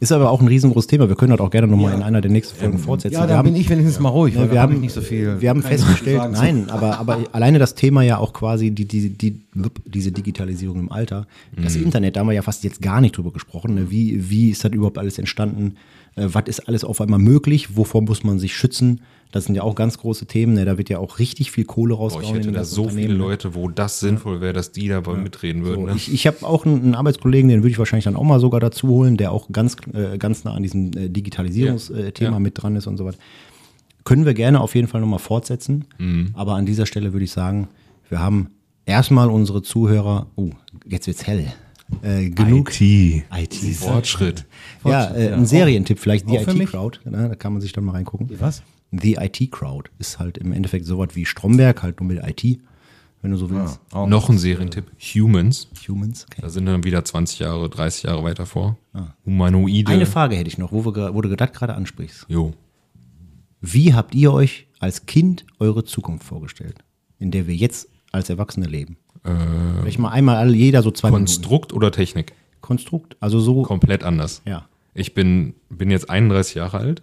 Speaker 3: ist aber auch ein riesengroßes Thema. Wir können das auch gerne nochmal in einer der nächsten Folgen fortsetzen.
Speaker 2: Ja,
Speaker 3: wir
Speaker 2: da
Speaker 3: haben,
Speaker 2: bin ich wenigstens mal ruhig, weil
Speaker 3: Also wir
Speaker 2: da hab
Speaker 3: haben
Speaker 2: ich nicht so viel.
Speaker 3: Wir haben
Speaker 2: keine
Speaker 3: festgestellt,
Speaker 2: Fragen zu.
Speaker 3: nein, aber, aber alleine das Thema ja auch quasi die, die, die, lup, diese Digitalisierung im Alter. Das
Speaker 4: Mhm.
Speaker 3: Internet, da haben wir ja fast jetzt gar nicht drüber gesprochen. Ne? Wie, wie ist das überhaupt alles entstanden? Äh, was ist alles auf einmal möglich? Wovor muss man sich schützen? Das sind ja auch ganz große Themen. Ne? Da wird ja auch richtig viel Kohle
Speaker 4: Boah,
Speaker 3: rausgehauen
Speaker 4: ich hätte
Speaker 3: den
Speaker 4: da
Speaker 3: ganzen
Speaker 4: so viele
Speaker 3: Unternehmen, ne?
Speaker 4: Leute, wo das sinnvoll wäre, dass die dabei mitreden würden. ne?
Speaker 3: Ich, ich habe auch einen, einen Arbeitskollegen, den würde ich wahrscheinlich dann auch mal sogar dazu holen, der auch ganz, äh, ganz nah an diesem äh, Digitalisierungsthema
Speaker 4: Ja,
Speaker 3: äh, Thema
Speaker 4: ja.
Speaker 3: mit dran ist und so weiter. Können wir gerne auf jeden Fall nochmal fortsetzen. Aber an dieser Stelle würde ich sagen, wir haben erstmal unsere Zuhörer. Oh, jetzt wird's hell. äh, genug
Speaker 4: IT.
Speaker 3: IT.
Speaker 4: Fortschritt.
Speaker 3: Ja, äh, ein Serientipp vielleicht, die
Speaker 2: Auch für mich?
Speaker 3: IT-Crowd. Na, Da kann man sich dann mal reingucken.
Speaker 2: Was?
Speaker 3: The IT-Crowd ist halt im Endeffekt sowas wie Stromberg, halt nur mit IT, wenn du so willst.
Speaker 4: Noch ein Serientipp. Humans.
Speaker 3: Humans. Okay.
Speaker 4: Da sind wir dann wieder 20 Jahre, 30 Jahre weiter vor. Humanoide.
Speaker 3: Ah. Eine Frage hätte ich noch, wo, wir, gra- wo du das gerade ansprichst.
Speaker 4: Jo.
Speaker 3: Wie habt ihr euch als Kind eure Zukunft vorgestellt, in der wir jetzt als Erwachsene leben?
Speaker 4: Äh,
Speaker 3: Vielleicht mal einmal alle, jeder so zwei Minuten.
Speaker 4: Konstrukt oder Technik?
Speaker 3: Konstrukt, also so.
Speaker 4: Komplett anders.
Speaker 3: Ja. Mhm.
Speaker 4: Ich bin, bin jetzt 31 Jahre alt,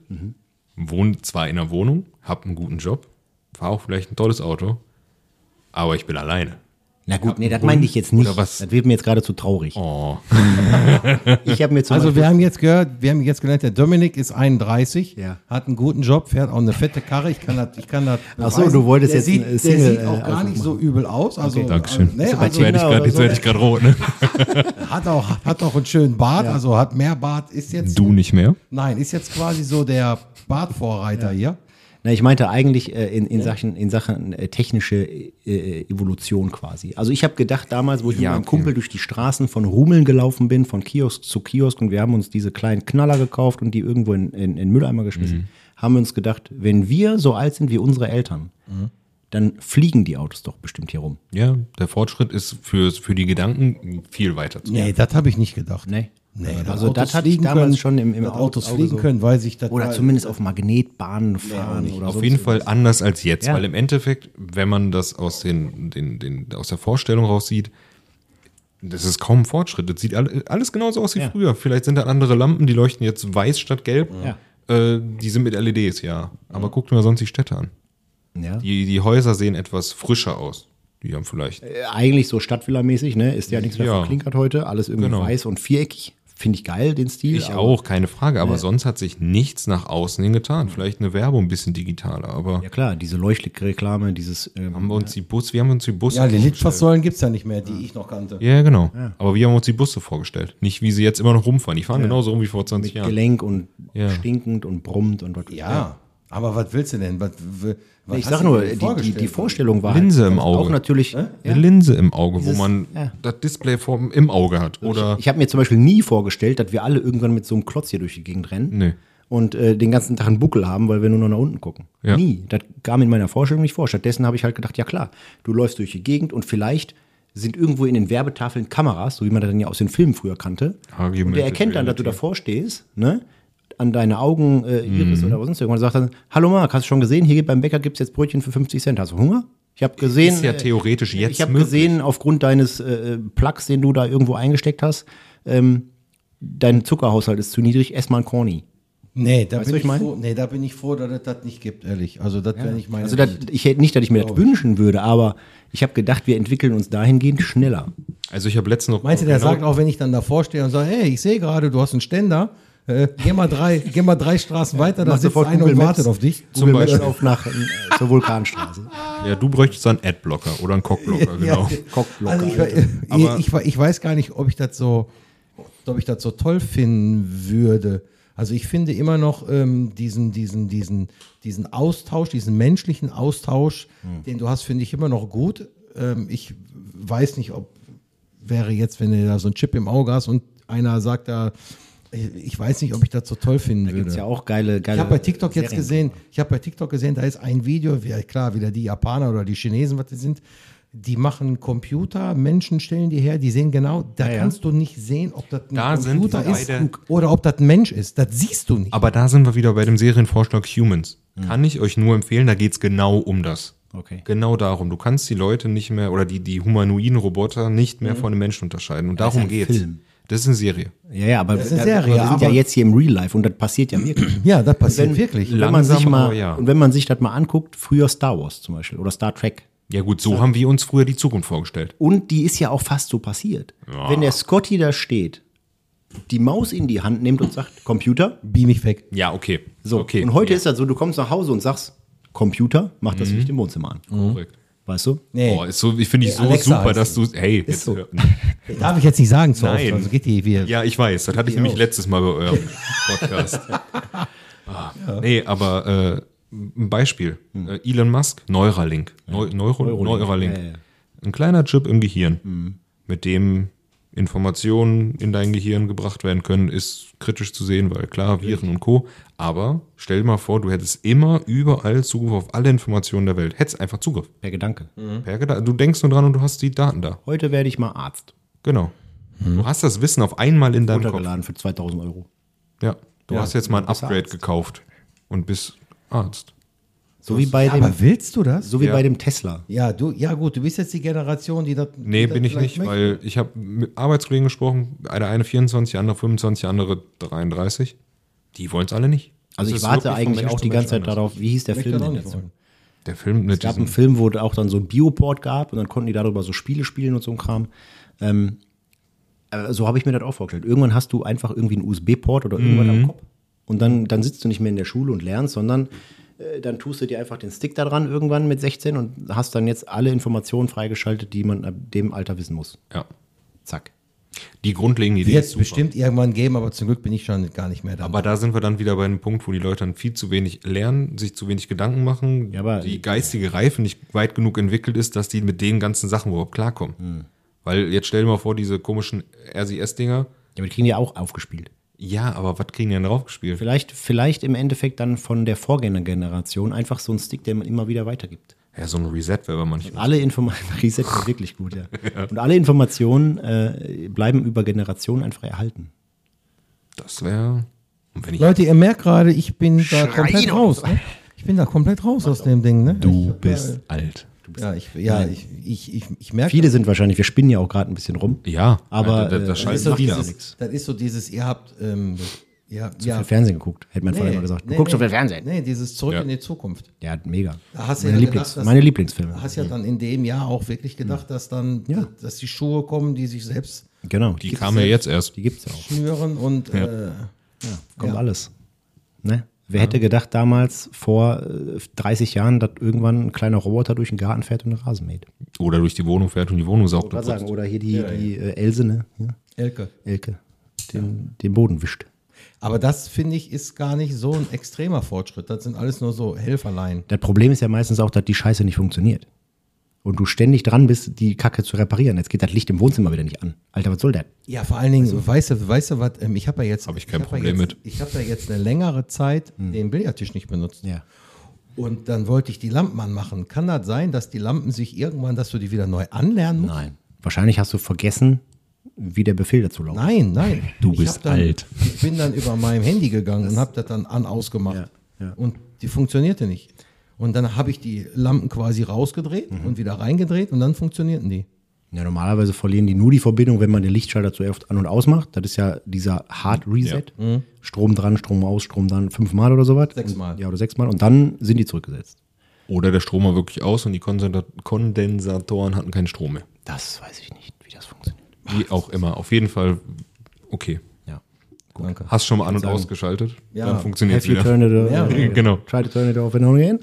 Speaker 4: wohne zwar in einer Wohnung, habe einen guten Job, fahre auch vielleicht ein tolles Auto, aber ich bin alleine.
Speaker 3: Na gut, nee, das meinte ich jetzt nicht.
Speaker 4: Oder was?
Speaker 3: Das wird mir jetzt gerade zu traurig.
Speaker 4: Oh.
Speaker 3: Ich habe mir zum
Speaker 2: Also
Speaker 3: Beispiel-
Speaker 2: wir haben jetzt gehört, wir haben jetzt gelernt, der Dominik ist 31,
Speaker 3: Ja.
Speaker 2: hat einen guten Job, fährt auch eine fette Karre. Ich kann das, ich kann das.
Speaker 3: Ach so,
Speaker 2: beweisen.
Speaker 3: du wolltest
Speaker 2: der
Speaker 3: jetzt
Speaker 2: sieht,
Speaker 3: einen, äh,
Speaker 2: der
Speaker 3: Single,
Speaker 2: sieht
Speaker 3: äh,
Speaker 2: auch gar
Speaker 3: Ausdruck
Speaker 2: nicht so übel aus. Also,
Speaker 4: Dankeschön.
Speaker 2: äh, nee,
Speaker 4: jetzt
Speaker 2: also
Speaker 4: werde ich
Speaker 3: genau,
Speaker 4: grad- jetzt
Speaker 3: so.
Speaker 4: werde ich gerade rot, ne?
Speaker 2: hat auch hat auch einen schönen Bart, also hat mehr Bart. Ist jetzt
Speaker 4: Du nicht mehr?
Speaker 2: nein, ist jetzt quasi so der Bartvorreiter hier.
Speaker 3: Na, ich meinte eigentlich äh, in, in Sachen, in Sachen äh, technische äh, Evolution quasi. Also ich habe gedacht damals, wo ich mit meinem Kumpel durch die Straßen von Rumeln gelaufen bin, von Kiosk zu Kiosk und wir haben uns diese kleinen Knaller gekauft und die irgendwo in, in, in Mülleimer geschmissen,
Speaker 4: Mhm.
Speaker 3: haben wir uns gedacht, wenn wir so alt sind wie unsere Eltern,
Speaker 4: Mhm.
Speaker 3: dann fliegen die Autos doch bestimmt hier rum.
Speaker 4: Ja, der Fortschritt ist für, für die Gedanken viel weiter. Zu.
Speaker 2: Nee, das habe ich nicht gedacht.
Speaker 3: Nee.
Speaker 2: Nee, dass
Speaker 3: also das
Speaker 2: Autos
Speaker 3: hatte ich
Speaker 2: fliegen
Speaker 3: damals
Speaker 2: können,
Speaker 3: schon im, im
Speaker 2: dass
Speaker 3: Au-
Speaker 2: Autos
Speaker 3: Auge
Speaker 2: fliegen
Speaker 3: so.
Speaker 2: können, weiß ich das
Speaker 3: Oder
Speaker 2: war-
Speaker 3: zumindest auf Magnetbahnen fahren oder
Speaker 4: Auf
Speaker 3: sonst
Speaker 4: jeden Fall anders als jetzt,
Speaker 3: Ja.
Speaker 4: weil im Endeffekt, wenn man das aus, den, den, den, aus der Vorstellung raus sieht, das ist kaum ein Fortschritt. Das sieht alle- alles genauso aus wie
Speaker 3: Ja.
Speaker 4: früher. Vielleicht sind da andere Lampen, die leuchten jetzt weiß statt gelb.
Speaker 3: Ja. Mhm.
Speaker 4: Äh, die sind mit LEDs, ja. Aber guckt mal sonst die Städte an.
Speaker 3: Ja.
Speaker 4: Die, die Häuser sehen etwas frischer aus. Die haben vielleicht.
Speaker 3: eigentlich so Stadtvilla-mäßig, ne? Ist ja nichts mehr
Speaker 4: Ja.
Speaker 3: verklinkert heute, alles irgendwie
Speaker 4: Genau.
Speaker 3: weiß und viereckig. Finde ich geil, den Stil.
Speaker 4: Ich
Speaker 3: aber-
Speaker 4: auch, keine Frage. Aber sonst hat sich nichts nach außen hin getan. Vielleicht eine Werbung ein bisschen digitaler, aber.
Speaker 3: Mhm. Ja klar, diese Leuchtreklame, dieses ähm,
Speaker 4: Haben wir uns die Bus, wir haben uns die Busse
Speaker 2: Ja, die
Speaker 4: vorgestellt.
Speaker 2: Litfaßsäulen gibt es ja nicht mehr, die ich noch kannte.
Speaker 4: Ja, genau. Aber wir haben uns die Busse vorgestellt. Nicht, wie sie jetzt immer noch rumfahren. Die fahren genauso rum wie vor 20 Jahren.
Speaker 3: Gelenk und
Speaker 4: Ja.
Speaker 3: stinkend und brummt und was.
Speaker 2: Ja, aber was willst du denn? Was, w- was
Speaker 3: Ich
Speaker 2: hast
Speaker 3: sag
Speaker 2: du
Speaker 3: nur,
Speaker 2: dir
Speaker 3: die, die,
Speaker 2: vorgestellt?
Speaker 3: die Vorstellung war halt
Speaker 4: Linse im
Speaker 3: auch
Speaker 4: Auge.
Speaker 3: natürlich.
Speaker 4: Eine Linse im Auge, wo man
Speaker 3: ja.
Speaker 4: das Display vor, im Auge hat. Oder
Speaker 3: Ich habe mir zum Beispiel nie vorgestellt, dass wir alle irgendwann mit so einem Klotz hier durch die Gegend rennen
Speaker 4: Nee.
Speaker 3: und äh, den ganzen Tag einen Buckel haben, weil wir nur noch nach unten gucken.
Speaker 4: Ja.
Speaker 3: Nie. Das kam in meiner Vorstellung nicht vor. Stattdessen habe ich halt gedacht, ja klar, du läufst durch die Gegend und vielleicht sind irgendwo in den Werbetafeln Kameras, so wie man das dann ja aus den Filmen früher kannte.
Speaker 4: Argumented
Speaker 3: und der erkennt dann, dass du davor stehst, ne? an deine Augen äh, Iris
Speaker 4: Mhm.
Speaker 3: oder sonst irgendwas und sagt dann, hallo Marc, hast du schon gesehen, hier beim Bäcker gibt es jetzt Brötchen für 50 Cent. Hast du Hunger? Ich habe gesehen,
Speaker 4: ist ja
Speaker 3: äh,
Speaker 4: theoretisch jetzt
Speaker 3: ich habe
Speaker 4: möglich.
Speaker 3: gesehen, aufgrund deines äh, Plugs, den du da irgendwo eingesteckt hast, ähm, dein Zuckerhaushalt ist zu niedrig, ess mal ein Corny.
Speaker 2: Nee, da
Speaker 3: du,
Speaker 2: bin
Speaker 3: was
Speaker 2: ich
Speaker 3: ich meine?
Speaker 2: froh, nee, da bin ich froh, dass es das nicht gibt, ehrlich. Also das wäre nicht meine
Speaker 3: Also das,
Speaker 2: Welt.
Speaker 3: ich hätte nicht, dass ich mir das wünschen würde, aber ich habe gedacht, wir entwickeln uns dahingehend schneller.
Speaker 4: Also ich habe letztens noch.
Speaker 2: Meinst du, der
Speaker 4: genau-
Speaker 2: sagt auch, wenn ich dann davor stehe und sage, hey, ich sehe gerade, du hast einen Ständer, äh, geh, mal drei, geh mal drei Straßen weiter, da
Speaker 3: Mach
Speaker 2: sitzt
Speaker 3: sofort
Speaker 2: einer
Speaker 3: Google
Speaker 2: und
Speaker 3: Maps.
Speaker 2: wartet auf dich.
Speaker 4: Zum
Speaker 3: Google Maps
Speaker 4: Beispiel.
Speaker 3: auf nach äh, zur Vulkanstraße.
Speaker 4: Ja, du bräuchtest dann einen Adblocker oder einen Cockblocker, genau.
Speaker 3: Cockblocker.
Speaker 2: Also ich,
Speaker 4: Aber-
Speaker 2: ich, ich, ich weiß gar nicht, ob ich das so, ob ich das so toll finden würde. Also ich finde immer noch ähm, diesen, diesen, diesen, diesen Austausch, diesen menschlichen Austausch, den du hast, finde ich immer noch gut. Ähm, ich weiß nicht, ob wäre jetzt, wenn du da so einen Chip im Auge hast und einer sagt da, ich, ich weiß nicht, ob ich das so toll finden würde.
Speaker 3: Gibt's ja auch geile, geile
Speaker 2: Ich habe bei TikTok jetzt
Speaker 3: Serien.
Speaker 2: gesehen, ich habe bei TikTok gesehen, da ist ein Video, wie, klar, wieder die Japaner oder die Chinesen, was die sind, die machen Computer, Menschen stellen die her, die sehen genau, da
Speaker 3: ja.
Speaker 2: kannst du nicht sehen, ob das ein
Speaker 4: Da sind
Speaker 2: Computer
Speaker 4: wir
Speaker 2: ist
Speaker 4: beide.
Speaker 2: oder ob das ein Mensch ist. Das siehst du nicht.
Speaker 4: Aber da sind wir wieder bei dem Serienvorschlag Humans.
Speaker 3: Hm.
Speaker 4: Kann ich euch nur empfehlen, da geht es genau um das.
Speaker 3: Okay.
Speaker 4: Genau darum. Du kannst die Leute nicht mehr oder die, die humanoiden Roboter nicht
Speaker 3: Hm.
Speaker 4: mehr von den Menschen unterscheiden. Und darum
Speaker 3: ein
Speaker 4: geht's.
Speaker 3: Film.
Speaker 4: Das ist eine Serie.
Speaker 3: Ja, ja, aber
Speaker 2: ist eine
Speaker 3: da-
Speaker 2: Serie,
Speaker 3: wir sind ja
Speaker 2: aber-
Speaker 3: jetzt hier im Real Life und das passiert ja wirklich.
Speaker 2: ja, das passiert wirklich.
Speaker 3: wenn man sich
Speaker 4: Langsam,
Speaker 3: mal
Speaker 4: aber ja.
Speaker 3: und wenn man sich das mal anguckt, früher Star Wars zum Beispiel oder Star Trek.
Speaker 4: Ja gut, so haben wir uns früher die Zukunft vorgestellt.
Speaker 3: Und die ist ja auch fast so passiert. Wenn der Scotty da steht, die Maus in die Hand nimmt und sagt Computer,
Speaker 2: Beam mich weg.
Speaker 4: Ja, okay.
Speaker 3: so.
Speaker 4: okay.
Speaker 3: Und heute ist das so, du kommst nach Hause und sagst Computer, mach
Speaker 4: Mhm.
Speaker 3: das Licht im Wohnzimmer an.
Speaker 4: Korrekt.
Speaker 3: Weißt du?
Speaker 2: Nee,
Speaker 4: Oh, ist so, ich finde ich so
Speaker 2: Alexa
Speaker 4: super,
Speaker 2: heißt
Speaker 4: dass du. Hey, jetzt,
Speaker 3: so.
Speaker 4: hör-
Speaker 2: darf ich jetzt nicht sagen zu
Speaker 4: Nein.
Speaker 2: oft, also geht die wir.
Speaker 4: ja, ich weiß. Das hatte ich nämlich letztes Mal bei eurem Podcast. Ah, Nee, aber äh, ein Beispiel.
Speaker 3: Hm.
Speaker 4: Äh, Elon Musk, Neuralink. Neu, Neuro, Neuralink.
Speaker 3: Ja, Hm. ja, ja.
Speaker 4: Ein kleiner Chip im Gehirn, mit dem Informationen in dein Gehirn gebracht werden können, ist kritisch zu sehen, weil klar, Viren und Co. Aber stell dir mal vor, du hättest immer überall Zugriff auf alle Informationen der Welt. Hättest einfach Zugriff.
Speaker 3: Per Gedanke.
Speaker 4: Per Gedan- genau. Du denkst nur dran und du hast die Daten da.
Speaker 3: Heute werde ich mal Arzt.
Speaker 4: Genau. Du hast das Wissen auf einmal in deinem Kopf.
Speaker 3: Hm. Runtergeladen für 2000 Euro.
Speaker 4: Ja. Du hast jetzt mal ein
Speaker 3: bist
Speaker 4: Upgrade
Speaker 3: Arzt.
Speaker 4: gekauft und bist Arzt.
Speaker 3: So wie bei
Speaker 2: Ja,
Speaker 3: dem,
Speaker 2: aber willst du das?
Speaker 3: so wie
Speaker 4: Ja.
Speaker 3: bei dem Tesla.
Speaker 2: Ja, du, ja gut, du bist jetzt die Generation, die das.
Speaker 4: Nee,
Speaker 2: die das
Speaker 4: bin ich
Speaker 2: vielleicht
Speaker 4: nicht,
Speaker 2: möchte.
Speaker 4: weil ich habe mit Arbeitskollegen gesprochen, der eine 24, der andere 25, der andere 33. Die wollen es alle nicht.
Speaker 3: Also
Speaker 4: Das
Speaker 3: ich
Speaker 4: ist
Speaker 3: warte
Speaker 4: wirklich von
Speaker 3: eigentlich
Speaker 4: Mensch
Speaker 3: auch
Speaker 4: zu
Speaker 3: die
Speaker 4: Mensch
Speaker 3: ganze Zeit
Speaker 4: anders.
Speaker 3: darauf, wie hieß der
Speaker 2: Möchte
Speaker 3: Film
Speaker 2: er auch
Speaker 3: denn
Speaker 2: nicht
Speaker 3: jetzt?
Speaker 2: wollen.
Speaker 4: Der Film mit
Speaker 3: Es gab
Speaker 4: diesem,
Speaker 3: einen Film, wo auch dann so ein Bioport gab und dann konnten die darüber so Spiele spielen und so ein Kram. Ähm, aber so habe ich mir das auch vorgestellt. Irgendwann hast du einfach irgendwie einen USB-Port oder irgendwas am Kopf und dann, dann sitzt du nicht mehr in der Schule und lernst, sondern äh, dann tust du dir einfach den Stick da dran irgendwann mit 16 und hast dann jetzt alle Informationen freigeschaltet, die man ab dem Alter wissen muss.
Speaker 4: ja.
Speaker 3: Zack.
Speaker 4: Die grundlegende Idee
Speaker 2: Wird
Speaker 4: ist super.
Speaker 2: bestimmt irgendwann geben, aber zum Glück bin ich schon gar nicht mehr da.
Speaker 4: Aber da sind wir dann wieder bei einem Punkt, wo die Leute dann viel zu wenig lernen, sich zu wenig Gedanken machen,
Speaker 3: Ja, aber-
Speaker 4: die geistige Reife nicht weit genug entwickelt ist, dass die mit den ganzen Sachen überhaupt klarkommen.
Speaker 3: Hm.
Speaker 4: Weil jetzt stell dir mal vor, diese komischen RCS-Dinger.
Speaker 3: Ja, aber die kriegen ja auch aufgespielt.
Speaker 4: Ja, aber was kriegen die denn draufgespielt?
Speaker 3: Vielleicht, vielleicht im Endeffekt dann von der Vorgängergeneration einfach so ein Stick, den man immer wieder weitergibt.
Speaker 4: Ja, so ein Reset wäre aber manchmal.
Speaker 3: Alle Informationen, Reset ist wirklich gut, ja. Und alle Informationen äh, bleiben über Generationen einfach erhalten.
Speaker 4: Das wäre. Und wenn ich
Speaker 2: Leute, ihr merkt gerade, ich bin da komplett
Speaker 4: doch
Speaker 2: raus. Ne? Ich bin da komplett raus aus dem Ding. Ne? Du
Speaker 4: bist alt.
Speaker 2: Ja, ich, ja, ich, ich, ich, ich merke.
Speaker 3: Viele sind wahrscheinlich, wir spinnen ja auch gerade ein bisschen rum.
Speaker 4: Ja, Also,
Speaker 3: Aber,
Speaker 4: das,
Speaker 3: äh,
Speaker 4: das
Speaker 2: das
Speaker 4: schaltet
Speaker 2: ist, so
Speaker 4: macht ja
Speaker 2: dieses,
Speaker 4: nichts.
Speaker 2: das ist so dieses, ihr habt, ähm, ihr habt
Speaker 3: Ja.
Speaker 2: ja,
Speaker 3: Fernsehen geguckt, hätte man vorher mal gesagt. Du guckst auf den Fernsehen.
Speaker 2: Nee, dieses Zurück
Speaker 4: Ja.
Speaker 2: in die Zukunft.
Speaker 3: Ja, mega.
Speaker 2: Da hast du
Speaker 3: meine,
Speaker 2: ja
Speaker 3: Lieblings,
Speaker 2: gedacht, dass-
Speaker 3: meine Lieblingsfilme.
Speaker 2: Hast ja dann in dem Jahr auch wirklich gedacht, dass dann,
Speaker 3: Ja.
Speaker 2: dass die Schuhe kommen, die sich selbst
Speaker 3: Genau.
Speaker 4: Die
Speaker 3: gibt's-
Speaker 4: kam ja jetzt erst.
Speaker 3: die gibt's ja auch.
Speaker 2: schnüren und äh,
Speaker 3: Kommt
Speaker 2: Ja.
Speaker 3: alles. Ne? Wer hätte gedacht damals vor äh, 30 Jahren, dass irgendwann ein kleiner Roboter durch den Garten fährt und einen Rasen mäht?
Speaker 4: Oder durch die Wohnung fährt und die Wohnung saugt.
Speaker 3: Oder
Speaker 4: und
Speaker 3: sagen,
Speaker 4: putzt.
Speaker 3: oder hier die, die äh, Else, ne? Ja,
Speaker 2: Elke.
Speaker 3: Elke, den, den Boden wischt.
Speaker 2: Aber das finde ich ist gar nicht so ein extremer Fortschritt. Das sind alles nur so Helferlein.
Speaker 3: Das Problem ist ja meistens auch, dass die Scheiße nicht funktioniert. Und du ständig dran bist, die Kacke zu reparieren. Jetzt geht das Licht im Wohnzimmer wieder nicht an. Alter, was soll das?
Speaker 2: Ja, vor allen Dingen, weißt du, weißt du was, ähm, ich habe ja jetzt.
Speaker 4: Hab ich kein
Speaker 2: hab ja
Speaker 4: Problem
Speaker 2: jetzt,
Speaker 4: mit.
Speaker 2: Ich habe ja jetzt eine längere Zeit den Billardtisch nicht benutzt.
Speaker 3: Ja.
Speaker 2: Und dann wollte ich die Lampen anmachen. Kann das sein, dass die Lampen sich irgendwann, dass du die wieder neu anlernen musst?
Speaker 3: Nein. Wahrscheinlich hast du vergessen, wie der Befehl dazu lautet.
Speaker 2: Nein, nein.
Speaker 5: Du
Speaker 2: Ich
Speaker 5: bist
Speaker 2: hab dann,
Speaker 5: alt.
Speaker 2: Ich bin dann über meinem Handy gegangen und habe das dann an ausgemacht.
Speaker 3: Ja, ja.
Speaker 2: Und die funktionierte nicht. Und dann habe ich die Lampen quasi rausgedreht und wieder reingedreht und dann funktionierten die.
Speaker 3: Ja, normalerweise verlieren die nur die Verbindung, wenn man den Lichtschalter zu oft an- und ausmacht. Das ist ja dieser Hard Reset. Strom dran, Strom aus, Strom dann fünfmal oder sowas.
Speaker 2: Sechsmal.
Speaker 3: Ja, oder sechsmal. Und dann sind die zurückgesetzt.
Speaker 4: oder der Strom war wirklich aus und die Kondensa- Kondensatoren hatten keinen Strom mehr.
Speaker 3: Das weiß ich nicht, wie das funktioniert.
Speaker 4: Wie auch immer. Auf jeden Fall, okay.
Speaker 3: Ja.
Speaker 2: Danke.
Speaker 4: Hast schon mal an- und ausgeschaltet,
Speaker 2: Ja.
Speaker 4: dann funktioniert es
Speaker 3: Have you
Speaker 4: wieder.
Speaker 3: turned it,
Speaker 2: Ja.
Speaker 3: äh,
Speaker 4: Genau.
Speaker 3: Try to turn it off and on again.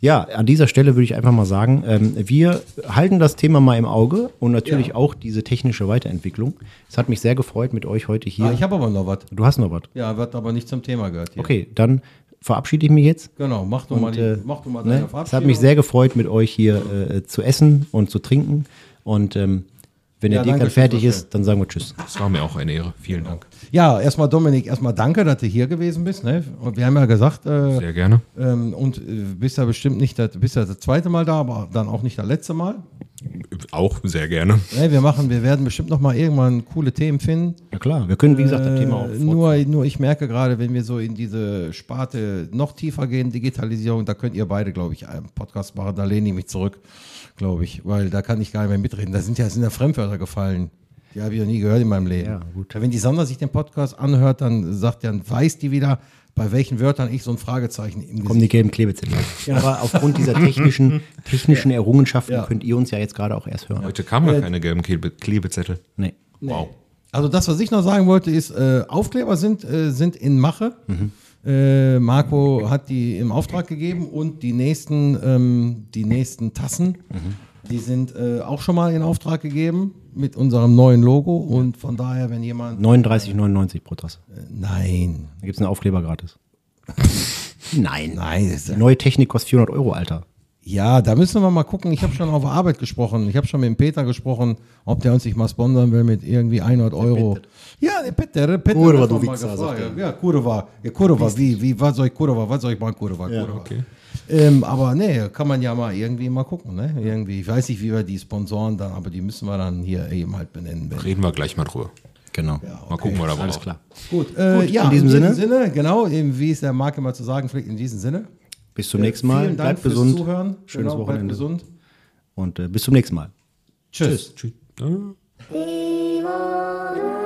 Speaker 3: Ja, an dieser Stelle würde ich einfach mal sagen, ähm, wir halten das Thema mal im Auge und natürlich auch diese technische Weiterentwicklung. Es hat mich sehr gefreut mit euch heute hier.
Speaker 2: Ah, ich habe aber noch was.
Speaker 3: du hast noch was.
Speaker 2: Ja, wird aber nicht zum Thema gehört. Hier.
Speaker 3: Okay, dann verabschiede ich mich jetzt.
Speaker 2: Genau, mach du mal,
Speaker 3: Und,
Speaker 2: die,
Speaker 3: äh,
Speaker 2: mach du mal deine
Speaker 3: ne? Es hat mich
Speaker 2: Verabschiedung.
Speaker 3: sehr gefreut, mit euch hier äh, zu essen und zu trinken. Und ähm, wenn
Speaker 2: Ja,
Speaker 3: der Dick
Speaker 2: danke
Speaker 3: dann
Speaker 2: schön,
Speaker 3: fertig
Speaker 2: Sascha.
Speaker 3: ist, dann sagen wir Tschüss.
Speaker 4: Das war mir auch eine Ehre. Vielen Dank.
Speaker 2: Ja, erstmal Dominik, erstmal danke, dass du hier gewesen bist. Ne? Und wir haben ja gesagt, äh,
Speaker 4: Sehr gerne.
Speaker 2: ähm, und äh, bist ja bestimmt nicht das, bist ja das zweite Mal da, aber dann auch nicht das letzte Mal.
Speaker 4: Auch sehr gerne.
Speaker 2: Ne, wir machen, wir werden bestimmt noch mal irgendwann coole Themen finden.
Speaker 3: Ja klar, wir können, wie gesagt, das Thema auch
Speaker 2: Äh,
Speaker 3: fort-
Speaker 2: nur, nur ich merke gerade, wenn wir so in diese Sparte noch tiefer gehen, Digitalisierung, da könnt ihr beide, glaube ich, einen Podcast machen. Da lehne ich mich zurück, glaube ich, weil da kann ich gar nicht mehr mitreden. Da sind ja, sind ja Fremdwörter gefallen. Die habe ich noch nie gehört in meinem Leben.
Speaker 3: Ja, gut.
Speaker 2: Wenn die Sandra sich den Podcast anhört, dann sagt dann weiß die wieder, bei welchen Wörtern ich so ein Fragezeichen im
Speaker 3: kommen die gelben Klebezettel. Aber aufgrund dieser technischen, technischen Errungenschaften
Speaker 2: Ja.
Speaker 3: könnt ihr uns ja jetzt gerade auch erst hören.
Speaker 4: Heute kamen ja keine gelben Klebe Klebezettel.
Speaker 3: Nee.
Speaker 4: Wow.
Speaker 2: Also das, was ich noch sagen wollte, ist, äh, Aufkleber sind, äh, sind in Mache. Äh, Marco hat die im Auftrag gegeben und die nächsten, ähm, die nächsten Tassen, die sind äh, auch schon mal in Auftrag gegeben mit unserem neuen Logo. Und von daher, wenn jemand... äh,
Speaker 3: 39,99 pro Tasse. Da
Speaker 2: Nein,
Speaker 3: gibt es einen Aufkleber gratis. Nein.
Speaker 2: nein, das ist
Speaker 3: Die neue Technik kostet 400 Euro, Alter.
Speaker 2: Ja, da müssen wir mal gucken. Ich habe schon auf Arbeit gesprochen. Ich habe schon mit dem Peter gesprochen, ob der uns nicht mal sponsern will mit irgendwie 100 Euro. Ja, der Peter, der Peter.
Speaker 3: Kurwa,
Speaker 2: hat
Speaker 3: du
Speaker 2: doch mal
Speaker 3: Wichser,
Speaker 2: gefragt.
Speaker 3: sagt
Speaker 2: Ja, Kurwa. Ja, Kurwa, wie, wie, was soll ich Kurwa, was soll ich machen, Kurwa, Kurwa.
Speaker 4: okay.
Speaker 2: Ähm, aber nee, kann man ja mal irgendwie mal gucken, ne? Irgendwie, ich weiß nicht, wie wir die Sponsoren dann, aber die müssen wir dann hier eben halt benennen. wenn-
Speaker 4: Reden wir gleich mal drüber.
Speaker 3: Genau.
Speaker 4: Mal gucken, was da
Speaker 3: Alles
Speaker 4: braucht.
Speaker 3: klar.
Speaker 2: Gut, äh, ja,
Speaker 3: in diesem Sinne.
Speaker 2: genau, eben, wie es der Marc immer zu sagen pflegt, in diesem Sinne.
Speaker 3: Bis zum nächsten Mal.
Speaker 2: Vielen Dank
Speaker 3: Bleibt
Speaker 2: fürs
Speaker 3: gesund.
Speaker 2: Zuhören.
Speaker 3: Schönes
Speaker 2: genau,
Speaker 3: Wochenende.
Speaker 2: Bleibt gesund.
Speaker 3: Und äh, bis zum nächsten Mal.
Speaker 4: Ah.
Speaker 2: Tschüss.
Speaker 4: Tschüss. Äh.
Speaker 5: Demon